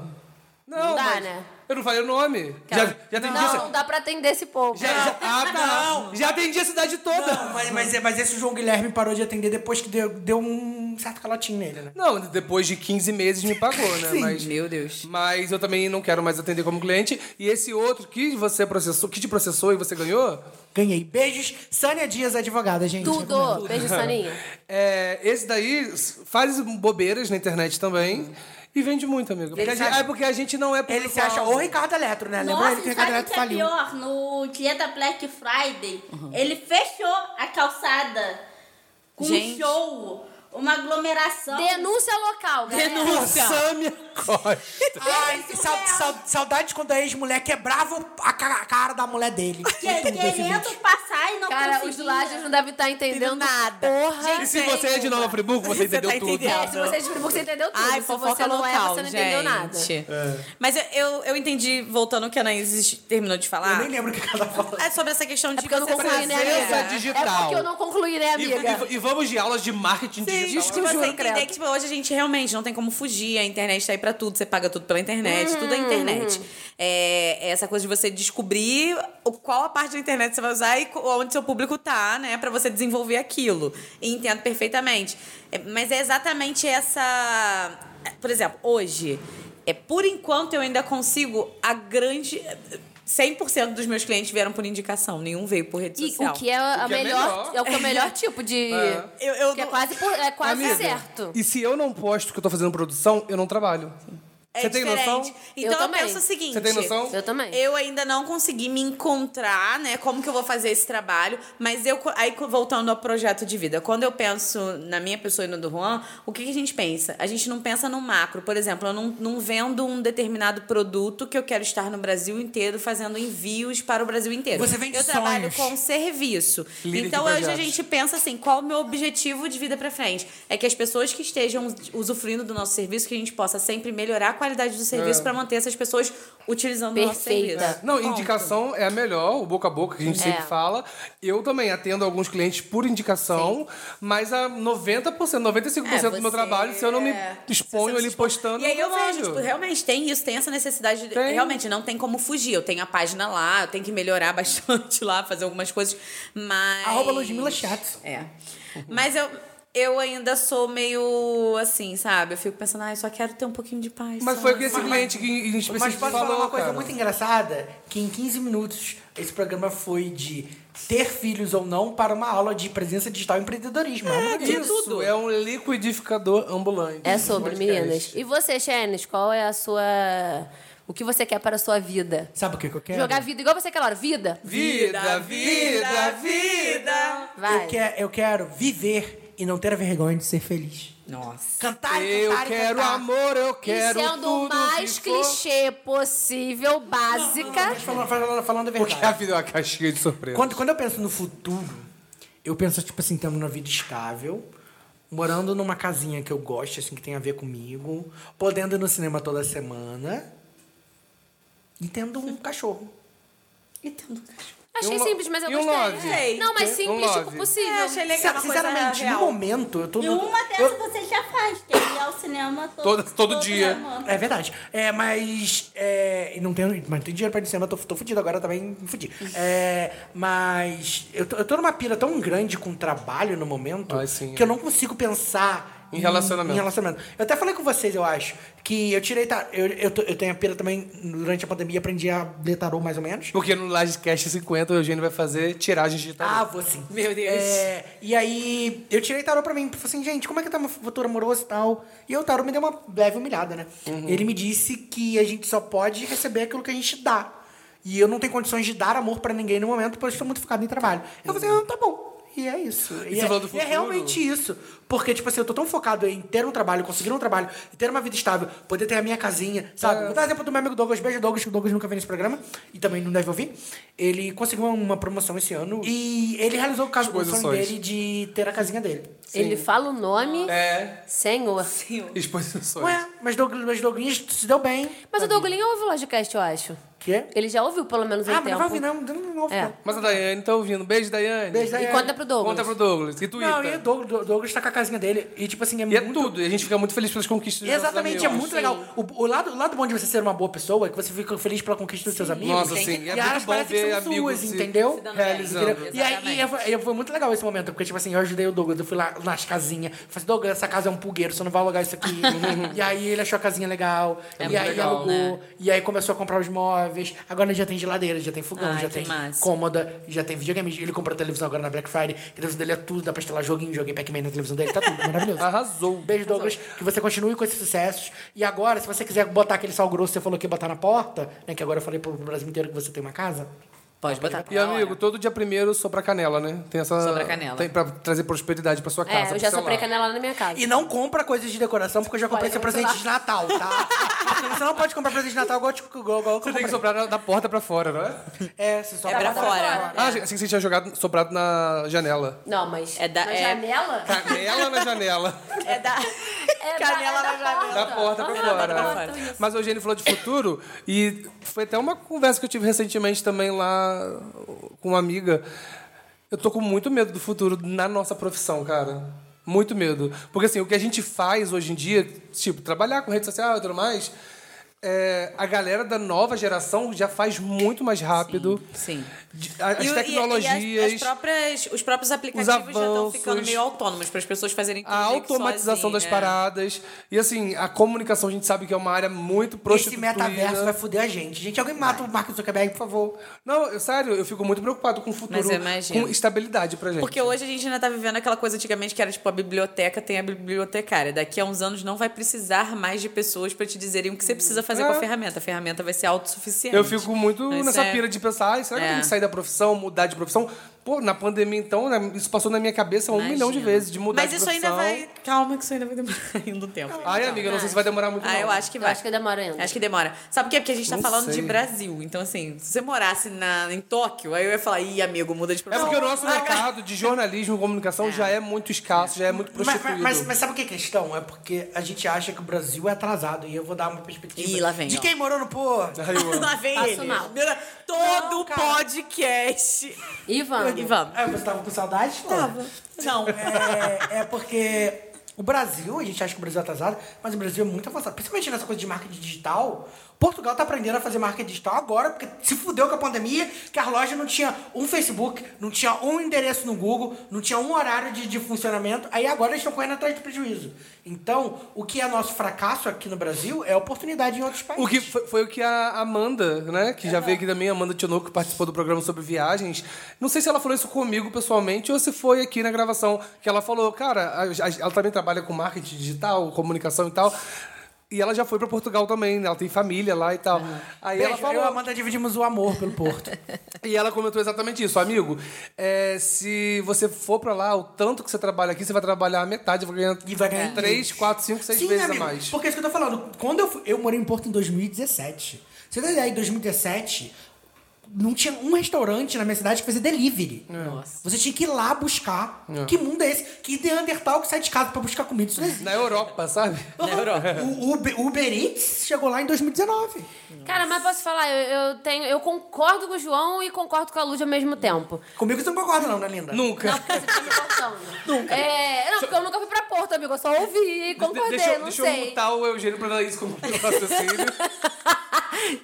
Não, Não dá, mas né? Tá. Eu não falei o nome. Já, já atendi não, essa- não dá pra atender esse povo. Já, já, ah, não. já atendi a cidade toda. Não, mas, mas, é- mas esse João Guilherme parou de atender depois que deu, deu um certo calotinho nele, né? Não, depois de 15 meses me pagou, né? Sim. Mas, Meu Deus. mas eu também não quero mais atender como cliente. E esse outro que você processou, que te processou e você ganhou, Ganhei. Beijos. Sânia Dias, advogada, gente. Recomendo. Tudo. Beijo, Soninha. é, esse daí s- faz bobeiras na internet também. E vende muito, amiga. Porque a se gente- acha- é porque a gente não é Ele se acha o Ricardo Eletro, né? Lembra Nossa, ele que o e Ricardo sabe o Eletro que é faliu? pior? No dia da Black Friday, ele fechou a calçada com Gente. um show, uma aglomeração. Denúncia local, galera. Samia Costa. Ai, Isso sa- mesmo. sa- saudade quando a ex-mulher quebrava a, ca- a cara da mulher dele. que- Muito bom esse querendo vídeo. passar e não Cara, os conseguia. lajes não devem estar entendendo nada. Porra. E se você é de Nova Friburgo, você entendeu tá tudo. entendendo. É, se você é de Friburgo, você entendeu tudo. Ai, se fofoca você não local, é, você não entendeu nada. gente. É. Mas eu, eu, eu entendi, voltando ao que a Anaís terminou de Eu falar. nem lembro o que ela falou. É sobre essa questão de É porque eu não você concluí, né, trazer- amiga? digital. É porque eu não concluí, né, E, amiga? e- e vamos de aulas de marketing digital. Tipo, você juro, entender credo. que tipo, hoje a gente realmente não tem como fugir, a internet tá aí pra tudo, você paga tudo pela internet, tudo é internet. É, é essa coisa de você descobrir o- qual a parte da internet você vai usar e co- onde seu público tá, né, Pra você desenvolver aquilo. E entendo perfeitamente. É, mas é exatamente essa. Por exemplo, hoje, é, por enquanto eu ainda consigo a grande. 100% dos meus clientes vieram por indicação, nenhum veio por rede E social. o que é a O que é melhor, melhor. Ah. é o que é o melhor tipo de. Eu- eu que é não- quase, por- é quase Amiga, certo. E se eu não posto que eu tô fazendo produção, eu não trabalho. É você tem diferente. noção? Eu Então eu, também. penso o seguinte. Você tem noção? Eu também. Eu ainda não consegui me encontrar, né? Como que eu vou fazer esse trabalho. Mas eu. co- Aí, co- voltando ao projeto de vida. Quando eu penso na minha pessoa e no do Juan, o que, que a gente pensa? A gente não pensa no macro. Por exemplo, eu não, não vendo um determinado produto que eu quero estar no Brasil inteiro fazendo envios para o Brasil inteiro. Você vende Eu trabalho sonhos. com serviço. Líder de então, hoje a projetos. gente pensa assim: qual o meu objetivo de vida pra frente? É que as pessoas que estejam usufruindo do nosso serviço, que a gente possa sempre melhorar a qualidade do serviço pra manter essas pessoas utilizando o nosso Perfeita. serviço. É. É. Não, Ponto. É. indicação é a melhor, o boca a boca que a gente sempre fala. Eu também atendo alguns clientes por indicação, mas a 90%, 95% É, do você- meu trabalho, se eu não me é. exponho Se você ali se expõe. postando, E aí não eu vejo, trabalho. tipo, realmente tem isso, tem essa necessidade. de- Tem. Realmente, não tem como fugir. Eu tenho a página lá, eu tenho que melhorar bastante lá, fazer algumas coisas. Mas. Arroba Ludmilla Chato. É. Mas eu. Eu ainda sou meio assim, sabe? Eu fico pensando, ah, eu só quero ter um pouquinho de paz. Mas só. foi o que esse cliente que em específico Mas posso falou, falar uma coisa cara. muito engraçada? Que em 15 minutos esse programa foi de ter filhos ou não para uma aula de presença digital e empreendedorismo. É, Isso, é um liquidificador ambulante. É sobre, Podcast. meninas. E você, Xenis, qual é a sua. O que você quer para a sua vida? Sabe o que, que eu quero? Jogar vida igual você quer, Laura. Vida? Vida, vida, vida. Vai. Eu, que- eu quero viver e não ter a vergonha de ser feliz. Nossa. Cantar e Eu cantar e quero cantar. amor, eu E quero sendo é o tudo mais que for. clichê possível, básica. Mas falando, falando, falando a Porque a verdade. vida é uma caixinha de surpresa. Quando, quando eu penso no futuro, eu penso, tipo assim, tendo uma vida estável, morando numa casinha que eu gosto, assim, que tem a ver comigo, podendo ir no cinema toda semana e tendo um cachorro. E tendo um cachorro. Achei E um lo- simples, mas eu e um gostei. love? Não, mas Um simples, tipo, love. possível. É, achei legal. uma coisa Sinceramente, no real. momento, eu tô... E no- uma eu- dessas você já faz, que é ir ao cinema todo, Todo- todo dia. semana. É verdade. É, mas. É, e não tenho, mas não tenho dinheiro pra ir no cinema, tô, tô fudido agora também, me fudi. É, mas eu tô, eu tô numa pira tão grande com trabalho no momento Ai, sim, que eu é. não consigo pensar. Em relacionamento. Em, relacionamento. Eu até falei com vocês, eu acho, que eu tirei. Tá, eu, eu, tô- eu tenho a pira também, durante a pandemia, aprendi a ler tarô mais ou menos. Porque no Livecast 50 o Eugênio vai fazer tiragem digital. Ah, vou sim. Meu Deus. É, e aí, eu tirei tarô pra mim. Falei assim, gente, como é que tá meu futuro amoroso e tal? E aí o tarô me deu uma leve humilhada, né? Uhum. Ele me disse que a gente só pode receber aquilo que a gente dá. E eu não tenho condições de dar amor pra ninguém no momento, porque eu estou muito focado em trabalho. Eu falei, ah, tá bom. E é isso. E, você é, falou do e é futuro? realmente isso. Porque, tipo assim, eu tô tão focado em ter um trabalho, conseguir um trabalho, em ter uma vida estável, poder ter a minha casinha, sabe? Vou dar um exemplo do meu amigo Douglas. Beijo, Douglas, que o Douglas nunca veio nesse programa e também não deve ouvir. Ele conseguiu uma promoção esse ano e ele realizou o caso o sonho Exposições. dele de ter a casinha dele. Ele fala o nome. É, Senhor. exposições. Ué, mas Douglas, mas Douglas se deu bem. Mas o Douglas ouve o Logicast, eu acho. Quê? Ele já ouviu pelo menos um Ah, mas não tempo. vai ouvir, não. Não, não, É. não. Mas a Daiane tá ouvindo. Beijo, Daiane. Beijo, E Daiane. conta pro Douglas. É. Conta pro Douglas. E Não, e o Twitter. Douglas, Douglas tá com a casinha dele. E, tipo assim, é E é muito... tudo. E a gente fica muito feliz pelas conquistas dos nossos Exatamente, é amigos. muito legal. O, o lado, o lado bom de você ser uma boa pessoa é que você fica feliz pela conquista dos seus amigos. Nossa, sim. E É elas muito bom parecem que ver são amigos suas, se- entendeu? dando bem. realizando. E aí, e é, foi- e foi muito legal esse momento, porque, tipo assim, eu ajudei o Douglas, eu fui lá nas casinhas, falei, Douglas, essa casa é um pulgueiro, você não vai alugar isso aqui. e aí ele achou a casinha legal, e É muito aí legal, alugou, e aí começou a comprar os móveis, móveis. Agora ele já tem geladeira, já tem fogão, Ai, já que tem massa. cômoda, já tem videogame. Ele comprou televisão agora na Black Friday. A televisão dele é tudo, dá pra instalar joguinho, joguei Pac-Man na televisão dele, tá tudo maravilhoso. Arrasou. Beijo, Douglas. Que você continue com esses sucessos. E agora, se você quiser botar aquele sal grosso que você falou que ia botar na porta, né? Que agora eu falei pro Brasil inteiro que você tem uma casa. Pode botar. E, amigo, todo dia primeiro sopra canela, né? Tem essa. Sopra canela. Tem pra trazer prosperidade pra sua casa. É, eu pro já seu soprei lar. canela na minha casa. E não compra coisas de decoração, porque eu já comprei Olha, seu vamos presente lá. de Natal, tá? Porque você não pode comprar presente de Natal igual, tipo, igual, igual eu Você tem que comprei. soprar na- da porta pra fora, não é? É, você só É pra fora. Ah, achei que você tinha jogado, soprado na janela. Não, mas. É da- na é- janela? Tá. Canela na janela. É da. É Canela da- na é janela. Da porta pra Aham, fora. da porta, né? isso. Mas o Eugênio falou de futuro e foi até uma conversa que eu tive recentemente também lá com uma amiga. Eu tô com muito medo do futuro na nossa profissão, cara. Muito medo. Porque assim, o que a gente faz hoje em dia, tipo, trabalhar com rede social e tudo mais, é, a galera da nova geração já faz muito mais rápido. Sim. De- a- As E o- e- tecnologias. E, as, as próprias, os próprios aplicativos já estão ficando avanços. meio autônomos para as pessoas fazerem tudo A meio que automatização das sozinha. paradas. E assim, a comunicação a gente sabe que é uma área muito Esse prostituída. metaverso vai foder a gente. Gente, alguém mata o Mark Zuckerberg, por favor. Não, eu, sério, eu fico muito preocupado com o futuro. Mas eu imagino. Com estabilidade pra gente. Porque hoje a gente ainda tá vivendo aquela coisa antigamente que era tipo a biblioteca tem a bibliotecária. Daqui a uns anos não vai precisar mais de pessoas para te dizerem o que você precisa fazer com É. a ferramenta. A ferramenta vai ser autossuficiente. Eu fico muito Isso nessa é- pira de pensar, ai, será que eu É. tenho que sair da profissão, mudar de profissão? Pô, na pandemia, então, né, isso passou na minha cabeça um Imagina. milhão de vezes, de mudar Mas de isso profissão. ainda vai. Calma, que isso ainda vai demorar ainda um tempo. Ai, amiga, eu não sei se vai demorar muito Ah, não. eu acho que Eu vai. acho que demora ainda. Acho que demora. Sabe por quê? Porque a gente tá Não falando de sei. Brasil. Então, assim, se você morasse na, em Tóquio, aí eu ia falar, ih, amigo, muda de É profissão. porque o nosso mercado de jornalismo e comunicação já é muito escasso, já é muito Mas, prostituído. mas- mas sabe o que é questão? É porque a gente acha que o Brasil é atrasado. E eu vou dar uma perspectiva. Ih, lá vem, De ó. quem morou no pôr. Ai, eu amo. Lá vem Passo ele. mal. Todo Não, cara. podcast. E vamos. E vamos. Ah, você tava com saudade? Tava. Não. Então, É, é porque o Brasil, a gente acha que o Brasil é atrasado, mas o Brasil é muito avançado. Principalmente nessa coisa de marketing digital. Portugal tá aprendendo a fazer marketing digital agora, porque se fudeu com a pandemia, que a loja não tinha um Facebook, não tinha um endereço no Google, não tinha um horário de, de funcionamento. Aí agora eles estão correndo atrás de prejuízo. Então, o que é nosso fracasso aqui no Brasil é oportunidade em outros países. O que foi, foi o que a Amanda, né, que já veio aqui também, a Amanda Tinoco, que participou do programa sobre viagens. Não sei se ela falou isso comigo pessoalmente ou se foi aqui na gravação, que ela falou, cara, a- a- ela também trabalha com marketing digital, comunicação e tal. E ela já foi pra Portugal também, né? Ela tem família lá e tal. Aí Beijo, ela falou, eu e a Amanda dividimos o amor pelo Porto. e ela comentou exatamente isso, amigo. é, se você for pra lá, o tanto que você trabalha aqui, você vai trabalhar a metade, vai ganhar, E vai ganhar 3, 4, 5, 6 vezes amigo, a mais. Porque é isso que eu tô falando. Quando eu, fui- eu morei em Porto em 2017. Você tem ideia, em 2017, não tinha um restaurante na minha cidade que fazia É. delivery. Nossa. Você tinha que ir lá buscar. Que mundo é esse? Que Neandertal que sai de casa pra buscar comida? Isso não existe. Na Europa, sabe? É. O Uber, Uber Eats chegou lá em 2019. Cara, mas posso falar, eu, eu tenho, eu concordo com o João e concordo com a Lud ao mesmo tempo. Comigo você não concorda não, né, linda? Nunca. Você tá me cortando. Nunca. É, não, porque eu nunca fui pra Porto, amigo. Eu só ouvi e concordei, deixa eu, não deixa eu sei. mutar o Eugênio pra dar isso como raciocínio.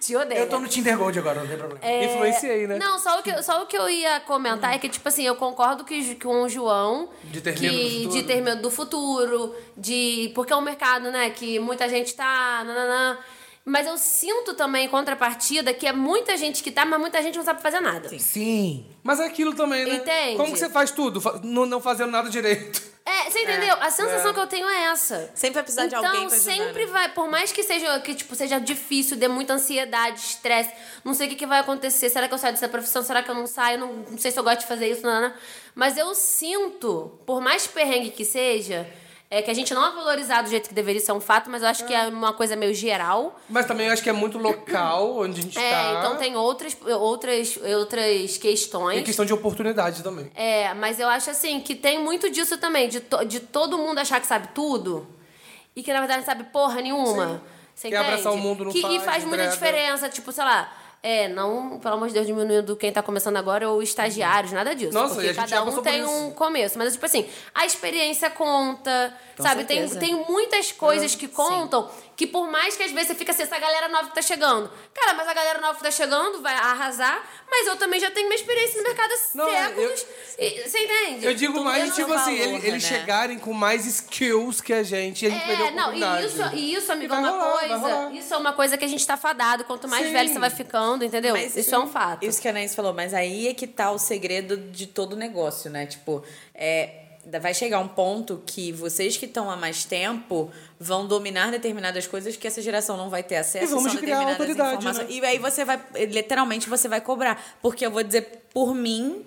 Te odeio. É, Eu tô no Tinder Gold agora, não tem problema. Influenciei, né? Não, só o, que, só o que eu ia comentar é que, tipo assim, eu concordo que, com o João. De ter que, medo do futuro. De ter medo do futuro, de. Porque é um mercado, né? Que muita gente tá. Nananã. Mas eu sinto também, em contrapartida, que é muita gente que tá, mas muita gente não sabe fazer nada. Sim. Mas é aquilo também, né? Entende? Como que você faz tudo? Fa- Não, não fazendo nada direito. É, você entendeu? A sensação que eu tenho é essa. Sempre vai precisar de então, alguém pra ajudar, sempre né? vai, por mais que seja que tipo seja difícil, dê muita ansiedade, estresse, não sei o que, que vai acontecer, será que eu saio dessa profissão, será que eu não saio, não, não sei se eu gosto de fazer isso, não, não, não. mas eu sinto, por mais perrengue que seja, é que a gente não é valorizado do jeito que deveria, isso é um fato, mas eu acho Ah. que é uma coisa meio geral. Mas também eu acho que é muito local onde a gente É, tá. então tem outras outras outras questões. E é questão de oportunidade também. É, mas eu acho assim que tem muito disso também, de, to- de todo mundo achar que sabe tudo e que na verdade não sabe porra nenhuma. Você Quer entende? abraçar o mundo, não que, E faz, faz muita entrega. diferença, tipo, sei lá. É, não, pelo amor de Deus, diminuindo quem tá começando agora ou estagiários, nada disso. Nossa, porque e a gente já cada um passou por tem isso. um começo. Mas, tipo assim, a experiência conta, sabe? Tem, certeza. tem muitas coisas que contam que, por mais que às vezes você fica assim, essa galera nova que tá chegando. Cara, mas a galera nova que tá chegando vai arrasar, mas eu também já tenho minha experiência no mercado há Não, é, eu- séculos. E E- Você entende? Eu digo Tudo mais tem tipo um assim, É, valor, ele- eles né? chegarem com mais skills que a gente. E a gente perdeu a É, não, e oportunidade. isso, e isso, amigo, é vai uma rolar, vai coisa. rolar. Isso é uma coisa que a gente tá fadado. Quanto mais Sim. velho você vai ficando, entendeu? Mas isso é um fato. Isso que a Anaís falou, mas aí é que tá o segredo de todo o negócio, né? Tipo, é, da- vai chegar um ponto que vocês que estão há mais tempo vão dominar determinadas coisas que essa geração não vai ter acesso. E vamos são criar determinadas autoridade, informações. né? E aí você vai, literalmente, você vai cobrar. Porque eu vou dizer por mim,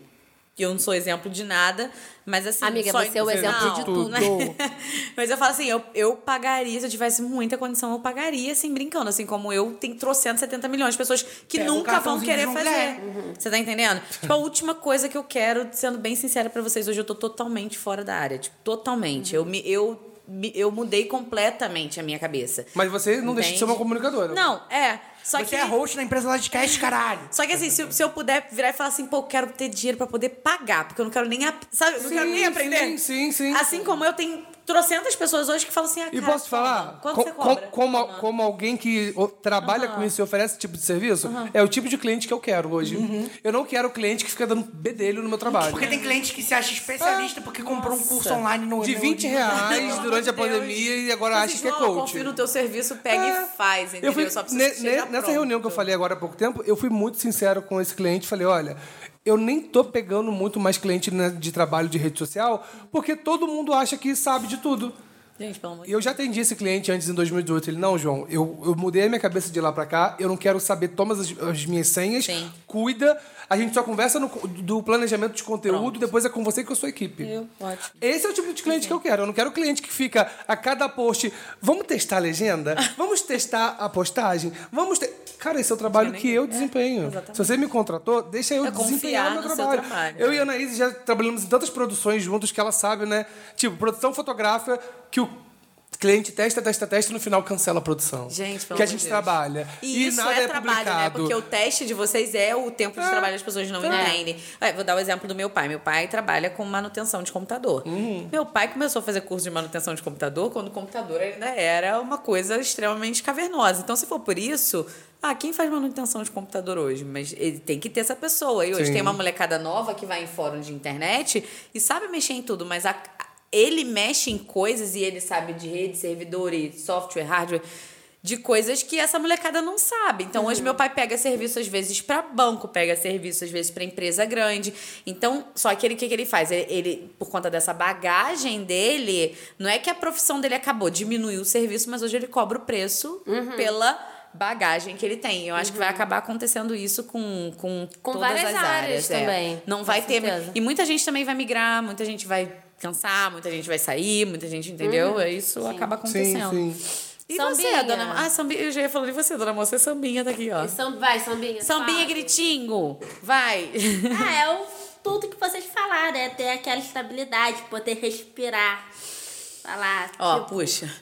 que eu não sou exemplo de nada, mas assim... Amiga, só você é o não, exemplo de tudo. né? Mas eu falo assim, eu, eu pagaria, se eu tivesse muita condição, eu pagaria, assim, brincando. Assim como eu, tem trocentos, 70 milhões de pessoas que Pega o nunca vão cartãozinho querer junto. fazer. É. Você tá entendendo? Tipo, a última coisa que eu quero, sendo bem sincera pra vocês, hoje eu tô totalmente fora da área. Tipo, totalmente. Eu me. Eu, me- eu mudei completamente a minha cabeça. Mas você não deixa de ser Entende? uma comunicadora. Não, é. Só Você que. é host na empresa Lodcast, caralho. Só que assim, se, eu- se eu puder virar e falar assim, pô, eu quero ter dinheiro pra poder pagar, porque eu não quero nem. ap- Sabe? Eu não Sim, quero nem aprender. sim, sim, sim. Assim como eu tenho trocentas pessoas hoje que falam assim, ah, E cara, posso te falar? Quanto Co- você co- cobra? como, Fulano? como alguém que o- trabalha com isso e oferece esse tipo de serviço, é o tipo de cliente que eu quero hoje. Uhum. Eu não quero cliente que fica dando bedelho no meu trabalho. Porque tem cliente que se acha especialista porque comprou um curso online no... De no- 20 reais Pelo durante a amor de Deus. pandemia e agora Então, acha assim, que é João, coach. Eu confio no teu serviço, pega É. e faz, entendeu? Eu fui, Só ne- precisa ne- chegar Nessa pronto. reunião que eu falei agora há pouco tempo, eu fui muito sincero com esse cliente. Falei, olha, eu nem tô pegando muito mais cliente né, de trabalho de rede social, porque todo mundo acha que sabe de tudo. Gente, pelo amor de E Eu já atendi esse cliente antes em 2018. Ele, não, João, eu, eu mudei a minha cabeça de lá pra cá, eu não quero saber, toma as, as minhas senhas, Sim. cuida. A gente só conversa no- do planejamento de conteúdo, depois é com você e com a sua equipe. Eu, ótimo. Esse é o tipo de cliente que eu quero. Eu não quero cliente que fica a cada post. Vamos testar a legenda? Vamos testar a postagem? Vamos te... Cara, esse é o trabalho que eu desempenho. Se você me contratou, deixa eu É confiar desempenhar meu no seu trabalho. trabalho. Eu e a Anaís já trabalhamos em tantas produções juntos que ela sabe, né? Tipo, produção fotográfica que o cliente testa, testa, testa e no final cancela a produção. Gente, pelo Que amor a de gente Deus. trabalha. E, isso nada é, é, trabalho, né? publicado. Porque o teste de vocês é o tempo de trabalho, as pessoas não entendem. É, vou dar o exemplo do meu pai. Meu pai trabalha com manutenção de computador. Meu pai começou a fazer curso de manutenção de computador quando o computador ainda era uma coisa extremamente cavernosa. Então, se for por isso. Ah, quem faz manutenção de computador hoje? Mas ele tem que ter essa pessoa. E hoje Sim. tem uma molecada nova que vai em fórum de internet e sabe mexer em tudo, mas a- ele mexe em coisas e ele sabe de rede, servidor e software, hardware, de coisas que essa molecada não sabe. Então, hoje meu pai pega serviço às vezes para banco, pega serviço às vezes para empresa grande. Então, só que ele, o que, que ele faz? Ele, ele, por conta dessa bagagem dele, não é que a profissão dele acabou, diminuiu o serviço, mas hoje ele cobra o preço pela bagagem que ele tem. Eu acho que vai acabar acontecendo isso com, com, Com todas várias as áreas áreas é. também, Não com vai ter. certeza. E muita gente também vai migrar, muita gente vai cansar, muita gente vai sair, muita gente, entendeu? É Isso acaba acontecendo. Sim, sim. E Uhum. Sambinha. você, dona. Ah, sambinha. Eu já ia falando de você, dona moça. Sambinha tá aqui, ó. Sam- Vai, Sambinha. Sambinha fala. gritinho. Vai. Ah, é o, tudo que vocês falaram, é ter aquela estabilidade, poder respirar. Falar, ó, tipo, puxa.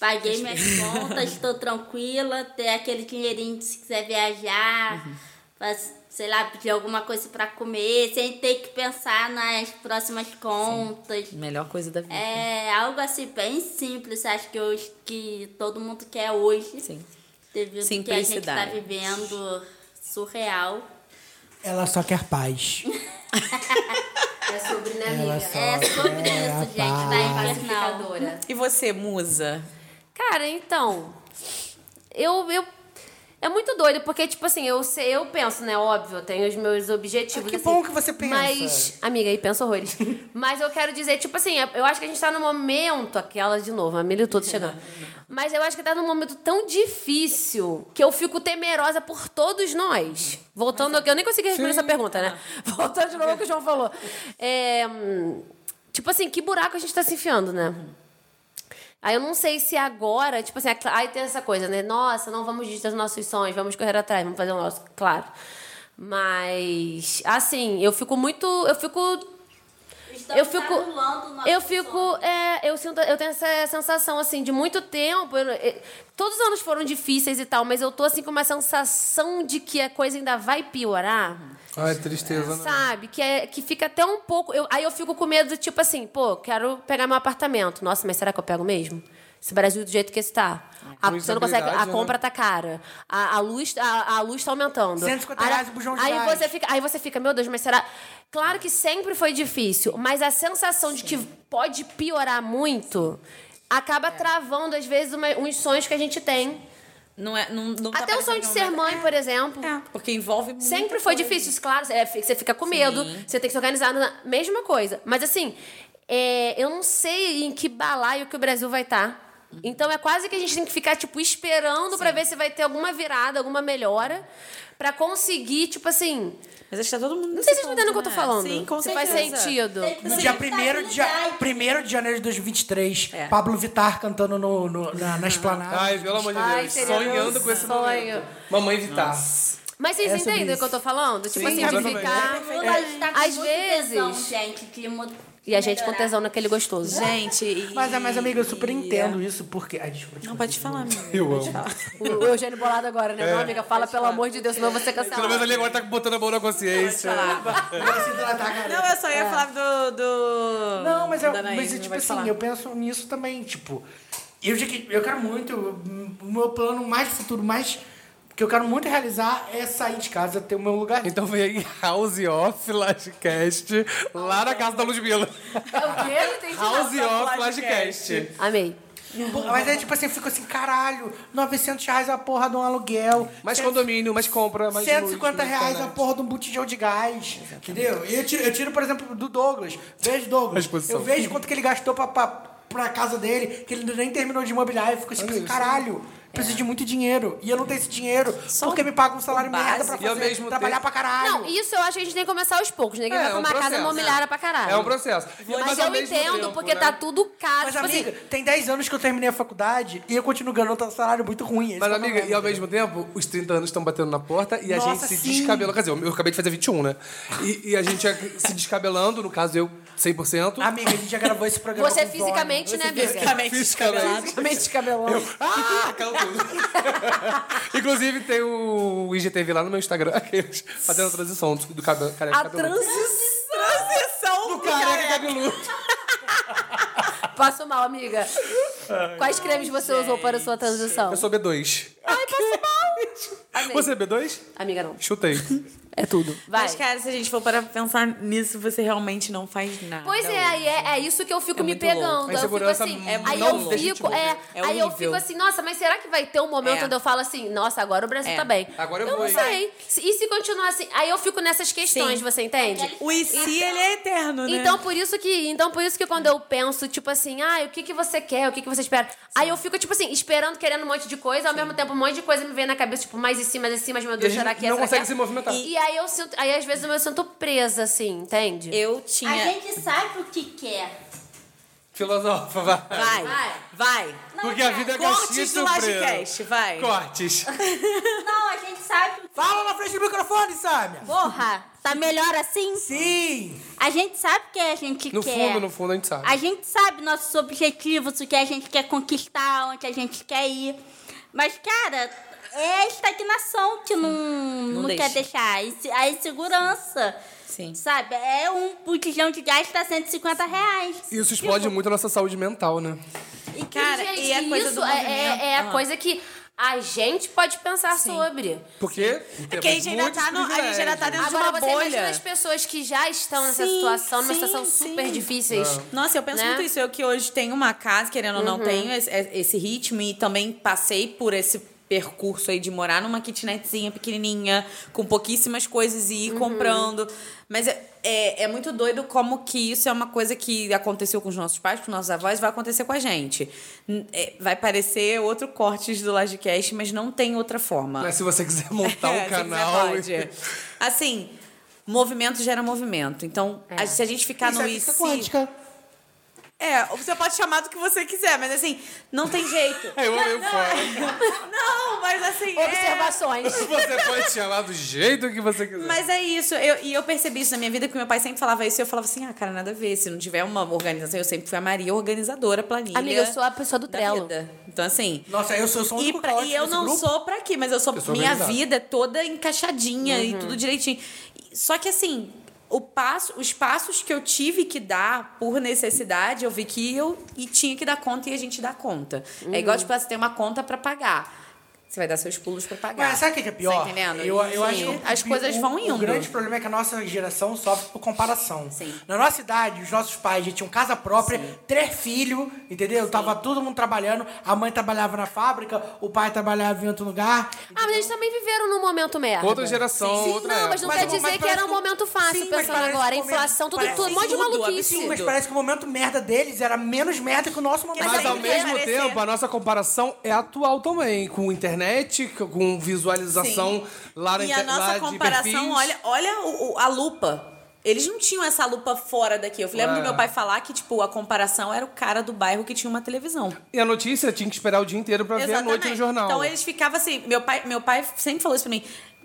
paguei minhas contas, estou tranquila, ter aquele dinheirinho de se quiser viajar, Uhum. pra, sei lá, pedir alguma coisa pra comer, sem ter que pensar nas próximas contas. Melhor coisa da vida. É algo assim bem simples, acho que hoje que todo mundo quer hoje. Sim. Devido ao que a gente tá Simplicidade. vivendo surreal. Ela só quer paz. É sobre, né, Ela amiga? só É sobre quer isso, gente, paz. da infernal. Pacificadora. E você, musa? Cara, então. Eu. eu... É muito doido, porque, tipo assim, eu, sei- eu penso, né? Óbvio, eu tenho os meus objetivos. Ah, que assim, bom que você pensa. Mas, amiga, aí pensa horrores. mas eu quero dizer, tipo assim, eu acho que a gente tá num momento, aquela de novo, a milho todo chegando. Mas eu acho que tá num momento tão difícil que eu fico temerosa por todos nós. Voltando, ao que eu nem consegui responder essa pergunta, né? Voltando de novo ao que o João falou. É, hum, tipo assim, que buraco a gente tá se enfiando, né? Aí eu não sei se agora, tipo assim, é cla- aí tem essa coisa, né? Nossa, não vamos desistir dos nossos sonhos, vamos correr atrás, vamos fazer o nosso, claro. Mas, assim, eu fico muito. Eu fico Tá eu fico eu fico é, eu sinto eu tenho essa sensação assim de muito tempo eu- eu- todos os anos foram difíceis e tal mas eu tô assim com uma sensação de que a coisa ainda vai piorar Ai, tristeza, né? sabe que é que fica até um pouco eu- aí eu fico com medo tipo assim pô quero pegar meu apartamento nossa mas será que eu pego mesmo Esse Brasil do jeito que está. A, você não consegue, a Responsabilidade, né? compra tá cara. A, a luz, a, a luz tá aumentando. 150 Aí- reais o bujão de aí gás. você fica Aí você fica, meu Deus, mas será. Claro que sempre foi difícil, mas a sensação de que pode piorar muito acaba travando, às vezes, uma- uns sonhos que a gente tem. Não é, não, não tá Até o sonho de parecendo ser nada. mãe, por exemplo. É, porque envolve muita Sempre foi coisa. difícil, claro. é, f- Você fica com medo, você tem que se organizar. na- Mesma coisa. Mas assim, é, eu não sei em que balaio que o Brasil vai estar. Então é quase que a gente tem que ficar, tipo, esperando pra ver se vai ter alguma virada, alguma melhora. Pra conseguir, tipo assim. Mas acho que tá todo mundo. né? Não sei se vocês entendem o que eu tô falando. Sim, com se faz certeza. sentido. No dia 1 de, ja- 1º de janeiro de 2023, É. Pablo Vittar cantando no, no- na, na esplanada. Ai, pelo amor de Deus. Ai, seria Sonhando meu com esse sonho. momento. Mamãe Vitar. Mas vocês É sobre entendem o que isso. eu tô falando? Tipo Sim, assim, de exatamente. ficar. tá Às vezes. gente, de mo- E a gente com melhorar. tesão naquele gostoso. Gente, e... Mas, é, mas, amiga, eu super entendo isso, porque... Ai, desculpa. Não, pode falar, amiga. Eu Pode amo. falar. O o Eugênio Bolado agora, né? Não, amiga, fala pelo amor de Deus, senão você ser É. Pelo menos cancelado. ali agora tá botando a mão na consciência. Não, eu só ia falar do. do... tá Não, mas, eu, da Anaís, mas não tipo vai assim, falar. eu penso nisso também, tipo... Eu, já que- eu quero muito... O meu plano mais futuro, mais... Que eu quero muito realizar é sair de casa, ter o meu lugar. Então vem aí House Off Flashcast lá na casa da Ludmilla. É o quê? Não entendi. House Off Flashcast. Amei. Pô, Mas aí, tipo assim, eu fico assim, caralho, 900 reais a porra de um aluguel. Mais cento- condomínio, mais compra, mais luz, 150 mais reais a internet. porra de um botijão de gás. Entendeu? E eu tiro, eu tiro, por exemplo, do Douglas. Vejo A Douglas. exposição. Eu vejo quanto que ele gastou pra, pra, pra casa dele, que ele nem terminou de imobiliar. E fico tipo assim, caralho. Preciso de muito dinheiro. E eu não tenho esse dinheiro. porque me paga um salário básico. merda pra E ao fazer. mesmo trabalhar tempo- pra caralho. Não, isso eu acho que a gente tem que começar aos poucos, né? Que vai pra uma casa É, um processo. mobiliária pra caralho. É um processo. Mas, ao eu mesmo entendo, tempo, porque né? tá tudo caro. Mas, tipo amiga, assim, tem 10 anos que eu terminei a faculdade e eu continuo ganhando um salário muito ruim. Esse Mas, que é o amiga, e problema, ao mesmo tempo, os 30 anos estão batendo na porta e a Nossa, gente se sim. descabelou. Quer dizer, eu eu acabei de fazer 21, né? E, e a gente ia se descabelando, no caso eu, 100%. Ah. Amiga, a gente já gravou esse programa. você com o Zorn. fisicamente, né, amiga? Fisicamente Fisicamente. descabelado. Mente cabelão. Ah, cala tudo. Inclusive, tem o IGTV lá no meu Instagram, aqueles fazendo a transição do, do cabe- careca A cabeludo. transição. Transição Do careca cabeludo. Passo mal, amiga. Quais cremes você usou para a sua transição? Eu sou B2. Ai, passo mal. Amei. Você é B2? Amiga, não. Chutei. É tudo. Vai. Mas, cara, se a gente for para pensar nisso, você realmente não faz nada. Pois é, aí é, é isso que eu fico É me muito louco. pegando. A Eu fico insegurança assim, é aí não eu deixa te fico, mover. é, É aí eu horrível. fico assim, nossa, mas será que vai ter um momento É. onde eu falo assim, nossa, agora o Brasil É. tá bem. Agora eu eu vou, não hein? sei. Se- E se continuar assim, aí eu fico nessas questões, Sim. você entende? O IC, ele é eterno, né? Então por isso que, então por isso que quando eu penso, tipo assim, ah, o que que você quer? O que que você espera? Aí eu fico tipo assim, esperando, querendo um monte de coisa, ao mesmo tempo um monte de coisa me vem na cabeça, tipo, mais em cima, mais em cima, mas meu E a Deus, gente será que é, não será que consegue é? se movimentar. E aí eu sinto, aí às vezes eu me sinto presa assim, entende? eu tinha. é. A gente sabe o que quer. Filosofa, vai. Vai, Vai. vai. Não Porque a quer. vida é caixinha de Cortes do surpresa. Lajcast, vai. Cortes. Não, a gente sabe o que Fala na frente do microfone, Sâmia! Porra, tá melhor assim? Sim! A gente sabe o que a gente No quer. é. fundo, no fundo, a gente sabe. A gente sabe nossos objetivos, o que a gente quer conquistar, onde a gente quer ir. Mas, cara, é a estagnação que não, não, deixa. quer deixar. A inse- A insegurança. Sim. Sabe? É um botijão de gás tá 150 reais. Isso explode muito a nossa saúde mental, né? E, cara, Gente, e a coisa isso do é, movimento. é- é a Ah. coisa que a gente pode pensar sobre. Porque. Porque a gente ainda tá, no, a gente ainda tá dentro Agora de uma você imagina bolha. as pessoas que já estão nessa Sim, situação, numa sim, situação sim. super difíceis. Ah. Nossa, eu penso né? muito isso. Eu que hoje tenho uma casa, querendo ou não, tenho esse, esse ritmo e também passei por esse percurso aí de morar numa kitnetzinha pequenininha, com pouquíssimas coisas e ir comprando. Mas é, é, é muito doido como que isso é uma coisa que aconteceu com os nossos pais, com os nossos avós, vai acontecer com a gente. N- é, vai parecer outro cortes do Lajcast, mas não tem outra forma. Mas né? se você quiser tá montar É, um se canal. quiser, pode. Assim, movimento gera movimento. Então, a- se a gente ficar Isso no é IC. física quântica. É, você pode chamar do que você quiser, mas assim, não tem jeito. Eu amei o fora. não, mas assim. é- Observações. Você pode chamar do jeito que você quiser. Mas é isso, eu, e eu percebi isso na minha vida, porque meu pai sempre falava isso, e eu falava assim, ah, cara, nada a ver, se não tiver uma organização, eu sempre fui a Maria organizadora, planilha. Amiga, eu sou a pessoa do da Trello. vida. Então, assim, Nossa, eu sou, sou o E, único pra- caótico e eu desse não grupo. sou pra aqui, mas eu sou. Eu sou minha organizada. Uhum. vida é toda encaixadinha e tudo direitinho. E- Só que assim. o passo, os passos que eu tive que dar por necessidade, eu vi que eu e tinha que dar conta e a gente dá conta. É igual, Uhum. tipo, você tem uma conta pra pagar. Você vai dar seus pulos pra pagar. Mas sabe o que que é pior? Tá entendendo? Eu, eu E acho que o- as coisas o- vão indo. O grande problema é que a nossa geração sofre por comparação. Sim. Na nossa idade, os nossos pais já tinham casa própria, três filhos, entendeu? Tava todo mundo trabalhando, a mãe trabalhava na fábrica, o pai trabalhava em outro lugar. Ah, mas eles também viveram num momento merda. Outra geração, Sim, outra não, época. mas não Mas- quer mas dizer que parece era um que- momento fácil, Sim, mas pensando parece agora. que o momento- Inflação, tudo, parece tudo, um monte de tudo, maluquice. absurdo. Mas parece que o momento merda deles era menos merda que o nosso momento. Mas Mas ao aí mesmo quer tempo, aparecer. a nossa comparação é atual também, com internet, com visualização lá na e a internet. nossa comparação, olha, olha o- o- a lupa. Eles não tinham essa lupa fora daqui. Eu lembro É. do meu pai falar que, tipo, a comparação era o cara do bairro que tinha uma televisão. E a notícia tinha que esperar o dia inteiro pra ver a noite no jornal. Então eles ficavam assim. Meu pai, meu pai sempre falou isso pra mim.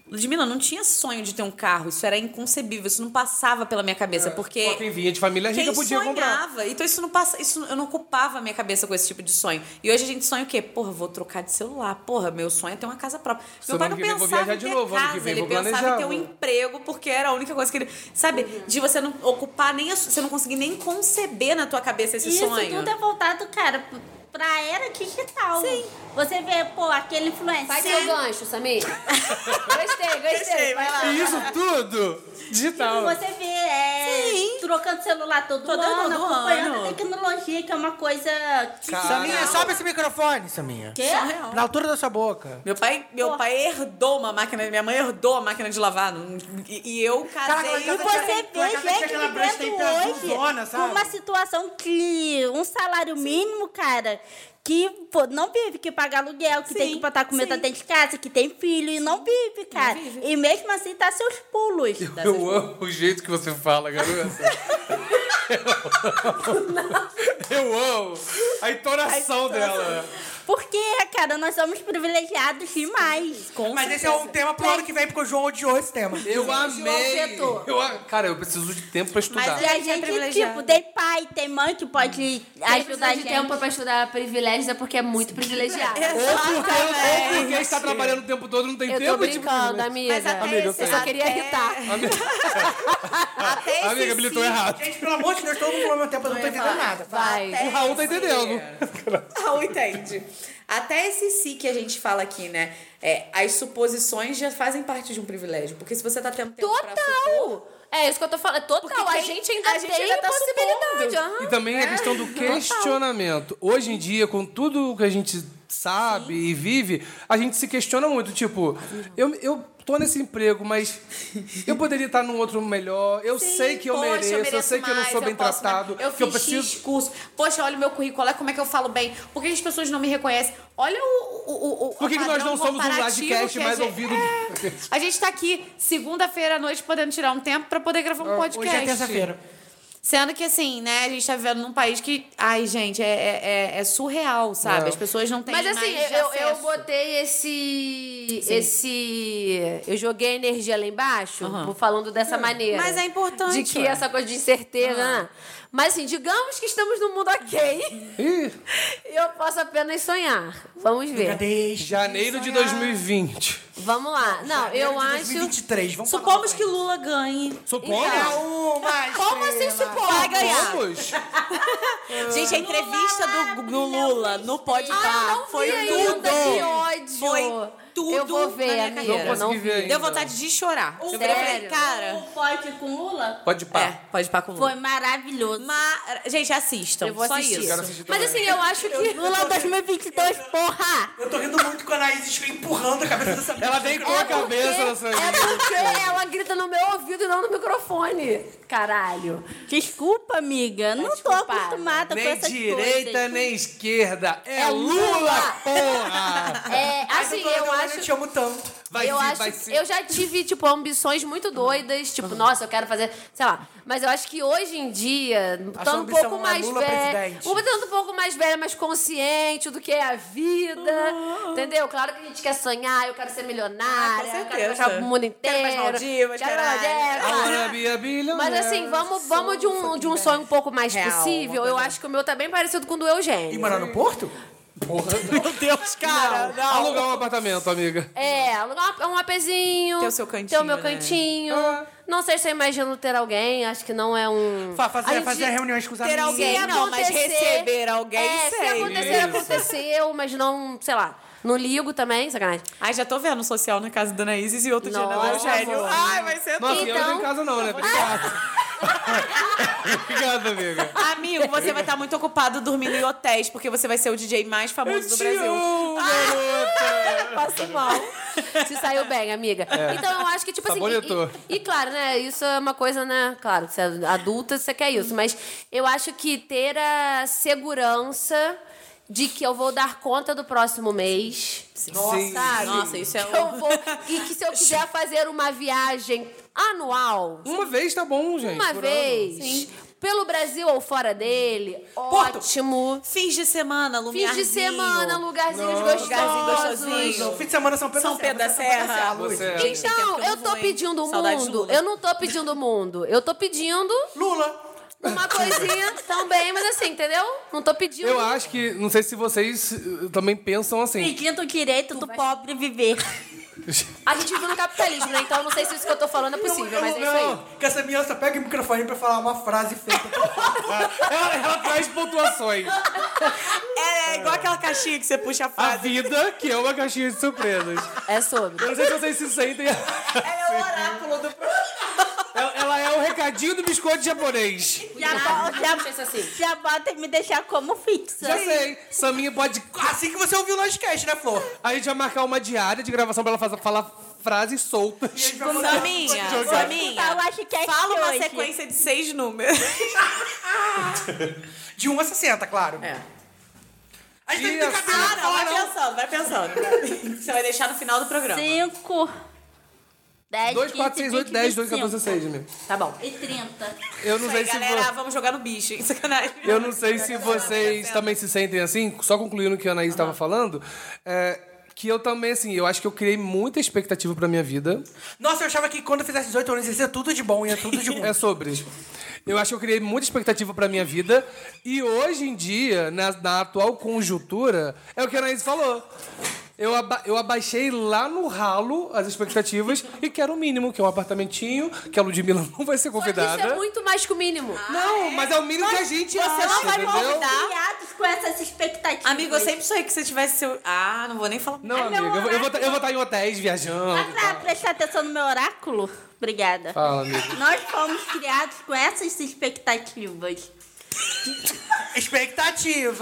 Ludmila, eu não tinha sonho de ter um carro. Isso era inconcebível. Isso não passava pela minha cabeça. Porque. É, Só quem vinha de família rica Quem podia comprar. sonhava. Então isso não passa, isso eu não ocupava a minha cabeça com esse tipo de sonho. E hoje a gente sonha o quê? Porra, vou trocar de celular. Porra, meu sonho é ter uma casa própria. Se Meu pai ano não que vem eu vou pensava em viajar de ter novo, ano que casa, vem ele vou pensava planejar, em ter um vou- emprego porque era a única coisa que ele, sabe, de você não ocupar nem a, você não conseguir nem conceber na tua cabeça esse Isso sonho. tudo é voltado, cara, p- pra era digital. Sim. Você vê, pô, aquele influencer. Faz seu um gancho, Samir. gostei, gostei. Vai lá. E isso tudo digital. Você vê, é, Sim. trocando celular todo, Todo ano, ano. acompanhando a tecnologia, que é uma coisa... que- Saminha, sobe esse microfone, Saminha. Quê? Surreal. Na altura da sua boca. Meu pai, meu pai herdou uma máquina, minha mãe herdou a máquina de lavar. não- E, e eu casei. lá em casa Você Lá em casa vê tinha gente aquela brancha vivendo temperada hoje zona, sabe? com uma situação que um salário mínimo, cara, que pô, não vive, que paga aluguel, que tem Sim, que botar comida sim. dentro de casa, que tem filho e não vive, cara. E mesmo assim tá seus pulos. Tá Eu amo o jeito que você fala, garota. Eu amo a entonação dela. Porque, cara, nós somos privilegiados demais. Com Mas esse é um tema pro ano que vem, porque o João odiou esse tema. Eu amei. afetou. Eu, a- cara, eu preciso de tempo pra estudar. Mas E é- a gente gente, privilegiado. tipo, tem pai, tem mãe que pode Quem ajudar a precisa de um gente. tempo pra estudar privilégios é porque é muito privilegiado. Ou porque, ou porque está trabalhando o tempo todo e não tem Eu tempo tipo, né? tô de brincando, tipo amiga. Mas até Amiga, eu esse- sei. Eu só queria até- irritar. Até esse Amiga, habilitou sim- errado. Gente, pelo amor de Deus, todo mundo falou ao mesmo tempo, eu não tô entendendo nada. Vai. O Raul tá entendendo. Raul entende. Até esse si que a gente fala aqui, né? É, as suposições já fazem parte de um privilégio. Porque se você tá tendo tempo pra supor- Total! É isso que eu tô falando. é Total, Porque a quem- gente ainda a gente tem ainda tá Então, possibilidade. supondo. aham. E também a questão É, do questionamento. Hoje em dia, com tudo que a gente sabe e vive, a gente se questiona muito. Tipo, eu, eu tô nesse emprego, mas eu poderia estar num outro melhor. Eu Sim, sei que eu poxa, mereço, eu, sei que eu não mais, sou bem posso mais. tratado, Eu que eu fiz preciso. X curso. Poxa, olha o meu currículo, olha como é que eu falo bem. Por que as pessoas não me reconhecem? Olha o. o, o- o Por que, que nós padrão não somos um comparativo livecast que a mais gente- ouvido? É. A gente tá aqui segunda-feira à noite podendo tirar um tempo pra poder Ah, gravar um podcast. Hoje é terça-feira. Sendo que, assim, né, a gente tá vivendo num país que, ai, gente, é, é- é, é surreal, sabe? As pessoas não têm Mas assim, mais de eu, eu acesso. botei esse. Esse. Eu joguei a energia lá embaixo, vou falando dessa maneira. Mas é importante, De que ué. essa coisa de incerteza. né? Mas assim, digamos que estamos num mundo ok. Ih, eu posso apenas sonhar. Vamos ver. Cadê? janeiro de 2020. Vamos lá. Não, eu acho. 2023, vamos Supomos que Lula ganhe. Supomos? falar. Não, mas... Como assim supor? Vai ganhar. Supomos? Gente, a entrevista do, do Lula no Pode Ah, eu não Pá vi foi ainda, tudo. que ódio. Foi tudo Eu vou na ver, minha amiga. carreira. Não consegui vi. ver ainda. Deu vontade de chorar. Um Eu falei, Sério? cara. O pote com Lula Pode pá. É, Pode Pá com Lula. foi maravilhoso. Mas, gente, assistam. Eu vou só assistir. isso. Quero assistir Mas também. assim, eu acho que. Lula 2022, porra! Eu tô rindo muito com a Anaís empurrando a cabeça dessa Ela vem com a cabeça nessa. É porque ela grita no meu ouvido e não no microfone. Caralho. Desculpa, amiga. não tô desculpada. acostumada com Nem essas direita, coisas. nem esquerda. É, É Lula, Lula. porra! É, assim, eu, Eu acho. te amo tanto. Vai eu vir, acho vai que- ser. eu já tive, tipo, ambições muito doidas. Tipo, nossa, eu quero fazer, sei lá. Mas eu acho que hoje em dia, sua tô um ambição pouco é mais Lula velha. presidente. Uma tanto um pouco mais velha, mais consciente do que é a vida. Entendeu? Claro que a gente quer sonhar, eu quero ser milionária, Ah, com eu quero certeza. viajar pro mundo inteiro. Quero mais Maldivas, quero caralho. é, I claro. wanna be a billionaire. Mas assim, vamos, vamos de um, de um sonho um pouco mais Real, uma possível. Eu coisa- acho que o meu tá bem parecido com o do Eugênio. E morar no Porto? Meu Deus, cara. Não. Alugar um apartamento, amiga. É, alugar um um apezinho. Ter o seu cantinho, Ter o meu né? cantinho. Não sei se eu imagino ter alguém, acho que não é um. Fa- Fazer, gente- fazer reuniões com os Ter amigos. alguém, Se não, mas acontecer- receber alguém, é, sei. Se acontecer, aconteceu, mas não, sei lá. Não ligo também, sacanagem. Ai, já tô vendo um social na casa da Ana Isis e outro dia na Nossa, Eugênio. amor. Ai, vai ser Nossa, eu não Então- tenho casa não, né? Obrigada, amiga. Amigo, você vai estar muito ocupado dormindo em hotéis, porque você vai ser o DJ mais famoso do Brasil. Passo mal. Se saiu bem, amiga. Então eu acho que, tipo assim. Sabonetou. E, e- e claro, né? Isso é uma coisa, né? Claro, que você é adulta, você quer isso. Mas eu acho que ter a segurança de que eu vou dar conta do próximo mês. Nossa, Sim. sabe? Nossa, isso é Que eu Então vou. E que se eu quiser fazer uma viagem anual, Uma vez tá bom, gente. uma por vez, pelo Brasil ou fora dele, Porto. ótimo. Fins de semana, Fins lumiarzinho. de semana, lugarzinhos Lugarzinho gostosos. gostosinho. Não, fim de semana São Pedro São da Serra. Pedro da você é São Pedro Serra. Luz. Você é. Gente, tem tempo Então, que eu eu não tô vou, hein? pedindo o Saudades do mundo. Lula. Eu não tô pedindo o mundo. Eu tô pedindo Lula. uma coisinha também, mas assim, entendeu? Não tô pedindo. ano. Eu acho que, não sei se vocês eh, também pensam assim. Pedindo o direito do pobre viver. A gente vive no capitalismo, né? Então eu não sei se isso que eu tô falando é possível, mas é isso aí. Que essa menina só pega o microfone pra falar uma frase feita. Ela, ela traz pontuações. É, é igual aquela caixinha que você puxa a A frase. vida, que é uma caixinha de surpresas. É sobre. Eu não sei se vocês se sentem. É o oráculo do Ela, ela é o recadinho do biscoito japonês. Ah, Já, bo- já, Pensa assim. já bota me deixar como fixa. Então. Já sei. Saminha pode. assim que você ouviu o Lodcast, né, Flor? A gente vai marcar uma diária de gravação pra ela fazer- falar frases soltas. Saminha, Tá, eu Saminha. acho que é Fala uma hoje. sequência de seis números. De 1 a 60, claro. É. A gente tem Isso. que ter cabelo. Ah, não, vai pensando, vai pensando. Você vai deixar no final do programa. 5, 10, 2, 15, 4, 6, 8, 10, 12, 14, 16, amigo. Tá bom. E 30. Eu não Isso aí, sei se. galera, vo- vamos jogar no bicho, hein? Sacanagem. Eu não sei se tá vocês também se sentem assim, só concluindo o que a Anaís estava falando, é, que eu também, assim, eu acho que eu criei muita expectativa pra minha vida. Nossa, eu achava que quando eu fizesse 18 anos ia ser tudo de bom, ia tudo de ruim. É sobre. Eu acho que eu criei muita expectativa pra minha vida. E hoje em dia, na, na atual conjuntura, é o que a Anaís falou. Eu, aba- eu abaixei lá no ralo as expectativas e quero o mínimo, que é um apartamentinho, que a Ludmilla não vai ser convidada. Isso é muito mais que o mínimo. Ah, Não, mas é o mínimo que a gente Você acha, não vai me entendeu? convidar. Tá. Criados com essas expectativas. Amigo, eu sempre sonhei que você tivesse seu. Ah, não vou nem falar. Não, Ai, meu amiga, eu vou- eu vou tá- eu vou estar em hotéis Mas é viajando. pra prestar atenção no meu oráculo, obrigada. Fala, amiga. Nós fomos criados com essas expectativas. Expectativas.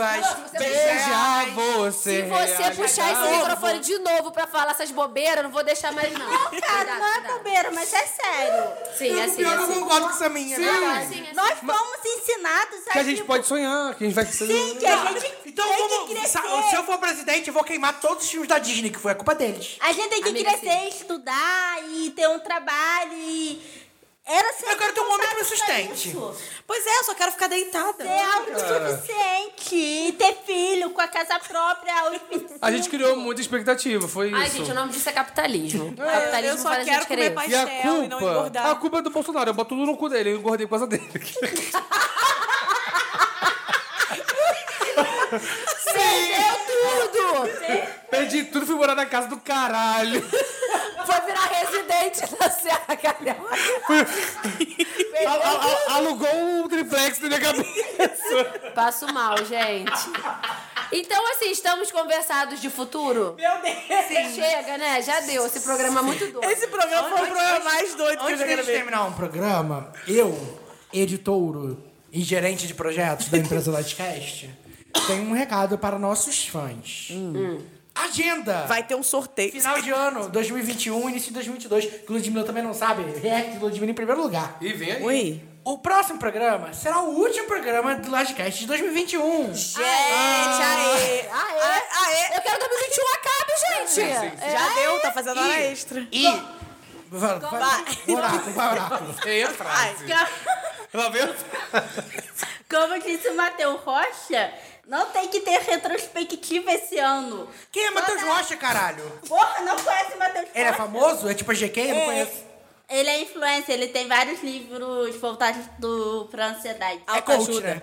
Beijar você. Se você puxar esse microfone de novo pra falar essas bobeiras, eu não vou deixar mais, não. Cara, não é bobeira, mas é sério. Sim, é assim, é Pior que eu assim. concordo com essa minha, né? É assim, é assim. Nós fomos ensinados a. Que a gente tipo, pode sonhar, que a gente vai ser. Sim, que a gente Então tem que vamos. crescer. sa- Se eu for presidente, eu vou queimar todos os filmes da Disney, que foi a culpa deles. A gente tem que Amiga, crescer, estudar e ter um trabalho e. Era ser Eu quero ter um homem que me responsável por sustente. isso. Pois é, eu só quero ficar deitada. É. Ser autossuficiente e ter filho com a casa própria aos 25. A gente criou muita expectativa, foi isso. Ai, gente, o nome disso é capitalismo. Eu, capitalismo assim só faz a quero gente comer querer. E pastel a e, não culpa? engordar. a culpa é do Bolsonaro. Eu boto tudo no cu dele, eu engordei por causa dele. Perdeu tudo! Perdi tudo, fui morar na casa do caralho. Foi virar residente da Serra Galhão. A- a- a- alugou um triplex na minha cabeça. Passo mal, gente. Então, assim, estamos conversados de futuro? Meu Deus! Chega, né? Já deu. Esse programa é muito doido. Esse programa foi o programa mais doido que eu Antes já de gravei. terminar um programa, eu, editouro e gerente de projetos da empresa Lodcast, tenho um recado para nossos fãs. Agenda! Hum. Vai ter um sorteio. Final de ano, 2021, início de 2022. Que o Ludmilla também não sabe. React do Ludmilla em primeiro lugar. E vem aí. Ui. O próximo programa será o último programa do Lodcast de 2021. Gente, É, Ah. aê! Aê! Eu quero que 2021 acabe, gente! É. ah, é? Já deu, tá fazendo hora extra. Ah, E... Vai, vai, oráculo, vai, oráculo. E aí a frase. Ela veio. assim. Como disse o Matheus Rocha, não tem que ter retrospectiva esse ano. Quem é Matheus Rocha, caralho? Porra, não conhece o Matheus Rocha? Ele é famoso? É tipo a GK? Eu não É. conheço. Ele é influencer, ele tem vários livros voltados do, pra ansiedade. É coach, né?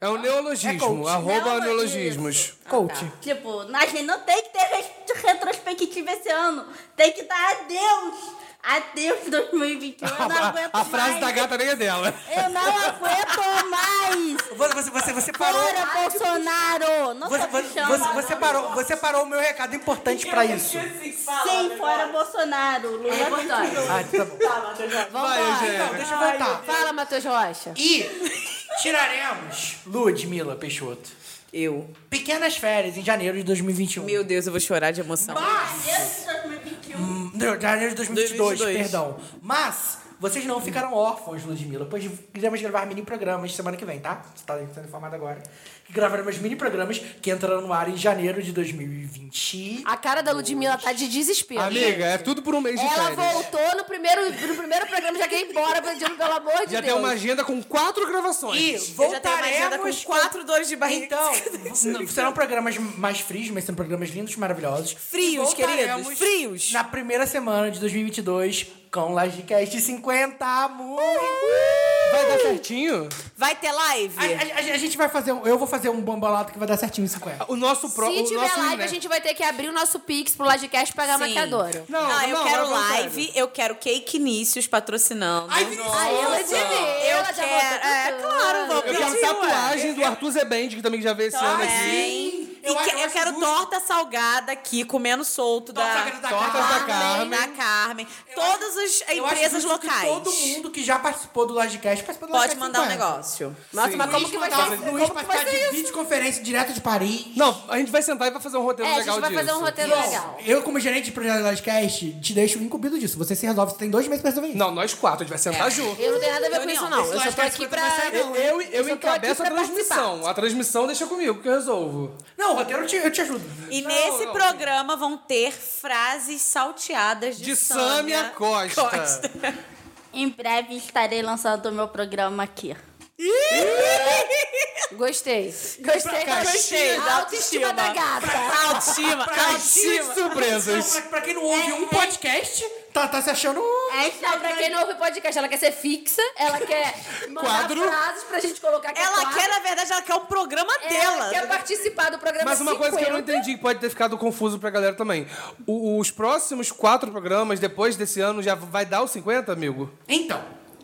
É É o neologismo. arroba neologismos. Coach. Tipo, a gente não tem que ter res- retrospectiva esse ano. Tem que dar adeus. Adeus 2021. Eu não aguento A frase mais. da gata nem é dela. Eu não aguento mais. Você, você, você, você parou. Fora Bolsonaro. Não Você, tô você, puxando. você- você parou, você parou o meu recado importante pra isso. Sim, fora Bolsonaro. É Lula vitória. Ah, tá bom. Vai, Então, Eugênia. deixa eu voltar. Fala, Matheus Rocha. E tiraremos Ludmilla Peixoto. Eu. Pequenas férias em janeiro de 2021. Meu Deus, eu vou chorar de emoção. Adeus 2021. Hum, não, Janeiro de 2022, 2022. perdão. Mas vocês não ficaram órfãos, Ludmilla, pois iremos gravar mini programas semana que vem, tá? Você tá sendo informado agora. Gravaremos mini programas que entrarão no ar em janeiro de 2020. Ah, A cara da Ludmilla tá de desespero. Amiga, é tudo por um mês de Ela férias. voltou no primeiro, no primeiro programa, já quer ir embora, pedindo, pelo amor de Já tem Deus. uma agenda com quatro gravações. E Eu já tenho uma agenda voltaremos com quatro dores de barriga. Então, não, serão programas mais frios, mas serão programas lindos, maravilhosos. Frios, E voltaremos queridos, frios. Na primeira semana de 2022, com Lagecast 50. Muito! Vai dar certinho? Vai ter live? A, a- a- a gente vai fazer, um- eu vou fazer um bambolado que vai dar certinho em 50. O nosso próprio. Se o tiver nosso live, né? a gente vai ter que abrir o nosso Pix pro Lodcast e pagar a Sim. maquiadora. Não, Ah, eu não, quero agora é o contrário. live, eu quero Cake Inícios patrocinando. Aí ela de Eu ela já quero- voltou é, tudo. claro, vamos. Eu quero Brasil, tatuagem do Arthur Zebend, que também já veio esse ano aqui. Também. Eu E acho- que- eu eu, acho quero justo. torta salgada aqui, comendo solto da, Torta da Tortas da Carmen. da Carmen. Todas as Eu empresas acho justo que locais. Todo mundo que já participou do Lodcast participou do Pode Lodcast mandar um 50. negócio. Nossa, mas como Luiz que vai mandar- ser? Luiz como que participar vai ser de isso? videoconferência direto de Paris. Não, a gente vai sentar e vai fazer um roteiro É, a gente legal vai disso. fazer um roteiro legal. Eu, como gerente de projeto do Lodcast, te deixo incumbido disso. Você se resolve, você tem dois meses pra resolver isso. Não, nós quatro, a gente vai sentar junto. Eu não tenho nada a ver com Reunião. isso, não. Eu só tô Lodcast aqui 50 pra... vai sair, Eu, eu, eu só tô aqui encabeço a pra participar. transmissão. A transmissão deixa comigo, que eu resolvo. Não, o roteiro eu te, eu te ajudo. E nesse não. programa vão ter frases salteadas de, De Sâmia Costa. Tá Em breve estarei lançando o meu programa aqui. Gostei. Gostei, cá, gostei. cheio de A autoestima da gata. Altima, Cinco altima. surpresas. Pra, pra quem não ouve um podcast, tá, tá se achando... Então, pra quem não ouve o podcast, ela quer ser fixa, ela quer mandar Quadro. frases pra gente colocar aqui. Ela quadro. quer, na verdade, ela quer o programa Ela dela. quer participar do programa Mas uma 50. coisa que eu não entendi, que pode ter ficado confuso pra galera também. O- os próximos quatro programas, depois desse ano, já vai dar os 50, amigo? Então,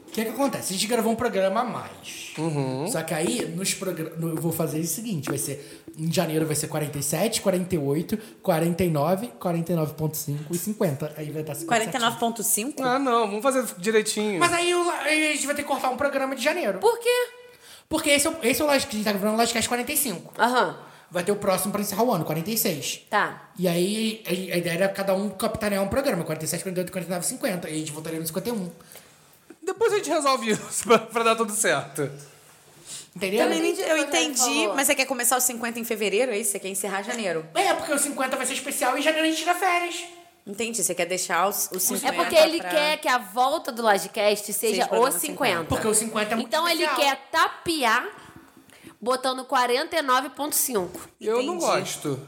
o que que acontece? A gente gravou um programa a mais. Só que aí, nos programas... Eu vou fazer o seguinte, vai ser... Em janeiro vai ser 47, 48, 49, 49.5 e 50. Aí vai dar 57. 49.5? Ah, não, vamos fazer direitinho. Mas aí, o- aí a gente vai ter que cortar um programa de janeiro. Por quê? Porque esse é o, esse é o Lodcast, a gente tá gravando o Lodcast 45. Aham. Vai ter o próximo pra encerrar o ano, 46. Tá. E aí, a a ideia era cada um capitanear um programa, 47, 48, 49, 50. E um. a gente voltaria no 51. Depois a gente resolve isso pra, pra dar tudo certo. Entendeu? Eu entendi, eu Por entendi, favor. mas você quer começar os 50 em fevereiro, é isso? Você quer encerrar janeiro. É, porque o 50 vai ser especial e em janeiro a gente tira férias. Entendi, você quer deixar os, os 50 É porque ele pra- quer que a volta do Lodcast seja Seja o programa 50. Porque o 50 é muito Então ele especial. quer tapear botando 49.5. Eu não Entendi. gosto.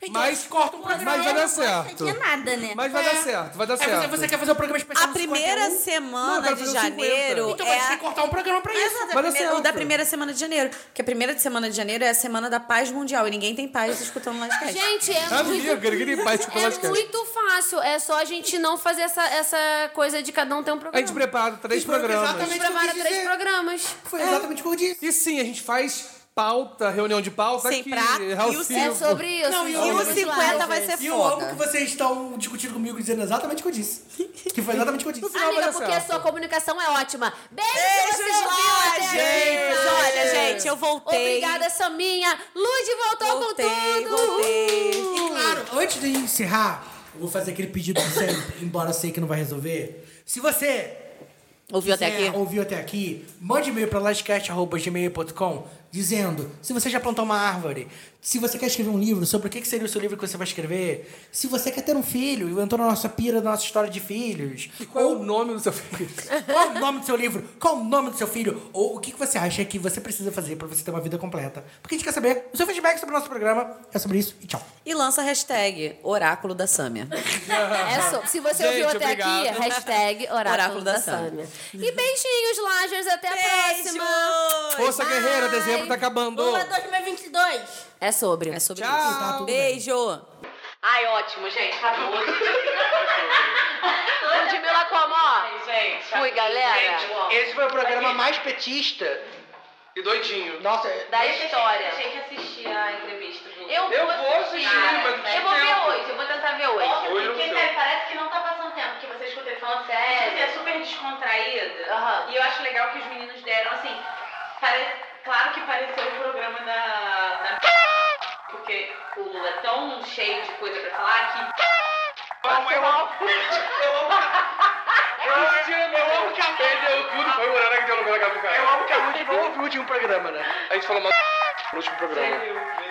Então, mas- a gente corta um Mas programa. vai dar certo. De nada, né? Mas vai dar É. certo, vai dar Aí você, certo. você quer fazer o programa especial A no primeira 51? Não, eu semana quero de fazer os 50. janeiro Então vai é ter que a... cortar um programa pra isso. Exato, é a Vai dar primeira- certo. o da primeira semana de janeiro. Porque a primeira de semana de janeiro é a semana da paz mundial. E ninguém tem paz escutando Lodcast. Gente, é Amiga, muito... grigri, pai, tipo, É podcast. muito fácil, é só a gente não fazer essa, essa coisa de cada um ter um A gente programa. prepara três Isso foi programas. A gente exatamente- prepara Eu quis três dizer- programas. Foi exatamente o que eu disse. E sim, a gente faz pauta, reunião de pauta. Sem que prato, é e o o É filme. sobre isso. Não, e sobre o os 50 vai lives. ser E eu amo que foda. vocês estão discutindo comigo dizendo exatamente o que eu disse. Que foi exatamente o que eu disse. vai Amiga, dar porque a certo. sua comunicação é ótima. Beijo, Beijo, você ouviu até Jorge! aqui. Olha, gente, eu voltei. Obrigada, Saminha. Lud voltou Voltei, com tudo. voltei. E assim, é claro, antes de encerrar, eu vou fazer aquele pedido de sempre, embora eu sei que não vai resolver. Se você Ouviu até quiser, aqui? ouviu até aqui, mande e-mail para lastcast.gmail.com dizendo se você já plantou uma árvore, se você quer escrever um livro, sobre o que que seria o seu livro que você vai escrever, se você quer ter um filho e entrou na nossa pira, na nossa história de filhos, Qual é o nome do seu filho? Qual o nome do seu livro? Qual o nome do seu filho? Ou o que que você acha que você precisa fazer pra você ter uma vida completa? Porque a gente quer saber o seu feedback sobre o nosso programa. É sobre isso e tchau. E lança a hashtag Oráculo da Sâmia. É so- Se você Gente, ouviu até obrigado. aqui, hashtag Oráculo, Oráculo da, da Sâmia. E beijinhos, Lajers. Até a próxima. Beijos! Força Guerreira, Ai. dezembro tá acabando. Lula 2022. É sobre. Tá É sobre isso. Tchau. Beijo! Ai, ótimo, gente. tá Acabou. Ludmilla Comó. Fui, galera. Esse foi o programa mais petista. E doidinho. Nossa, Da história. Tem que assistir a entrevista do. Eu, é Eu vou assistir, mas não Eu vou tem um ver tempo. hoje, eu vou tentar ver hoje. Porque Olho no porque, céu. né, parece que não tá passando tempo, porque você escuta ele falando sério. Você é super descontraída. Aham. E eu acho legal que os meninos deram assim. Parece, claro que pareceu o programa da. da porque o Lula é tão cheio de coisa pra falar que. Eu amo, eu amo. Eu amo. Eu amo que a média, o tudo foi o horário que deu lugar na casa do cara. eu amo que a Ruth não ouviu o último programa, né? A gente falou mal no último programa.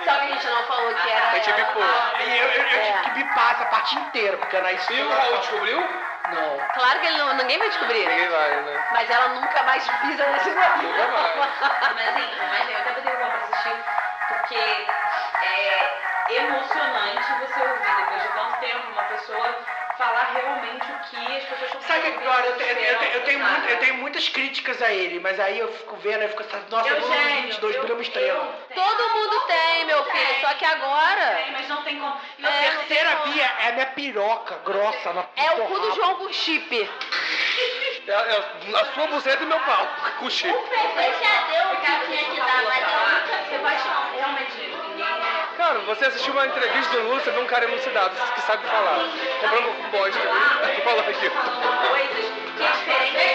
Só que a gente não falou Ah, tá. que era. A gente bipou. E eu, eu- É. eu tive que bipar essa parte inteira, porque na E o escola... Raul descobriu? Não. Claro que ele não- ninguém vai descobrir. Ninguém vai, né? Mas ela nunca mais pisa nesse lugar. Nunca vai. Mas assim, mas eu até botei o pra assistir, porque é emocionante você ouvir depois de tanto tempo uma pessoa falar realmente o que as pessoas estão Sabe, sentindo, agora, eu, te- eu, te- eu, esperam, tenho sabe? muito- eu tenho muitas críticas a ele, mas aí eu fico vendo, eu fico assim, nossa, Eu Lula gênio, 2022, eu- programa eu estrela. tenho. Todo mundo tem, meu filho. Só que agora Tem, mas não tem como. E É, você não tem Terceira como- via é a minha piroca grossa na é o cu porrada. do João com chip. É, é, a sua buceta e meu pau. Cuxi. Você já deu o que tinha que dar, mas eu nunca Você pode realmente ninguém é. Cara, você assistiu uma entrevista do Lula, você vê um cara elucidado, que sabe falar. Comprando bosta. Fala aqui. falando coisas que é diferente.